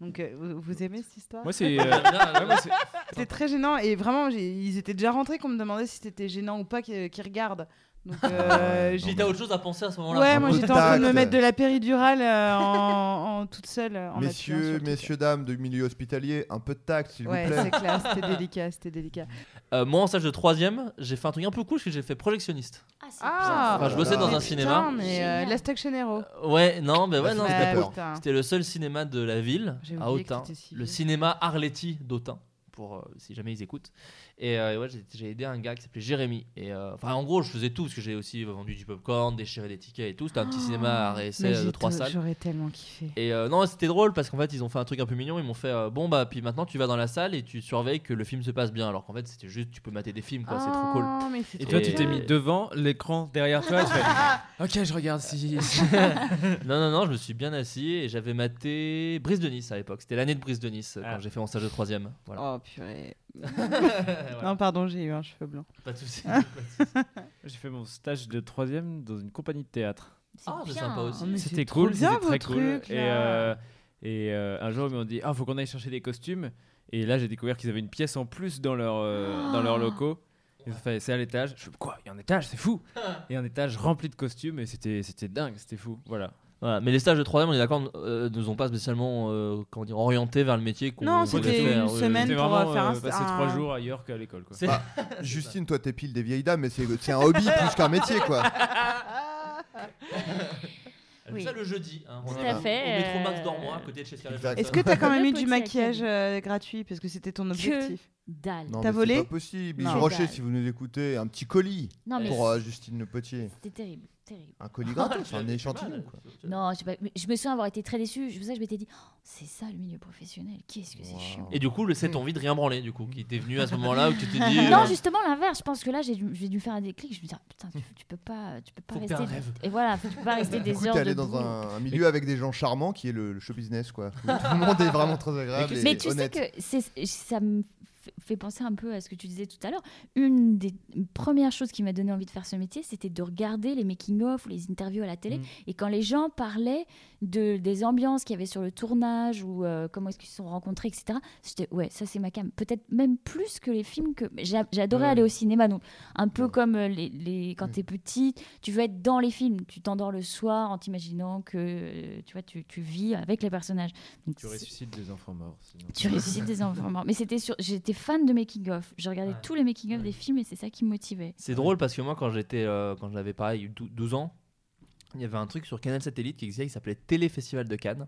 Donc, euh, vous, vous aimez cette histoire <laughs>
Moi, c'est. euh,
Là,
ouais, moi, c'est-
C'était très gênant et vraiment, j'ai- ils étaient déjà rentrés qu'on me demandait si c'était gênant ou pas qu'ils qu'ils regardent. Donc,
<laughs>
<laughs>
euh, j'ai-
Puis t'as autre chose à penser à ce moment-là.
Ouais,
un
moi
peu
j'étais
de
en train de me
tact.
mettre de la péridurale euh, en, en- toute seule. euh, En appuyant sur
messieurs
le truc.
messieurs dames du milieu hospitalier un peu de tact s'il
Ouais,
vous plaît
c'est clair, c'était délicat, c'était délicat.
Euh, moi, en stage de troisième, j'ai fait un truc un peu cool parce que j'ai fait projectionniste.
ah, c'est
Ah,
Enfin, je bossais dans un
mais
cinéma.
Putain, mais euh,
Génial.
Last Action Hero.
Euh, ouais, non, mais ouais,
Bah,
non,
c'est
c'était
pas
pas-
peur.
putain.
c'était le seul cinéma de la ville
J'ai
à
oublié que
Autun,
t'étais si
le
vieux.
cinéma Arletty d'Autun. pour euh, si jamais ils écoutent. Et, euh, et ouais, j'ai- j'ai aidé un gars qui s'appelait Jérémy. Et euh, enfin, en gros, je faisais tout parce que j'ai aussi vendu du popcorn, déchiré des tickets et tout. C'était un
Ah,
petit
Oh,
cinéma à
Mais
RSC de
j'ai
trois
t-
salles.
J'aurais tellement
<laughs>
kiffé.
Et euh, non, c'était drôle parce qu'en fait, ils ont fait un truc un peu mignon. Ils m'ont fait euh, bon bah puis maintenant tu vas dans la salle et tu surveilles que le film se passe bien. Alors qu'en fait, c'était juste tu peux mater des films quoi. c'est trop cool.
Ah, mais c'est
Et
trop
toi, tu
Et-
t'es mis devant l'écran derrière <laughs> toi. et tu fais, ok, je regarde
<laughs>
si.
<laughs> Non non non, je me suis bien assis et j'avais maté Brise de Nice à l'époque. C'était l'année de Brise de Nice euh,
Ah.
quand j'ai fait mon stage de troisième. Voilà.
Oh purée.
Voilà.
Non, pardon, j'ai eu un cheveu blanc. Ah.
Pas de soucis.
<laughs> J'ai fait mon stage de troisième dans une compagnie de théâtre.
C'est
Ah, c'est
bien.
sympa aussi.
Oh, mais c'est
C'était
trop
cool,
bien,
c'était
vos
très cool.
trucs,
et
là.
euh, et euh, un jour, ils m'ont dit Ah, faut qu'on aille chercher des costumes. Et là, j'ai découvert qu'ils avaient une pièce en plus dans, leur, euh, dans leurs
Ah.
locaux. Ils ont fait C'est à l'étage. Je fais Quoi Il y a un étage,
<laughs>
c'est fou Et un étage rempli de costumes. Et c'était c'était dingue, c'était fou. Voilà.
Voilà, mais les stages de 3 on est d'accord, euh, nous ont pas spécialement euh, comment dire, orienté vers le métier qu'on
Non,
voulait
c'était
faire.
une
oui, oui.
semaine
C'était
pour
vraiment
faire un-
euh, passer trois
un-
jours ailleurs qu'à l'école. quoi.
C'est-
Bah, Justine, toi, t'es pile des vieilles dames, mais c'est c'est un hobby plus qu'un métier,
<laughs>
<laughs>
quoi.
Elle fait
Oui.
ça le jeudi.
<laughs>
hein, on
Tout
est-
à fait,
Au métro Max
euh,
d'Ormois, à côté de chez Cyril
Exact.
Hanouna.
Est-ce que
<laughs>
t'as quand même
Le
eu du
Poitiers
maquillage
Academy.
euh, gratuit Parce que c'était ton objectif.
Dalle.
Non,
T'as
mais
volé
C'est pas possible. Lise
Non.
Rocher, si vous nous écoutez, un petit colis
Non, mais
pour euh, Justine Le Potier.
c'était terrible. terrible.
Un colis
Ah,
gratos,
tu
un
avais
échantillon,
mal.
quoi.
Non, je, sais pas, mais je me souviens avoir été très déçu. C'est pour ça que je m'étais dit, Oh, c'est ça le milieu professionnel. Qu'est-ce que c'est chiant.
Et du coup, le- cette envie de rien branler, du coup, qui était venue à ce moment-là où tu t'es dit.
<laughs> Non,
euh,
justement l'inverse. Je pense que là, j'ai dû, j'ai dû faire un déclic. Je me dis, Ah, putain, tu, tu peux pas, tu peux pas
Faut
rester.
faire un rêve.
Et voilà, tu peux pas rester
Du
des
coup,
heures
t'es allé
debout.
bah, dans un, <laughs> un milieu avec des gens charmants qui est le, le show business, quoi. Tout le monde est vraiment très agréable et
Mais tu
honnête.
sais que c'est- ça me f- fait penser un peu à ce que tu disais tout à l'heure. Une des premières choses qui m'a donné envie de faire ce métier, c'était de regarder les making-of ou les interviews à la télé.
Mm.
Et quand les gens parlaient de, des ambiances qu'il y avait sur le tournage ou euh, comment est-ce qu'ils se sont rencontrés, etc., j'étais, ouais, ça c'est ma cam. Peut-être même plus que les films que. mais j'a- J'adorais
Ouais. Mm.
aller au cinéma, donc un peu
Ouais.
comme euh, les, les- quand
Oui.
t'es petit, tu veux être dans les films. Tu t'endors le soir en t'imaginant que euh, tu, vois, tu, tu vis avec les personnages. Donc,
Tu
c'est-
ressuscites des enfants morts. sinon.
tu réussis des enfants morts. Mais c'était sur... j'étais fan de making of. Je regardais
Ouais.
tous les making of
Ouais.
des films et c'est ça qui me motivait.
C'est drôle parce que moi, quand j'étais, euh, quand j'avais pareil eu dou- 12 ans, il y avait un truc sur Canal Satellite qui existait qui s'appelait Téléfestival de Cannes.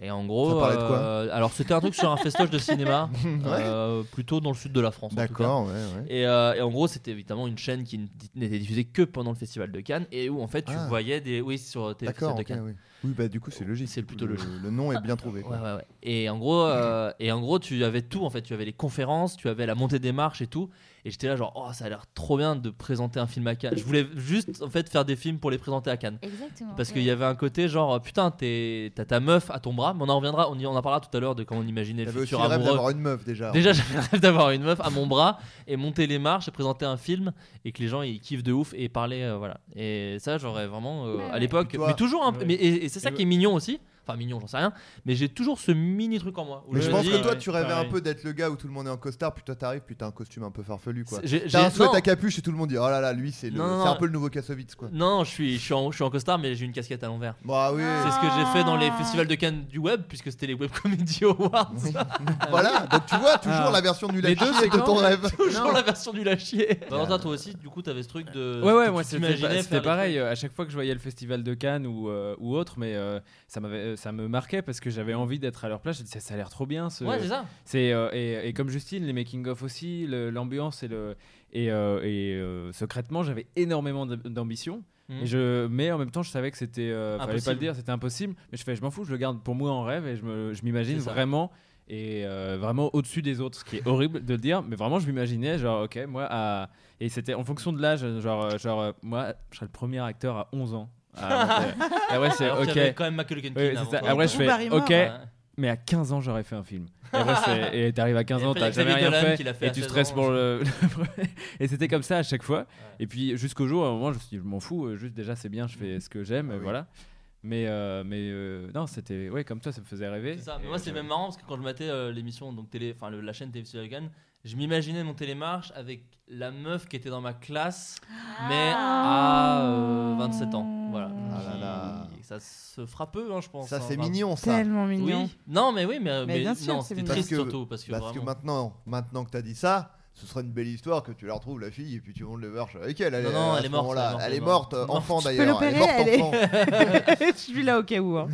Et en gros,
Ça parlait de quoi
euh, alors c'était un truc sur un festoche
<laughs>
de cinéma, euh, plutôt dans le sud de la France. en tout cas.
D'accord, ouais, ouais.
Et, euh, et en gros, c'était évidemment une chaîne qui n- n'était diffusée que pendant le festival de Cannes et où en fait tu
Ah.
voyais des. Oui, sur
D'accord,
Téléfestival de
ok,
Cannes.
oui. Oui, bah du coup, c'est logique.
C'est plutôt
le,
logique.
le nom est bien trouvé. quoi.
Ouais, ouais, ouais. Et en
<laughs>
gros, euh, et en gros, tu avais tout en fait. Tu avais les conférences, tu avais la montée des marches et tout. Et j'étais là genre, oh, ça a l'air trop bien de présenter un film à Cannes. Je voulais juste en fait faire des films pour les présenter à Cannes.
Exactement.
Parce
ouais.
qu'il y avait un côté genre oh, putain t'es- t'as ta meuf à ton bras, mais on en reviendra, on, y, on en parlera tout à l'heure de quand on imaginait le
T'avais aussi
futur
le rêve
amoureux.
d'avoir une meuf déjà.
Déjà <laughs> j'avais le rêve d'avoir une meuf à mon bras et monter les marches et présenter un film et que les gens ils kiffent de ouf et parler euh, voilà. Et ça j'aurais vraiment euh,
Ouais,
à
ouais.
l'époque,
Et toi
mais toujours un peu-
Ouais.
mais et, et c'est ça
Et
qui est mignon aussi. Enfin mignon j'en sais rien, mais j'ai toujours ce mini truc en moi. où
Mais
je
je
me
pense
dis-
que toi,
ouais,
tu rêvais un
pareil.
peu d'être le gars où tout le monde est en costard, puis toi t'arrives, puis t'as un costume un peu farfelu quoi.
j'ai- j'ai-
T'as un sweat
non.
à capuche et tout le monde dit oh là là, lui c'est le-
Non, non,
c'est un
non.
peu le nouveau Kassovitz quoi.
Non, je suis, je, suis en, je suis en costard, mais j'ai une casquette à l'envers.
Bah oui,
C'est ce que j'ai fait dans les
Ah.
festivals de Cannes du web, puisque c'était les Web Comedy Awards. <laughs>
voilà. Donc tu vois toujours
Ah.
la version nulle à
Les deux,
chier
c'est
de ton
quand
rêve.
<laughs> Toujours la version du lâchier. Valentin, toi aussi, du coup, t'avais ce truc de.
Ouais, ouais,
tu
moi c'était
t'imaginais
pas-
faire
c'était
des
pareil.
trucs.
euh, À chaque fois que je voyais le festival de Cannes ou, euh, ou autre, mais euh, ça, m'avait, euh, ça me marquait parce que j'avais envie d'être à leur place. Je disais, ça, ça a l'air trop bien. Ce...
Ouais, c'est ça.
c'est, euh, et, et comme Justine, les making-of aussi, le- l'ambiance et, le, et, euh, et, euh, secrètement, j'avais énormément d'am- d'ambition.
Mhm.
Et je, mais en même temps, je savais que c'était. euh, fallait pas
Impossible.
le dire, c'était impossible. Mais je fais, je m'en fous, je le garde pour moi en rêve et je, me, je m'imagine
C'est ça.
vraiment. Et euh, vraiment au-dessus des autres, ce qui est horrible de le dire, mais vraiment je m'imaginais, genre, ok, moi, à, et c'était en fonction de l'âge, genre, euh, genre euh, moi, je serais le premier acteur à 11 ans.
<laughs>
Ah, ok. et après, c'est
Alors qu'il y
ok.
avait quand même Michael Culkin
Oui,
avant
c'est ça.
toi.
Après, je
Drew
fais
Barrymore.
ok,
Ouais.
mais à 15 ans, j'aurais fait un film. Et après, je fais- Et t'arrives à 15
Et
ans,
après,
t'as
il y a
jamais
Xavier
rien
Dolan
fait,
qui l'a fait
et
à
tu
16
stresses
ans,
pour le. le premier. et c'était comme ça à chaque fois. Et puis jusqu'au jour, à un moment, je me suis dit, je m'en fous, euh, juste déjà, c'est bien, je
Mm.
fais ce que j'aime,
Ah oui.
voilà. Mais, euh, mais euh, non, c'était. Ouais, comme toi, ça me faisait rêver.
C'est ça. Mais
Et,
moi, c'est
euh,
même marrant parce que quand je matais euh, l'émission, donc télé, enfin le- la chaîne Télévision Cannes, je m'imaginais mon télémarche avec la meuf qui était dans ma classe,
Ah.
mais à euh, 27 ans. Voilà.
Ah là là.
Qui- Ça se fera peu, hein, je pense.
Ça
hein,
c'est
vingt-
mignon ça.
Tellement mignon.
Oui. Non, mais oui, mais,
Mais
mais
bien sûr,
non,
c'est
c'était
mignon.
Parce
triste
que-
surtout parce que
Parce que
vraiment.
maintenant, maintenant que t'as dit ça. Ce serait une belle histoire que tu la retrouves la fille et puis tu montes le marches avec elle.
Non,
est-
non,
à
elle
ce
est morte,
moment-là.
elle est morte,
Elle est
elle est
morte,
morte.
enfant
Tu peux
d'ailleurs. Elle est
l'opérer, <laughs>
morte
<laughs>
elle est-
enfant. <laughs>
Je suis là au cas où. hein.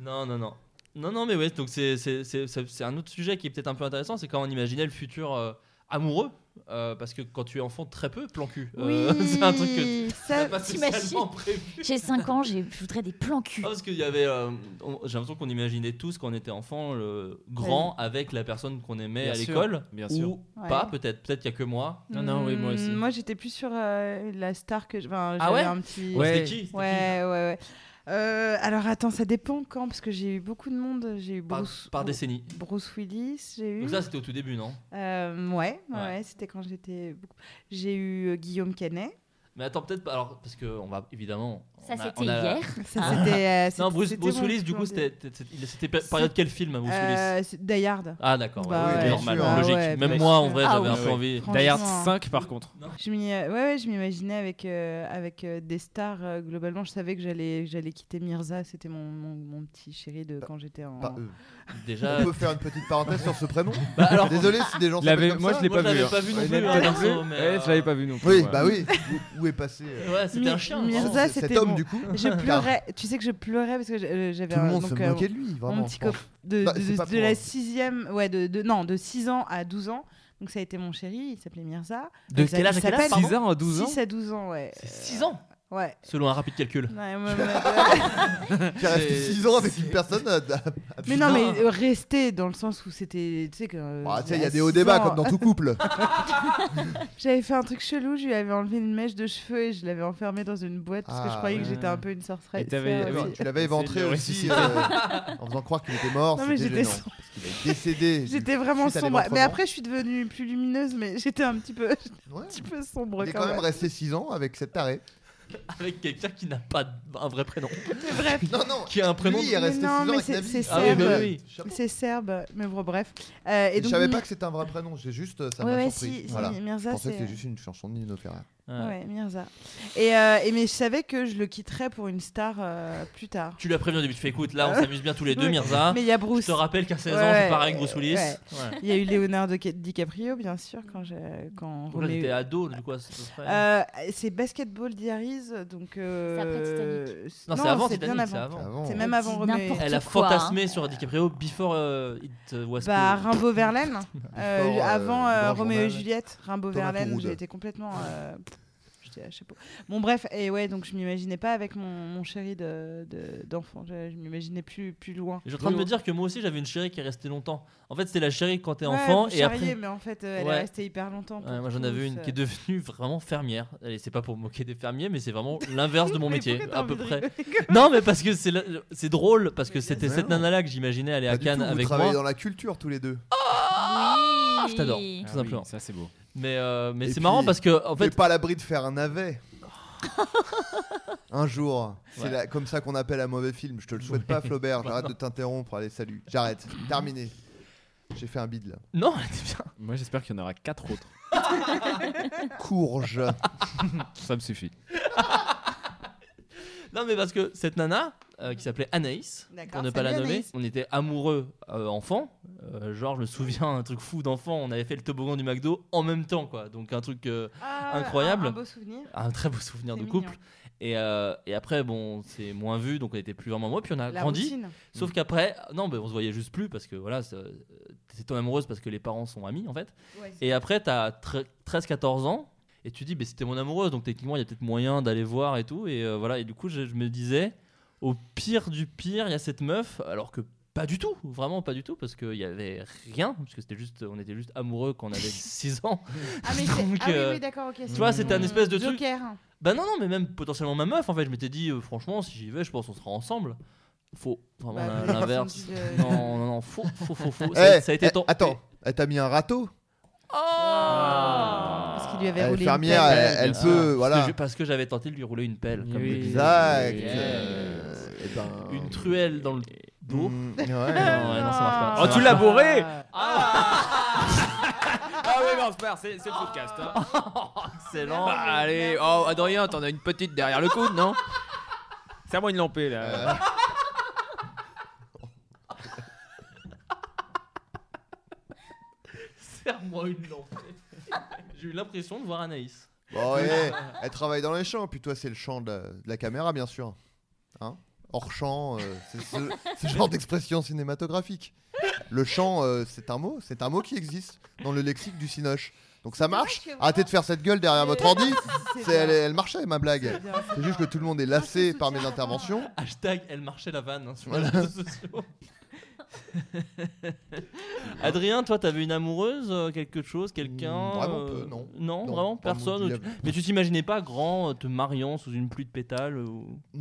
Non, non, non. Non, non, mais ouais, donc c'est- c'est c'est- c'est- c'est un autre sujet qui est peut-être un peu intéressant, c'est quand on imaginait le futur euh, amoureux, euh, parce que quand tu es enfant, très peu, plan cul. Euh, <laughs> c'est un truc que tu
Oui,
n'as
ça-
pas
t'imagines.
spécialement prévu.
J'ai 5 ans, j'ai- je voudrais des plans cul.
Ah, parce qu'il y avait, euh, on- j'ai l'impression qu'on imaginait tous quand on était enfant le grand avec la personne qu'on aimait
Bien
à
sûr,
l'école,
bien sûr.
ou
Ouais.
pas peut-être, peut-être qu'il y a que moi.
Non, non, oui, moi aussi.
Hmm, Moi, j'étais plus sur euh, la star que je. Enfin,
Ah
j'avais
ouais
un petit.
Ouais.
C'était qui C'était qui
ouais, ouais. ouais. Euh, alors attends, ça dépend quand, parce que j'ai eu beaucoup de monde. J'ai eu
par,
Bruce,
par décennie.
Bruce Willis, j'ai eu.
Donc ça c'était au tout début, non
Euh, ouais, ouais,
Ouais.
ouais, c'était quand j'étais. beaucoup- J'ai eu euh, Guillaume Canet.
Mais attends peut-être pas- alors parce que on va évidemment.
Ça,
on a-
c'était
on a- <laughs>
hier.
Ça,
Ah.
c'était, euh, c'était-
Non, Bruce,
c'était
Bruce
mon
Willis, du coup,
plus grand
c'était c'était- c'était pa- période quel film, <laughs> Bruce Willis
Euh, c'est Die Hard.
Ah d'accord, ouais,
Bah
ok,
ouais,
normal, hein.
bien sûr.
logique.
Ah ouais,
Même
bien
moi,
sûr.
en vrai,
Ah
j'avais
oui,
un peu
oui.
envie.
Franchement.
D'ailleurs, 5 par contre.
Je m'y- euh, ouais, ouais, je m'imaginais avec, euh, avec euh, des stars. euh, globalement, je savais que j'allais, j'allais quitter Mirza. C'était mon, mon, mon petit chéri de quand j'étais en.
Mm.
Pas eux.
Déjà,
Bah, euh, On peut faire une petite parenthèse sur ce prénom
Bah alors-
Désolé si des gens
L'avait-
s'appellent comme
moi,
ça.
je l'ai
moi,
pas
je
vu.
l'avais
hein.
pas vu non
Ouais,
plus.
non, non
hein,
plus.
perso, mais,
Ouais,
euh,
je l'avais pas vu non plus.
Oui,
moi.
bah oui. Où, où est passé euh,
Ouais, c'était
Mi-
un chien.
Mirza,
vraiment.
c'est-
c'était
cet homme
mon- <laughs>
du coup
Je
Car
pleurais. Tu sais que je pleurais parce que je- euh, j'avais
Tout le
un-
monde se
donc, euh,
moquait de lui, vraiment.
mon petit
je pense.
copain de,
Bah,
de-
c'est pas
de
pour-
la sixième, ouais, de, de- non, de 6 ans à 12 ans. Donc ça a été mon chéri, il s'appelait Mirza.
De
Il
quel âge à quel âge
s'appelle-
pardon
6 ans à 12 ans
6 à 12 ans, ouais. Euh,
C'est 6 ans,
Ouais.
selon un rapide calcul.
Ouais, ouais,
<laughs>
ouais.
Qui est resté
C'est-
6 ans avec une personne. euh,
mais non, mais euh, rester dans le sens où c'était, tu sais que. euh,
Ah, tu sais, il y
à
a des
six
hauts débats
ans,
comme dans
<laughs>
tout couple.
J'avais fait un truc chelou, je lui avais enlevé une mèche de cheveux et je l'avais enfermée dans une boîte parce que je
Ah,
croyais
ouais.
que j'étais un peu une sorceresse. euh,
Et t'avais-
Ouais,
oui.
aussi.
Tu l'avais éventré
de
<laughs>
le
aussi
ressusciter.
euh, en faisant croire qu'il était mort.
Non, mais
C'était
j'étais
gênant.
sombre.
Parce qu'il est décédé.
J'étais vraiment
Suite à
sombre. Mais
l'éventrement.
après, je suis devenue plus lumineuse, mais j'étais un petit peu, <laughs> un
Ouais.
petit peu sombre
Il est
quand,
quand même
même.
resté 6 ans avec cet taré.
<laughs> Avec quelqu'un qui n'a pas d- un vrai
<laughs>
prénom.
Mais bref,
Non, non.
Qui a un prénom.
Lui, il est
Mais
resté 6
non,
ans
mais
avec
c'est-
Nabi.
c'est
Ah oui,
serbe.
mais oui.
Chapeau.
c'est serbe, mais bon, bref. Euh, et
Je
donc,
savais pas que c'était un vrai prénom, j'ai juste. euh, Ça
ouais,
m'a
ouais,
surpris.
si, si,
Voilà. Je
Mirza,
pensais que
c'est.
c'était juste une chanson de Nino Ferrer.
Ouais, Mirza. Et, euh, et mais je savais que je le quitterais pour une star euh, plus tard.
Tu l'as prévenu au début, tu fais écoute, là on s'amuse bien tous les deux,
Ouais.
Mirza.
Mais il y a
Je
Bruce.
te rappelle qu'à 16 ans,
Ouais,
je pars avec Bruce Willis.
ouais.
Ouais.
Il y a eu Leonardo Ca- DiCaprio, bien sûr, quand je quand
Donc là,
Roméo-
t'étais ado, du coup. à ce-
Euh, c'est Basketball Diaries, donc. euh,
C'est après
Non, c'est avant,
bien
Titanic, c'est
avant.
avant.
Avant.
C'est
ouais.
même
Elle
avant
dit
Roméo. et
n'importe
Elle a
quoi,
fantasmé
hein.
sur DiCaprio before euh, it uh, was
Bah,
cool.
Rimbaud
<laughs>
Verlaine. Euh,
Before, euh,
avant euh,
Grand
Roméo et
Journal.
Juliette, Rimbaud
Thomas
Verlaine,
Touroud.
j'ai été complètement. euh, pff, J'étais à chapeau. Bon, bref, et ouais, donc je m'imaginais pas avec mon, mon chéri de- de- d'enfant. je je m'imaginais plus, plus loin.
Je suis en train de me dire que moi aussi j'avais une chérie qui est restée longtemps. En fait, c'était la chérie quand t'es
Ouais,
enfant
vous
et après.
charriez, mais en fait, euh, elle
Ouais.
est restée hyper longtemps. pour
Ouais, moi j'en
tous,
avais une
euh.
qui est devenue vraiment fermière. Allez, c'est pas pour me moquer des fermiers, mais c'est vraiment l'inverse de
<laughs>
mon
Mais
métier,
pourquoi t'as
à peu
envie de
près.
rigoler
Non, mais parce que c'est la- c'est drôle, parce que c'était
sûr.
cette nana-là que j'imaginais aller
Pas
à
du tout,
Cannes
Vous
avec
travaillez
moi.
dans la culture tous les deux.
Ah,
je t'adore.
Ah oui,
tout simplement.
Ça, c'est beau.
Mais, euh, mais
Et
c'est
puis,
marrant parce que, en
T'es
fait,
pas à l'abri de faire
<laughs>
un navet. un jour, c'est
Ouais.
la- comme ça qu'on appelle un mauvais film. Je te le souhaite pas,
<laughs>
Flaubert. J'arrête de t'interrompre. Allez, salut. J'arrête. Terminé. J'ai fait un bide là.
non, <laughs> elle était bien.
Moi, j'espère qu'il y en aura 4 autres.
Courge.
<laughs> Ça me suffit.
<laughs> Non, mais parce que cette nana euh, qui s'appelait Anaïs,
D'accord,
pour ne pas la
salut,
nommer,
Anaïs.
on était amoureux euh, enfant. Euh, genre, je me souviens un truc fou d'enfant. On avait fait le toboggan du McDo en même temps, quoi. Donc un truc, euh,
Ah,
Incroyable.
Un, un beau souvenir.
un très beau souvenir
C'est
de
mignon.
couple. Et, euh, et après, bon, c'est moins vu, donc on était plus vraiment moi. Puis on a
La
grandi.
routine.
Sauf qu'après, non, bah, on se voyait juste plus parce que voilà, c'est- euh, t'es toi amoureuse parce que les parents sont amis en fait.
Ouais, c'est-
Et après, t'as tre- 13-14 ans et tu dis, bah, c'était mon amoureuse, donc techniquement, il y a peut-être moyen d'aller voir et tout. Et euh, voilà, et du coup, je, je me disais, au pire du pire, il y a cette meuf, alors que pas du tout, vraiment pas du tout, parce qu'il y avait rien, parce que c'était juste, on était juste amoureux quand
<laughs>
on avait 6 ans.
Ah,
<laughs>
mais c'est-
Donc,
ah oui,
euh,
oui, d'accord, ok. Tu
vois, c'était un espèce de truc-
Joker.
Bah non, non, mais même potentiellement ma meuf, en fait, je m'étais dit, euh, franchement, si j'y vais, je pense qu'on sera ensemble. Faux, vraiment
Bah,
l'in-
vous avez
l'inverse.
senti de-
Non, non, non, faux, faux, faux, faux.
euh, Eh,
ça, a- ça a été
eh,
tenté.
Attends, elle t'a mis un râteau
Parce qu'il lui avait
Elle est
roulé. une
fermière,
pelle.
Ah, elle, elle
Ah,
peut.
parce
voilà.
que je- Parce que j'avais tenté de lui rouler une pelle. Comme
Oui.
le disait-
Exact.
Yes.
Euh, eh ben,
Une truelle dans le dos. <laughs>
mm, ouais.
Non, ouais, non, ça marche pas.
Oh,
Ça
tu
marche
l'as
pas.
bourré <laughs>
Ah oui, bon, c'est pas, c'est c'est le podcast. hein.
<laughs> Excellent.
Bah, allez, oh, Adrien, t'en as une petite derrière le coude, non
C'est à moi une lampée là.
Euh, Serre-moi une lampe. J'ai eu l'impression de voir Anaïs. <laughs>
Bon, ouais, elle travaille dans les champs, puis toi, c'est le champ de la, de la caméra, bien sûr. Hein, hors champ, euh, c'est ce,
<laughs>
ce genre d'expression cinématographique. Le champ, euh, c'est un mot, c'est un mot qui existe dans le lexique du cinoche. Donc ça marche.
que
Arrêtez de faire cette gueule derrière votre ordi.
C'est
C'est-
bien.
elle, elle marchait ma blague.
bien,
C'est juste que tout le monde est lassé par mes interventions.
Hashtag elle marchait la vanne hein, sur
Voilà.
les
<laughs>
réseaux sociaux. <laughs> Adrien, toi, t'avais une amoureuse, euh, quelque chose, quelqu'un
Mm, vraiment
euh,
peu, non. Non,
Non, vraiment
pas le monde
personne.
du
ou tu-
diable.
Mais tu t''imaginais pas grand euh, te mariant sous une pluie de pétales ou-
<laughs>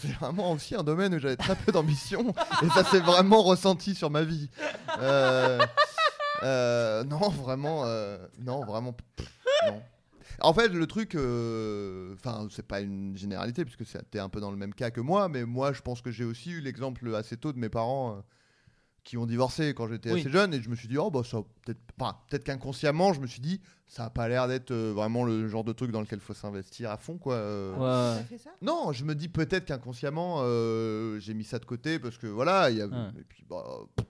C'est vraiment aussi un domaine où j'avais très peu d'ambition et ça s'est vraiment ressenti sur ma vie. Euh, euh, non, vraiment, euh, non, vraiment, pff, non. En fait, le truc, euh, enfin, c'est pas une généralité puisque c'était un peu dans le même cas que moi, mais moi, je pense que j'ai aussi eu l'exemple assez tôt de mes parents. euh, qui ont divorcé quand j'étais
Oui.
assez jeune et je me suis dit oh bah ça peut-être enfin, peut-être qu'inconsciemment je me suis dit ça a pas l'air d'être euh, vraiment le genre de truc dans lequel faut s'investir à fond quoi euh.
T'as
Ouais.
fait ça
Non, je me dis peut-être qu'inconsciemment euh, j'ai mis ça de côté parce que voilà, il y a-
Ouais.
et puis bah,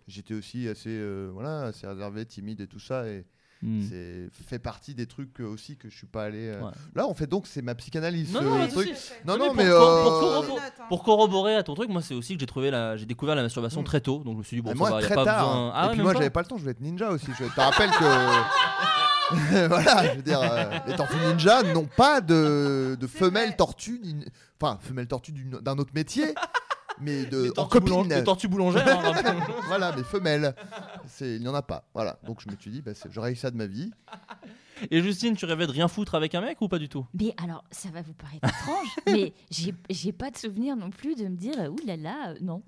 j'étais aussi assez euh, voilà, assez réservé, timide et tout ça et
Hmm.
c'est fait partie des trucs euh, aussi que je suis pas allé euh,
Ouais.
Là, on fait donc c'est ma psychanalyse
Non,
euh,
non,
le
mais
truc.
si, si.
Non
Non,
non,
mais
mais,
pour-
euh,
pour
Des
corroborer-
notes, hein.
Pour corroborer à ton truc, moi c'est aussi que j'ai trouvé la, j'ai découvert la masturbation
Mm.
très tôt, donc je me suis dit bon,
mais
ça
moi
va, y a
très
pas
tard. hein.
besoin.
et
ouais,
puis
même
moi
pas
j'avais pas le temps, je voulais être ninja aussi, je te rappelle que <laughs> voilà, je veux dire,
<laughs>
euh, les tortues ninja n'ont pas de, de
C'est
femelles
vrai.
tortues, nin- enfin femelles tortues d'une- d'un autre métier, mais de
Les
en
tortues,
copine.
boulangères- les tortues
<laughs>
boulangères. hein, rappelons-le.
voilà, mais femelles. C'est- Il n'y en a pas. Voilà. Donc je me suis dit, bah, c'est- j'aurais eu ça de ma vie.
Et Justine, tu rêvais de rien foutre avec un mec ou pas du tout
Mais alors, ça va vous paraître étrange,
<laughs>
mais j'ai- j'ai pas de souvenir non plus de me dire euh, ouh là là, euh, non.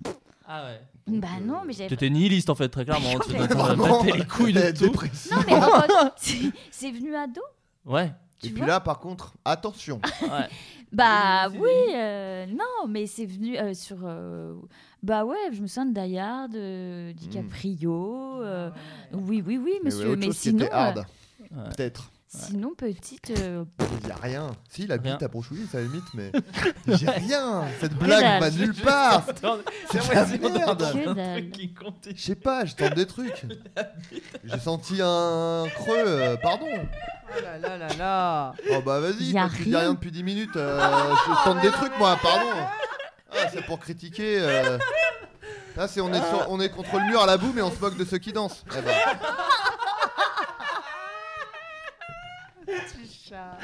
Ah ouais.
bah
euh,
non, mais j'avais.
T'étais nihiliste en fait, très clairement.
ben. <laughs> Mais
tu
en fait,
t'en as
Vraiment,
batté les couilles <laughs> de
euh,
tout.
dépressif.
Non, mais en fait, c'est- c'est venu à dos,
Ouais.
tu
Et puis
vois.
là, par contre, attention.
ouais.
Bah oui, euh, non, mais c'est venu euh, sur. euh, bah ouais, je me souviens de Die Hard, euh,
Hmm.
DiCaprio. euh,
Ah
oui, oui, oui,
ouais,
<laughs> monsieur.
autre
Mais,
chose qui
sinon,
était hard.
euh,
Ouais.
Peut-être.
sinon, petite. euh,
Il n'y a rien. Si, la
Rien.
bite à brochouiller, ça limite,
<laughs>
mais. J'ai rien. Cette blague
dalle.
va nulle part.
C'est
la merde.
Que dalle.
qui comptait.
Je sais pas, je tente des trucs. J'ai senti un creux, euh, pardon.
Oh là là là là.
Oh bah vas-y,
Y a
toi, tu dis
rien.
rien depuis 10 minutes. euh, je tente des trucs, moi, pardon. Ah, c'est pour critiquer. euh. Là, c'est on est, sur- on est contre le mur à la boue, mais on se moque de ceux qui dansent. Eh ben.
Petit chat.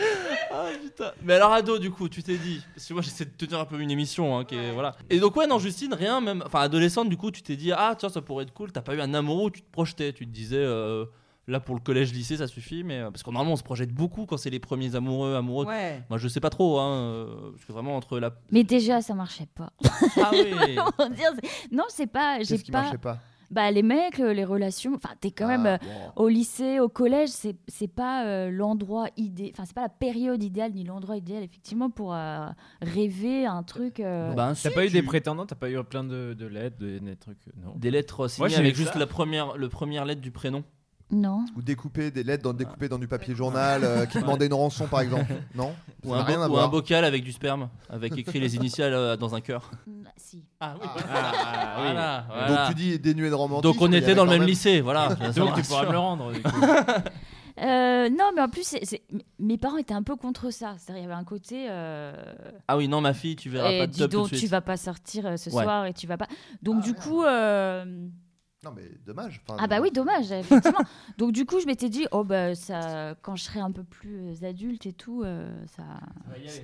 Ah <laughs> putain. Mais alors ado du coup, tu t'es dit parce que moi j'essaie de tenir un peu une émission hein, qui est- voilà. Et donc ouais non Justine, rien même enfin adolescente du coup, tu t'es dit ah tiens ça pourrait être cool, t'as pas eu un amoureux, où tu te projetais, tu te disais euh, là pour le collège lycée ça suffit mais euh, parce que normalement on se projette beaucoup quand c'est les premiers amoureux amoureux.
Ouais.
Moi je sais pas trop hein euh, parce que vraiment entre la
Mais déjà, ça marchait pas.
Ah oui.
<laughs> Comment dire, c'est- non, c'est pas. J'ai
Qu'est-ce qui
pas.
marchait pas Ah,
Bah les mecs, euh, les relations. Enfin, t'es quand même. euh, au lycée, au collège, c'est c'est pas euh, l'endroit idéal, enfin c'est pas la période idéale ni l'endroit idéal effectivement pour euh, rêver un truc. euh,
Bah,
Ben,
T'as
si,
pas eu
tu-
des prétendants, t'as pas eu plein de, de lettres, des, des trucs. euh, Non.
des lettres signées
j'ai
avec
eu
juste
ça.
la première le première lettre du prénom.
Non.
Ou découper des lettres dans, découper dans du papier journal euh, qui demandait une rançon, par
<laughs>
exemple. Non Ça
Ou
n'a
un,
rien
bo-
à
ou un
voir.
bocal avec du sperme, avec écrit les initiales euh, dans un cœur.
Mm, Si.
Ah oui.
Ah, oui.
Voilà,
Donc
voilà.
tu dis dénué de romantisme.
Donc on
mais il y
était
avait
dans le
quand
même,
<laughs>
lycée, voilà. Ça me
Donc tu
rassure.
pourras me le
<laughs>
rendre. du coup.
Euh, non, mais en plus, c'est- c'est- m- mes parents étaient un peu contre ça. C'est-à-dire, il y avait un côté. euh,
Ah oui, non, ma fille, tu verras
eh,
pas de
dis
top tout de
donc, tu
suite.
vas pas sortir euh, ce
Ouais.
soir et tu vas pas. Donc du coup. euh,
Ah Non mais dommage. enfin, euh,
Ah bah oui, dommage, effectivement. <laughs> Donc du coup, je m'étais dit, oh bah ça, quand je serai un peu plus euh, adulte et tout, euh, ça...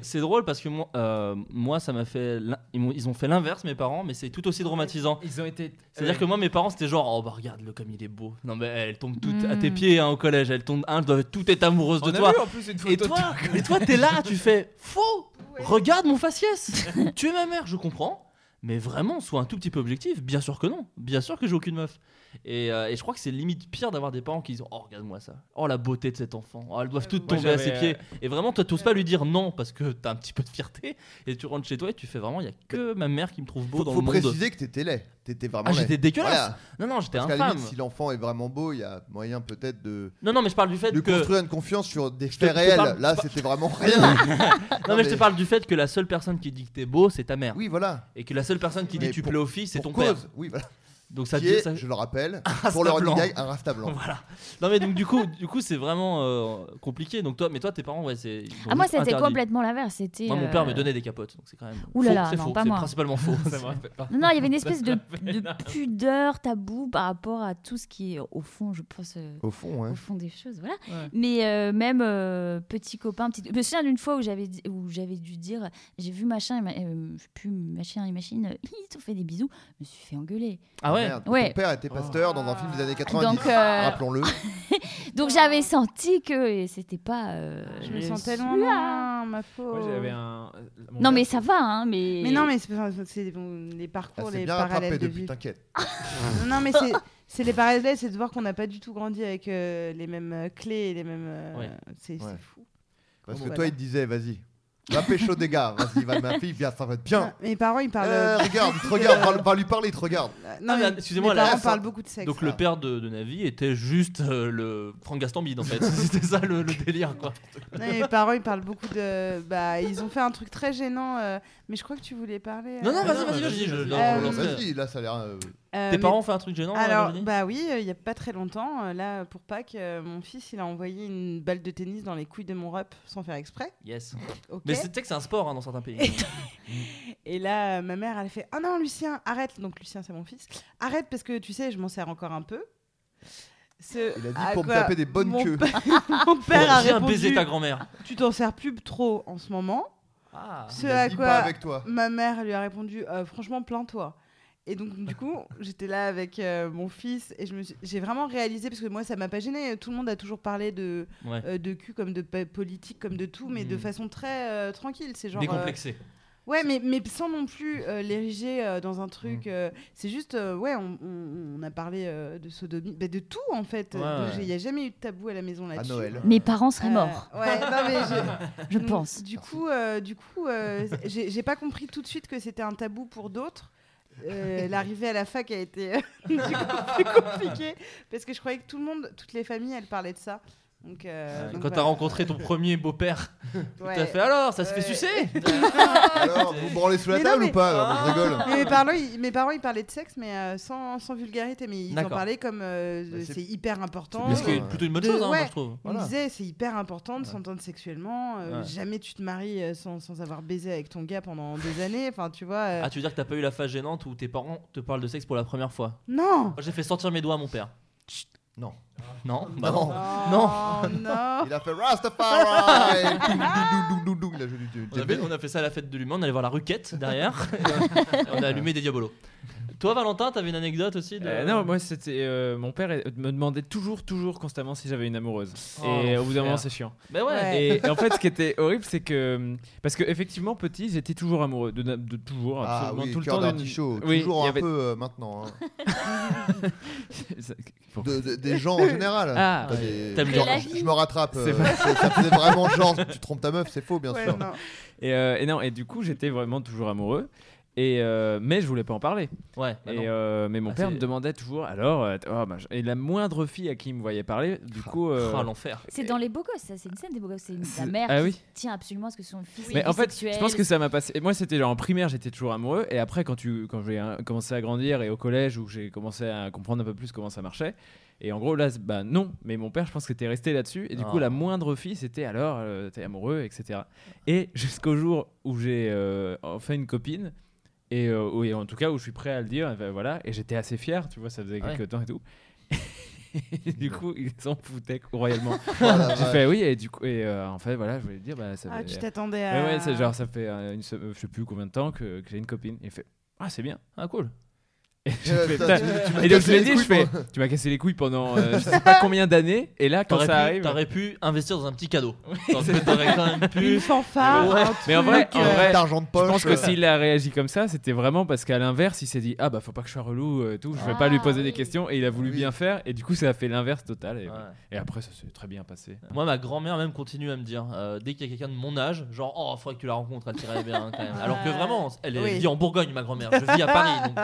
C'est drôle parce que moi, euh, moi ça m'a fait. l'in- Ils m'ont- ils ont fait l'inverse, mes parents, mais c'est tout aussi traumatisant.
Ils ont été.
C'est-à-dire que
euh,
moi, mes parents, c'était genre, oh bah regarde-le comme il est beau. Non mais elle tombe toute à
Mm.
tes pieds hein, au collège, elle tombe, hein, doivent tout être amoureuse de
on a
toi.
vu Ah, en plus une photo
Et
de
toi, et toi, t'es là, tu fais faux. Regarde mon faciès.
<laughs>
tu es ma mère, je comprends. Mais vraiment, sois un tout petit peu objectif. Bien sûr que non. Bien sûr que j'ai aucune meuf. Et, euh, et je crois que c'est limite pire d'avoir des parents qui disent Oh, regarde-moi ça. Oh, la beauté de cet enfant. Oh, elles doivent toutes
Moi,
tomber à ses
j'avais,
pieds.
euh,
Et vraiment, toi, t'oses pas lui dire non parce que t'as un petit peu de fierté. Et tu rentres chez toi et tu fais vraiment Il y a que ma mère qui me trouve beau
Faut,
dans
faut
le monde.
préciser que t'étais laid. T'étais vraiment
Ah,
laid.
j'étais dégueulasse.
Voilà.
Non, non, j'étais
Parce qu'à la
infâme.
limite, si l'enfant est vraiment beau, il y a moyen peut-être de,
Non, non, mais je parle du fait
de
que.
construire une confiance sur des
te-
faits
je te
réels.
parle-
Là, c'était
<laughs>
vraiment rien.
Non, mais je te parle du fait que la seule personne qui dit que t'es beau, c'est ta mère.
Oui, voilà.
Et que la seule personne qui dit
Mais
tu
pour-
plais aux filles, c'est
Pour
ton père.
cause. Oui, voilà.
Donc ça,
qui
dit-
est,
ça-
je le rappelle,
rasta
pour le running
blanc.
gag, un rasta blanc.
Voilà. Non mais donc du coup, du coup c'est vraiment euh, compliqué. Donc toi, mais toi tes parents ouais c'est. ils ont
Ah, moi,
juste
c'était
interdit.
complètement l'inverse. C'était.
Moi mon père me
euh,
donnait des capotes, donc c'est quand même.
Ouh là
faux,
là,
c'est
non,
faux,
pas
c'est
moi. <laughs>
principalement faux. C'est-
Non, non, il y avait une
<laughs>
espèce de,
me
de pudeur, tabou par rapport à tout ce qui est, au fond, je pense, euh,
Au fond, ouais.
au fond des choses. Voilà.
Ouais.
Mais euh, même euh, petit copain, petite... je me souviens d'une fois où j'avais dit- où j'avais dû dire j'ai vu machin, et ma- euh, je sais plus machin et machine, <laughs> ils t'ont fait des bisous. Je me suis fait engueuler.
Ah ouais.
Merde,
Ouais.
Ton père était pasteur dans un film des années 90.
Donc, euh,
Rappelons-le.
donc j'avais senti que c'était pas. euh,
Ah. Je me
le
sens
celui-là.
tellement loin, ma peau.
Moi, j'avais un. euh, mon
Non
père-
mais ça va, hein, mais.
Mais non, mais c'est enfin, c'est bon, les
Elle
parcours,
s'est
les
bien rattrapée
parallèles de
depuis,
vie.
t'inquiète.
<laughs> Non, non, mais c'est- c'est les parallèles, c'est de voir qu'on n'a pas du tout grandi avec euh, les mêmes euh, clés, et les mêmes. euh,
Ouais.
C'est c'est
Ouais.
fou. bah
Parce que
Voilà.
toi, il te disait, vas-y, va pécho des gars, vas-y, va ma fille, viens, ça va être bien.
Mes parents, ils parlent. <laughs>
Euh, regarde, te regarde, va, va lui parler, il te regarde.
Euh, Non,
Ah,
mais
mais excusez-moi,
mes
la
parents
S, hein.
parlent beaucoup de sexe.
Donc le père de, de Navi était juste euh, le Franck Gastambide en fait. <laughs> C'était ça le, le délire quoi.
Non, mes parents, ils parlent beaucoup de. Bah, ils ont fait un truc très gênant, euh, mais je crois que tu voulais parler. euh,
Non non vas-y
non,
vas-y
vas-y,
vas-y. je-
vas-y.
non,
Euh,
on
Alors,
lance le-
Vas-y, là, ça a l'air. euh,
euh,
Tes
mais-
parents ont fait un truc gênant
Alors,
Virginie
bah oui, euh, il y a pas très longtemps, euh, là, pour Pâques, euh, mon fils, il a envoyé une balle de tennis dans les couilles de mon rep sans faire exprès.
Yes.
Ok.
Mais c'est tu sais que c'est un sport hein, dans
<laughs>
certains pays.
Et là, euh, ma mère, elle a fait Ah non, Lucien, arrête. Donc, Lucien, c'est mon fils. Arrête parce que tu sais, je m'en sers encore un peu. Ce-
Il a dit
à
pour me
quoi
taper des bonnes
mon
queues.
pa- <laughs> mon père a
Viens
répondu
baiser ta grand-mère.
Tu t'en sers plus trop en ce moment.
Ah.
Ce
il a
à
dit
quoi
pas avec toi.
ma mère lui a répondu Euh, Franchement, plains-toi. Et donc, du coup, <laughs> j'étais là avec euh, mon fils et je me suis- j'ai vraiment réalisé, parce que moi, ça m'a pas gêné. Tout le monde a toujours parlé de,
Ouais.
euh, de cul, comme de pa- politique, comme de tout, mais de
Mm.
façon très euh, tranquille. C'est genre. euh,
Décomplexé.
Ouais, mais, mais sans non plus euh, l'ériger euh, dans un truc.
Mm.
euh, c'est juste, euh, ouais, on, on- on a parlé euh, de sodomie, bah, de tout en fait.
Ouais,
Donc,
ouais.
j'ai- Il n'y a jamais eu de tabou à la maison
À
là-dessus.
Noël.
Mes parents
Euh,
seraient morts,
ouais, non,
<laughs>
mais je,
je
donc,
pense.
Du coup, euh, du coup, euh, j'ai j'ai pas compris tout de suite que c'était un tabou pour d'autres. Euh, L'arrivée à la fac a été euh, <laughs> du coup, plus compliquée parce que je croyais que tout le monde, toutes les familles, elles parlaient de ça. Donc, euh,
Euh,
donc,
Quand t'as
voilà.
rencontré ton
<laughs>
premier beau-père,
Ouais.
t'as fait ah, alors, ça se fait
Ouais.
sucer
<laughs>
<laughs> Alors, vous branlez sous la
Mais non,
table
mais- Ah.
ou pas Alors, Je rigole.
Mais <laughs> mes, parents, ils, mes parents, ils parlaient de sexe, mais euh, sans, sans vulgarité. Mais ils en
D'accord.
parlaient comme euh,
Bah, c'est-
c'est hyper important.
Mais
bien.
ce qui est
Ouais.
plutôt une bonne
De-
chose, hein, moi,
ouais.
je trouve.
On
Voilà.
disait, c'est hyper important de s'entendre sexuellement. euh,
Ouais.
Jamais tu te maries euh, sans, sans avoir baisé avec ton gars pendant des années. Enfin, tu vois. euh,
Ah, tu veux dire que t'as pas eu la phase gênante où tes parents te parlent de sexe pour la première fois
Non
Moi, J'ai fait sortir mes doigts à mon père. Chut.
Non.
Non bah
Non.
Non Non
Oh, Il a fait Rastafari Doudou, doudou, doudou, Il a joué du- du
On a, fait,
djembé.
on a fait ça à la fête de l'humain, on allait voir la
<laughs>
Ruquette derrière, et on a allumé des diabolos. Toi, Valentin, t'avais une anecdote aussi de...
Euh, non, moi c'était euh, mon père euh, me demandait toujours, toujours constamment si j'avais une amoureuse.
Oh,
et au bout d'un
l'enfer.
moment, c'est chiant.
Mais ouais,
Ouais.
Et, et en fait, ce qui était horrible, c'est que euh, parce que effectivement, petit, j'étais toujours amoureux de, na- de toujours,
Ah
absolument
oui,
tout le
cœur
temps.
d'artichaut.
<laughs>
Oui,
Toujours
il y
un
avait-
peu euh, maintenant. hein.
<laughs> Ça-
De- de- des gens en général.
<laughs> Ah,
Pas des-
T'aimes
genre,
bien.
je je me rattrape. euh,
C'est
c'est- ça faisait vraiment genre, tu trompes ta meuf, c'est faux, bien
Ouais,
sûr.
non.
et, euh, et non, et du coup, j'étais vraiment toujours amoureux. Et euh, mais je voulais pas en parler.
ouais bah non.
Et, euh, mais mon
Ah,
père
c'est-
me demandait toujours. Alors, euh, oh, bah, je- et la moindre fille à qui il me voyait parler, du coup. euh,
Ah, l'enfer.
C'est dans les beaux gosses, ça. C'est une scène des beaux gosses. C'est une-
C'est-
la mère
Ah
qui
oui.
tient absolument à ce que son fils.
Mais
est
en fait,
bisexuel.
je pense que ça m'a passé. et Moi, c'était genre en primaire, j'étais toujours amoureux. Et après, quand, tu... quand j'ai hein, commencé à grandir et au collège où j'ai commencé à comprendre un peu plus comment ça marchait. Et en gros, là, c'est- bah non. Mais mon père, je pense qu'il était resté là-dessus. Et du coup,
Ah.
la moindre fille, c'était alors, euh, t'es amoureux, etc. Et <laughs> jusqu'au jour où j'ai euh, enfin une copine. Et, euh, où- et en tout cas, où je suis prêt à le dire. Et ben voilà. Et j'étais assez fier, tu vois, ça faisait
Ouais. Mmh.
quelques temps et tout. <laughs> Et du coup, ils s'en foutaient
<laughs>
royalement.
Oh
Voilà,
J'ai
ouais.
fait oui, et du coup, et euh, en fait, voilà, je voulais te dire, bah, ça
Ah,
fait-
tu t'attendais à.
Ouais, ouais, c'est genre, ça fait euh, une se- euh, je sais plus combien de temps que, que j'ai une copine. Et il fait, ah, c'est bien, ah, cool.
<laughs>
Et, j'ai
Euh,
fait,
t'as-
Putain.
tu- tu m'as
Et donc, je
cassé
l'ai
les
dit, je
couilles,
fais,
moi.
tu m'as cassé les couilles
<laughs>
pendant euh, je sais pas combien d'années. Et là, quand
T'aurais
ça
pu-
arrive.
T'aurais pu investir dans un petit cadeau. T'aurais t'aurais quand même
Une
pu...
fanfare.
Ouais.
un
Mais en vrai,
truc,
en
euh,
vrai,
Petit argent de
Je
poche.
pense
euh,
que s'il a réagi comme ça, c'était vraiment parce qu'à l'inverse, il s'est dit Ah bah faut pas que je sois relou, euh, tout, je vais pas lui
Ah,
poser des
oui.
questions. Et il a voulu
Oui.
bien faire, et du coup, ça a fait l'inverse total. Et,
Ouais.
et après, ça s'est très bien passé.
Moi, ma grand-mère même continue à me dire, euh, dès qu'il y a quelqu'un de mon âge, genre, oh, faudrait que tu la rencontres, elle tirait bien quand même. Alors que vraiment, elle, elle
Oui.
vit en Bourgogne, ma grand-mère, je vis à Paris,
<laughs>
donc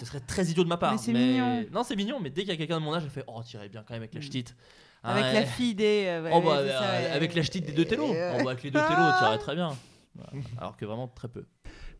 Ce serait très idiot de ma part.
Mais c'est mignon.
Non, c'est mignon, mais dès qu'il y a quelqu'un de mon âge, elle fait Oh, t'irais bien quand même avec la
Mm.
ch'tite.
Avec
Ah,
la
ouais.
fille des. euh, ouais,
Oh,
ouais,
bah,
c'est ça,
euh,
ouais.
avec la ch'tite des deux télos.
Et, euh, <laughs>
<laughs>
Oh, bah, avec les deux télos, t'irais très bien. Voilà. Alors que vraiment, très peu.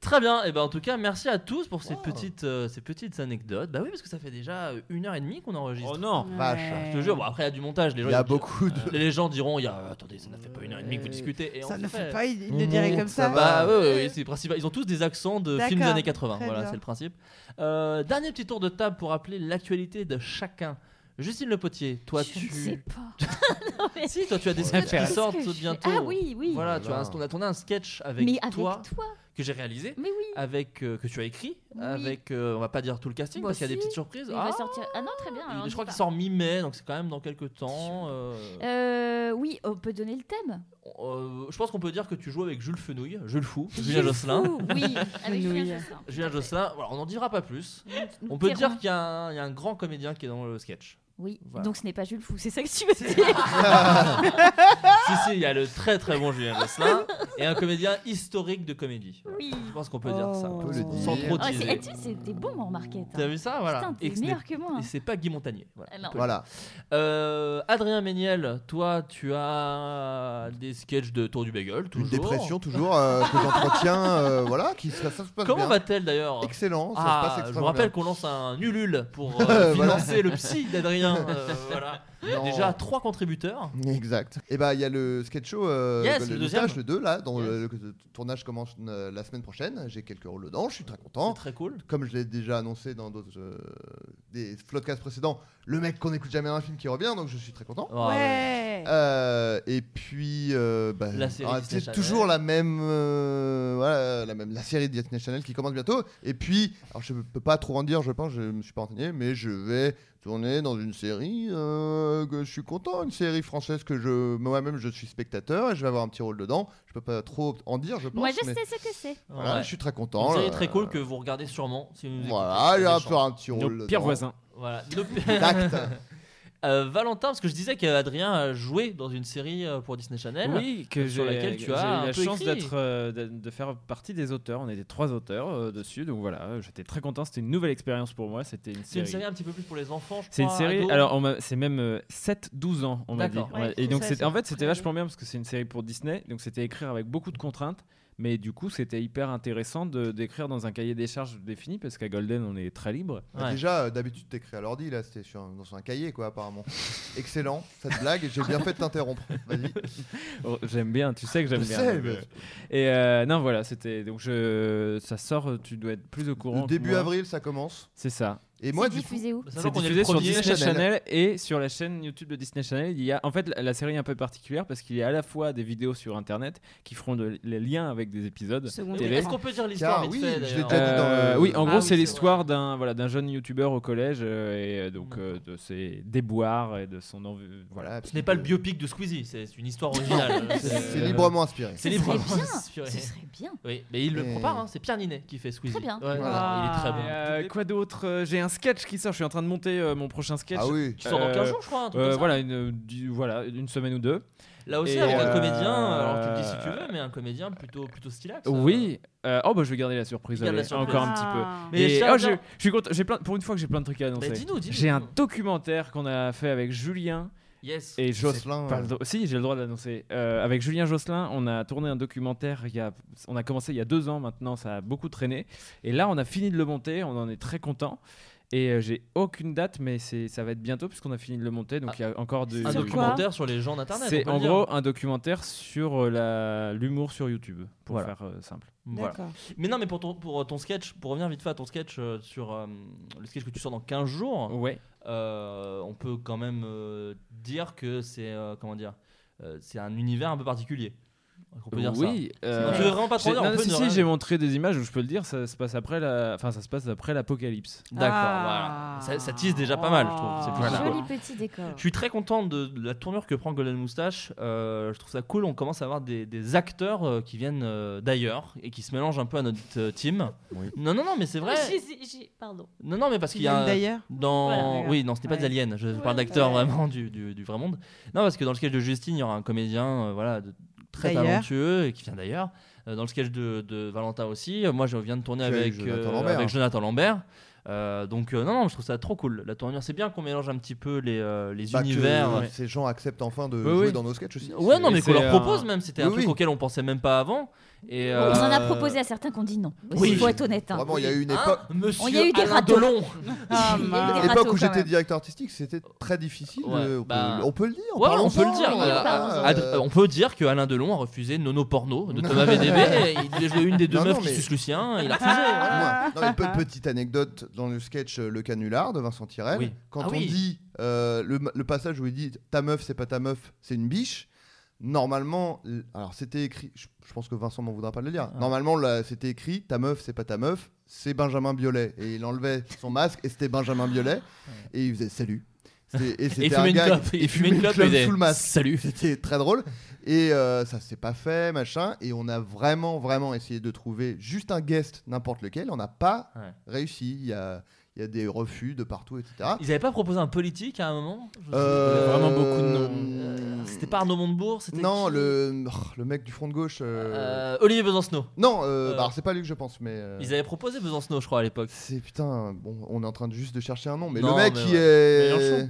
Très bien, et ben en tout cas, merci à tous pour ces, petites, euh, ces petites anecdotes. Bah oui, parce que ça fait déjà euh, une heure et demie qu'on enregistre.
Oh non
Vache.
Je te jure, bon, après il y a du montage, les gens,
Il y a
ils diront- euh,
beaucoup de.
les gens diront, il y a, attendez, ça ne fait pas une heure et demie que vous discutez. Et en
Euh, Ça ne
fait,
fait pas, il, il le dirait comme
Ça
ça.
va.
Bah ouais, ouais, ouais, c'est le principe. Ils ont tous des accents de films des
D'accord,
années 80.
très
Voilà,
bien.
c'est le principe. Euh, dernier petit tour de table pour rappeler l'actualité de chacun. Justine Le Potier, toi
Je ne sais
<laughs> tu.
pas. <laughs>
Si, toi tu as des
Ouais.
sketchs qui
Qu'est-ce
sortent
que je fais
bientôt.
Ah oui, oui.
Voilà, tu as
Voilà.
un, on a tourné un sketch avec,
mais avec
toi,
toi.
que j'ai réalisé,
Mais oui.
avec euh, que tu as écrit,
Oui.
avec euh, on va pas dire tout le casting
Moi
parce qu'il y a des
si.
petites surprises.
Il
Ah,
va sortir. Ah non, très bien.
il-
alors on
je
dit
crois
pas.
qu'il sort mi-mai, donc c'est quand même dans quelques temps. euh,
Euh, oui, on peut donner le thème.
euh, je pense qu'on peut dire que tu joues avec Jules Fenouille, Jules Fou, Julien
Jules
Josselin.
Fou, Oui, avec
<laughs>
Fenouil.
Julien Josselin.
Julien Josselin, voilà, on n'en dira pas plus.
Nous
On peut
verrons.
dire qu'il y, a un il y a un grand comédien qui est dans
<laughs>
le sketch.
Oui,
Voilà.
donc ce n'est pas Jules Fou, c'est ça que tu veux dire
si, si, il y a le très très bon Julien Josselin et un comédien historique de comédie. Voilà.
Oui.
Je pense qu'on peut dire ça.
On peut le
Oh. Sans
dire.
trop
Ah, c'est-
teaser.
eh, tu sais, c'était bon en marquette.
T'as vu ça Voilà.
Putain,
Et
t'es
que ce n'est-
meilleur que moi. hein.
et c'est pas Guy Montagnier. Voilà.
Ah non.
Voilà.
Euh, Adrien Méniel, toi, tu as des sketchs de Tour du Bagel,
Une
toujours.
dépression toujours euh, que j'entretiens, euh, voilà, qui ça, ça se passe
Comment
bien.
va-t-elle d'ailleurs
Excellent, ça se passe
ah, je vous
extrêmement
rappelle qu'on lance un Ulule
<laughs>
pour
Voilà.
euh, financer le psy d'Adrien. <laughs> euh, voilà.
bien. Non.
Déjà trois contributeurs.
Exact. Et bah il y a le sketch show euh,
Yes,
Golden
le deuxième.
Moustache, le 2 là, dont
Yes.
le, le tournage commence euh, la semaine prochaine. J'ai quelques rôles dedans, je suis très
C'est
content.
très cool.
Comme je l'ai déjà annoncé dans d'autres euh, des podcasts précédents, le mec qu'on n'écoute jamais dans un film qui revient, donc je suis très content.
Ah,
Ouais.
Euh, et puis, euh, bah,
La série
ah,
Disney
c'est
Channel.
toujours la même, euh, voilà, la même, la série Disney Channel qui commence bientôt. Et puis, alors je peux pas trop en dire, je pense, je me suis pas renseigné, mais je vais tourner dans une série euh, que je suis content, une série française que je, moi-même, je suis spectateur et je vais avoir un petit rôle dedans. Je peux pas trop en dire, je pense.
Moi, je
mais
sais ce que c'est.
Voilà,
ouais.
je suis très
Une
content. euh,
série
là.
très cool que Ah, vous regardez sûrement si vous nous écoutez.
Voilà, il y a un
Des
peu un petit rôle.
Nos
dedans.
pires voisins.
Voilà.
<laughs>
Nos-
Exact.
<laughs> Euh, Valentin, parce que je disais qu'Adrien a joué dans une série euh, pour Disney Channel.
Oui, que
sur
j'ai-
laquelle tu
j'ai
as
eu
un
la
peu
chance
écrit.
d'être, euh, de, de faire partie des auteurs. On était trois auteurs euh, dessus, donc voilà, euh, j'étais très content. C'était une nouvelle expérience pour moi. C'était une
C'est une
série.
série un petit peu plus pour les enfants, je
C'est une
crois,
série.
ados.
Alors, on m'a- c'est même euh, 7-12 ans, on m'a dit.
D'accord.
On m'a-
Ouais,
et donc,
ça,
c'était-
c'est
en fait, c'était
très
vachement bien parce que c'est une série pour Disney, donc c'était écrire avec beaucoup de contraintes. Mais du coup, c'était hyper intéressant de- d'écrire dans un cahier des charges défini parce qu'à Golden, on est très libre.
Ouais.
Déjà, euh, d'habitude, t'écris à l'ordi, là, c'était sur un- dans un cahier, quoi,
<laughs>
apparemment. Excellent, cette blague, j'ai bien fait de t'interrompre. Vas-y.
<laughs>
Oh, j'aime bien, tu sais que j'aime
Je
bien.
sais,
donc,
mais-
euh, Et euh, non, voilà, c'était. Donc, je, ça sort, euh, tu dois être plus au courant.
Le
que
début
moi.
avril, ça commence.
C'est ça.
Et moi,
C'est
du coup,
diffusé où
Sachant
C'est
qu'on est le
diffusé sur
premier.
Disney
Channel.
Channel. et sur la chaîne YouTube de Disney Channel. Il y a, en fait, la, la série est un peu particulière parce qu'il y a à la fois des vidéos sur Internet qui feront de- les liens avec des épisodes
Second
télé.
Est-ce qu'on peut dire l'histoire
Car,
vite
oui,
fait,
je l'ai
d'ailleurs
déjà dit. dans
Euh,
le-
Oui, en
Ah
gros,
oui,
c'est
c'est
l'histoire d'un voilà d'un jeune youtubeur au collège euh, et euh, donc
D'accord.
euh, de ses déboires et de son envie. Voilà.
voilà.
Mm. Ce n'est pas le biopic de Squeezie, c'est une histoire
<laughs>
originale.
<laughs>
Euh,
C'est librement inspiré.
C'est
Ce
librement
serait bien.
inspiré.
Ce serait bien.
Oui, mais il le
Et-
prend pas, hein, c'est Pierre Ninet qui fait Squeezie.
Très bien.
Ouais,
Voilà.
Il est très
Et,
bon.
euh, quoi d'autre Euh, J'ai un sketch qui sort. Je suis en train de monter euh, mon prochain sketch.
Ah oui.
Qui sort dans
Euh,
15 jours, je crois. un truc
Euh,
comme ça.
voilà, une, euh, du- voilà, une semaine ou deux.
Là aussi,
Et,
avec un
euh,
comédien, alors tu le dis si tu veux, mais un comédien plutôt, plutôt stylax. euh.
Oui. euh, oh bah je vais garder la surprise,
Garde la
allez,
surprise.
encore un petit peu.
Ah.
Mais
Et-
Charles,
oh, je,
non.
je suis content. J'ai plein. Pour une fois que j'ai plein de trucs à
Bah,
annoncer.
dis-nous, dis-nous.
j'ai un documentaire qu'on a fait avec Julien
Yes.
et Jocelyn.
Jocelyn.
Pas
euh,
le dro- Si, j'ai le droit de l'annoncer. Euh, avec Julien Josselin, on a tourné un documentaire. Il y a, on a commencé il y a deux ans maintenant, ça a beaucoup traîné. Et là, on a fini de le monter, on en est très content. Et euh, j'ai aucune date, mais c'est, ça va être bientôt puisqu'on a fini de le monter. Donc il y a encore de.
Ah. Un
Sur quoi
documentaire sur les gens d'internet. on
C'est
peut
en
le dire.
gros un documentaire sur euh, la, l'humour sur YouTube, pour
Voilà.
faire euh, simple.
Voilà.
D'accord.
Mais non, mais pour ton, pour euh, ton sketch, pour revenir vite fait à ton sketch euh, sur euh, le sketch que tu sors dans 15 jours,
Ouais.
euh, on peut quand même euh, dire que c'est euh, comment dire, euh, c'est un univers un peu particulier. On peut dire
oui.
ça.
euh,
Donc, je vais vraiment pas trop
j'ai-
dire. hein.
non,
on peut
si,
ne
si,
rien-
j'ai montré des images où je peux le dire. Ça se passe après la. Enfin, ça se passe après l'apocalypse.
D'accord.
Ah.
Voilà. Ça, ça tease déjà pas mal, je trouve. C'est plutôt
Voilà.
cool.
Joli petit décor.
Je suis très content de, de la tournure que prend Golden Moustache. Euh, je trouve ça cool. On commence à avoir des, des acteurs euh, qui viennent euh, d'ailleurs et qui se mélangent un peu à notre euh, team.
Oui.
Non, non, non, mais c'est vrai.
J'ai- j'ai- Pardon.
Non, non, mais parce
Qui
qu'il y a.
viennent
un-
d'ailleurs.
Dans...
Voilà.
oui, non, ce n'est pas des
Ouais.
aliens. Je parle
Ouais.
d'acteurs
Ouais.
vraiment du, du- du vrai monde. Non, parce que dans le sketch de Justine, il y aura un comédien euh, voilà, de- très
D'ailleurs.
talentueux et qui vient d'ailleurs. Euh, dans le sketch de, de Valentin aussi, euh, moi je viens de tourner
Puis
avec,
avec Jonathan
euh,
Lambert.
avec Jonathan Lambert. Euh, donc euh, non, non, je trouve ça trop cool. La tournure, c'est bien qu'on mélange un petit peu les, euh, les
Bah, que
univers.
euh,
ouais.
Ces gens acceptent enfin de
Oui,
jouer
oui.
dans nos sketchs aussi. euh,
Ouais, non,
Et
mais qu'on
c'est
leur
un-
propose même. C'était un
Oui,
truc
oui.
auquel on pensait même pas avant. Et,
On en a
euh,
proposé à certains qu'on dit non. Il
oui.
faut être honnête. hein.
Vraiment, il y a eu une
hein,
époque.
Monsieur
On y a eu des
Alain
râteaux. <laughs>
Delon. <laughs>
Ah,
Il y a eu des
mince.
râteaux.
L'époque où
quand
j'étais
même.
directeur artistique, c'était très difficile.
Ouais,
euh, on,
bah-
peut, on peut le dire.
Ouais,
parlons-en,
on peut le dire.
euh,
euh,
voilà,
Ad-
euh,
on peut dire que Alain Delon a refusé Nono Porno de Thomas VDB.
<laughs>
et il a joué une des deux
Non,
meufs
non, mais-
qui suce Lucien. Il a refusé. hein. voilà.
Ah.
Moi, non, mais pe- petite anecdote dans le sketch euh, Le Canular de Vincent Tirel.
Oui.
Quand
Ah
on
oui.
dit euh, le, le passage où il dit ta meuf, c'est pas ta meuf, c'est une biche. Normalement, l- alors c'était écrit, je, je pense que Vincent m'en voudra pas de le dire.
Ah.
Normalement, là, c'était écrit ta meuf, c'est pas ta meuf, c'est Benjamin Biolay. Et il enlevait son masque et c'était Benjamin Biolay. Et il faisait salut. C'est- Et
Et il
c'était un
fumait une
gag.
clope.
Il fumait une clope
et il disait,
sous le masque.
Salut.
C'était très drôle. Et euh, ça s'est pas fait, machin. Et on a vraiment, vraiment essayé de trouver juste un guest, n'importe lequel. On n'a pas
Ouais.
réussi. Il y a, il y a des refus de partout, etc.
Ils avaient pas proposé un politique à un moment Je sais-
Euh,
vraiment beaucoup de
Euh, C'était pas Arnaud Montebourg, c'était.
Non,
qui
le, oh, le mec du front de gauche. euh,
Euh, Olivier Besancenot.
Non, euh,
euh,
bah, alors, c'est pas lui que je pense, mais. euh,
Ils avaient proposé Besancenot, je crois, à l'époque.
C'est putain, bon, on est en train de juste de chercher un nom, mais
Non,
le mec
mais
qui
ouais.
est.
Mélenchon.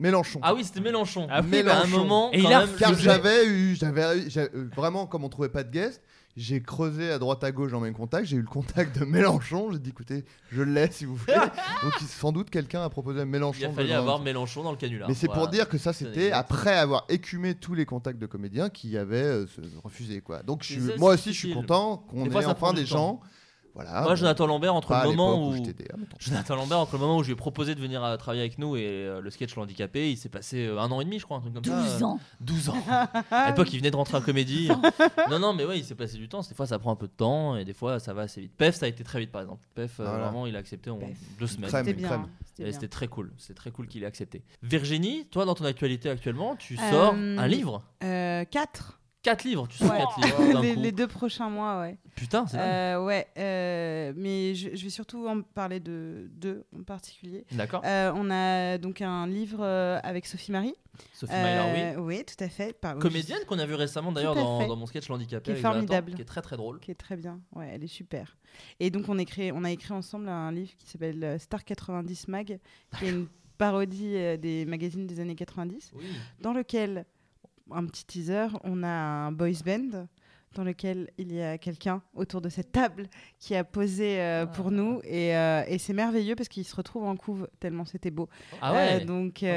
Mélenchon.
Ah oui, c'était Mélenchon.
Ah oui,
à un
Mélenchon.
moment.
Et
quand
il a
même,
Car
le-
j'avais eu, j'avais, eu- j'a- euh, vraiment comme on trouvait pas de guest, j'ai creusé à droite à gauche dans mes contacts, j'ai eu le contact de Mélenchon, j'ai dit écoutez, je l'ai si vous
<laughs>
voulez. Donc il- sans doute quelqu'un a proposé à Mélenchon.
il a
de
fallu
le
avoir
lancer.
Mélenchon dans le canular.
Mais c'est
Voilà.
pour dire que ça
C'est une
c'était
anecdote.
après avoir écumé tous les contacts de comédiens qui avaient euh, se- refusé quoi. Donc je
Mais
suis-
ça,
moi
c'est
aussi je suis
difficile.
content qu'on
Des fois,
ait
ça prend
enfin
du
des
temps.
gens. Voilà.
Moi,
bon,
Jonathan Lambert, entre
pas à
le moment
l'époque
où.
j'étais DA, mettons.
Jonathan Lambert, entre le moment où je lui ai proposé de venir euh, travailler avec nous et euh, le sketch l'handicapé, il s'est passé euh, un an et demi, je crois, un truc comme ça.
12
euh,
ans.
<laughs>
12 ans. à l'époque, il venait de rentrer en comédie. <laughs> non, non, mais ouais, il s'est passé du temps. Des fois, ça prend un peu de temps et des fois, ça va assez vite. Pef, ça a été très vite, par exemple. Pef, euh,
Voilà.
vraiment, il a accepté en
Pef.
deux semaines.
Crème,
C'était
crème.
bien. c'était
Et
bien.
c'était très cool. C'était très cool qu'il ait accepté. Virginie, toi, dans ton actualité actuellement, tu sors
Euh,
un livre.
Euh, Quatre.
Quatre livres. Tu sors
Ouais.
quatre livres.
<laughs>
d'un
les,
coup.
les deux prochains mois, ouais.
Putain, c'est dingue.
Euh, ouais, euh, mais je, je vais surtout en parler de deux en particulier.
D'accord.
Euh, on a donc un livre euh, avec Sophie Marie.
Sophie Myler, oui.
Euh, oui, tout à fait. Par-
Comédienne qu'on a vue récemment d'ailleurs
Tout à
dans,
fait.
dans mon sketch L'Handicapé.
Qui est
avec Jonathan,
formidable.
Qui est très très drôle.
qui est très bien. Ouais, elle est super. Et donc on, est créé- on a écrit ensemble un livre qui s'appelle euh, Star 90 Mag, qui est une parodie euh, des magazines des années 90,
Oui.
dans lequel, un petit teaser, on a un boys band dans lequel il y a quelqu'un autour de cette table qui a posé
Ah.
euh, pour nous et, euh, et c'est merveilleux parce qu'ils se retrouvent en couve tellement c'était beau.
Ah ouais.
Euh, donc, euh,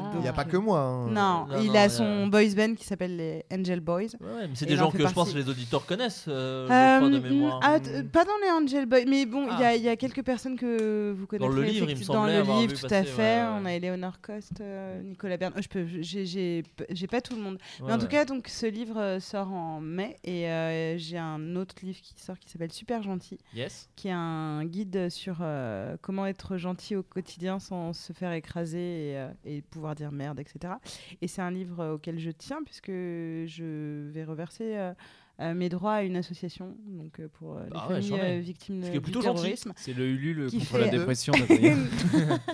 Ah.
donc-
Il n'y a pas que moi. hein.
Non,
Non,
il a
non, il y a-
son boys band qui s'appelle les Angel Boys.
Ouais, mais c'est
Et
des
il en
gens
fait
que je pense
partie.
que les auditeurs connaissent, euh, je
Euh,
crois, de
mm,
mémoire.
Mmh.
ah, t- euh, pas dans les Angel Boys, mais bon, il y a-
Ah.
il y, a quelques personnes que vous connaissez.
le livre, il me
Dans
semblait
le
avoir
livre,
vu
tout à
passer,
fait.
ouais, ouais.
On a Eleanor Coste, euh, Nicolas Bern. Oh, je peux, j'ai- j'ai p- j'ai pas tout le monde.
Ouais,
mais en
ouais.
tout cas, donc ce livre euh, sort en mai et euh, j'ai un autre livre qui sort qui s'appelle Super Gentil,
Yes.
qui est un guide sur euh, comment être gentil au quotidien sans se faire écraser et, euh, et pouvoir dire merde, etc. Et c'est un livre euh, auquel je tiens puisque je vais reverser euh, euh, mes droits à une association donc, euh, pour euh,
Bah ouais,
les familles
j'en ai.
euh, victimes
Ce qui
de
est plutôt
du
gentil.
terrorisme.
C'est le Ulule
Qui
contre
fait- euh,
la
<laughs>
dépression d'Adrien.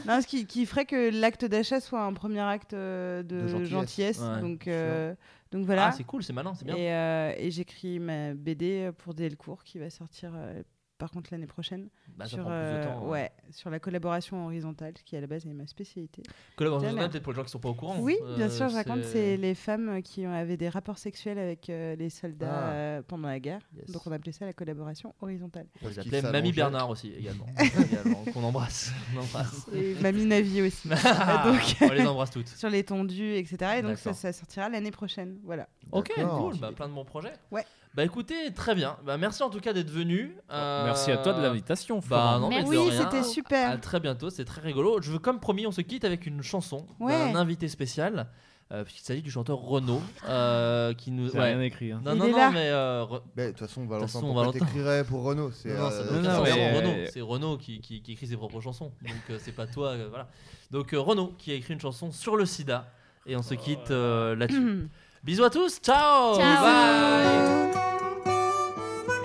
Non, ce qui, qui ferait que l'acte d'achat soit un premier acte euh, de,
De
gentillesse.
gentillesse.
Ouais,
donc,
sûr.
euh, donc voilà.
Ah, c'est cool, c'est malin, c'est bien.
Et, euh, et j'écris ma BD pour Delcourt qui va sortir euh, par contre l'année prochaine.
Bah, ça
sur,
prend plus de
euh,
temps.
ouais, sur la collaboration horizontale, qui à la base est ma spécialité.
Collaboration
Tellement.
horizontale, peut-être pour les gens qui sont pas au courant.
oui, bien
Euh,
sûr, je raconte, c'est les femmes qui ont- avaient des rapports sexuels avec euh, les soldats
Ah.
euh, pendant la guerre.
Yes.
Donc on appelait ça la collaboration horizontale.
On les
Qui
appelait
s'allongeait.
Mamie Bernard aussi,
<laughs>
également. Également, Qu'on embrasse. On, embrasse.
Et Mamie Navi
<laughs>
aussi. donc-
on les embrasse
<laughs>
toutes.
Sur les tondus, etc. Et donc ça,
D'accord.
ça sortira l'année prochaine. Voilà.
Ok,
D'accord.
cool, bah, plein de bons projets.
Ouais.
Bah écoutez, très bien. Bah, merci en tout cas d'être venu. Euh,
Merci à toi de l'invitation,
Bah
Florent.
non, mais de
oui,
rien.
c'était
À
super.
très bientôt, c'est très rigolo. Je veux, comme promis, on se quitte avec une chanson
Ouais.
d'un invité spécial, euh, puisqu'il s'agit du chanteur Renaud, euh, qui nous.
J'ai
ouais.
rien écrit. hein.
Non,
Il
non,
est
non,
là.
mais. euh, Re-
Ben, De toute façon,
façon,
Valentin, pourquoi
Valentin.
t'écrirais pour Renaud C'est
Non, non, ça
euh,
doit être
non,
ça,
mais-
c'est Renaud.
euh,
C'est Renaud qui, qui, qui écrit ses propres chansons. Donc euh, c'est pas toi, euh, voilà. Donc euh, Renaud qui a écrit une chanson sur le sida. Et on se quitte euh, là-dessus. <clears throat> Bisous à tous, ciao,
Ciao.
Bye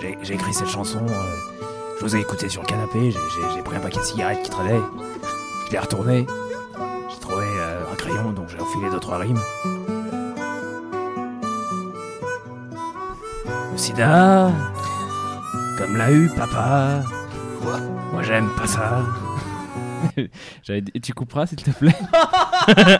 J'ai j'ai écrit cette chanson, euh, je vous ai écouté sur le canapé, j'ai- j'ai j'ai pris un paquet de cigarettes qui traînait, je l'ai retourné, j'ai trouvé euh, un crayon, donc j'ai enfilé deux, trois rimes. Le sida, comme l'a eu papa,
quoi.
Moi, j'aime pas
<laughs>
ça.
J'avais dit- Tu couperas, s'il te plaît
<laughs>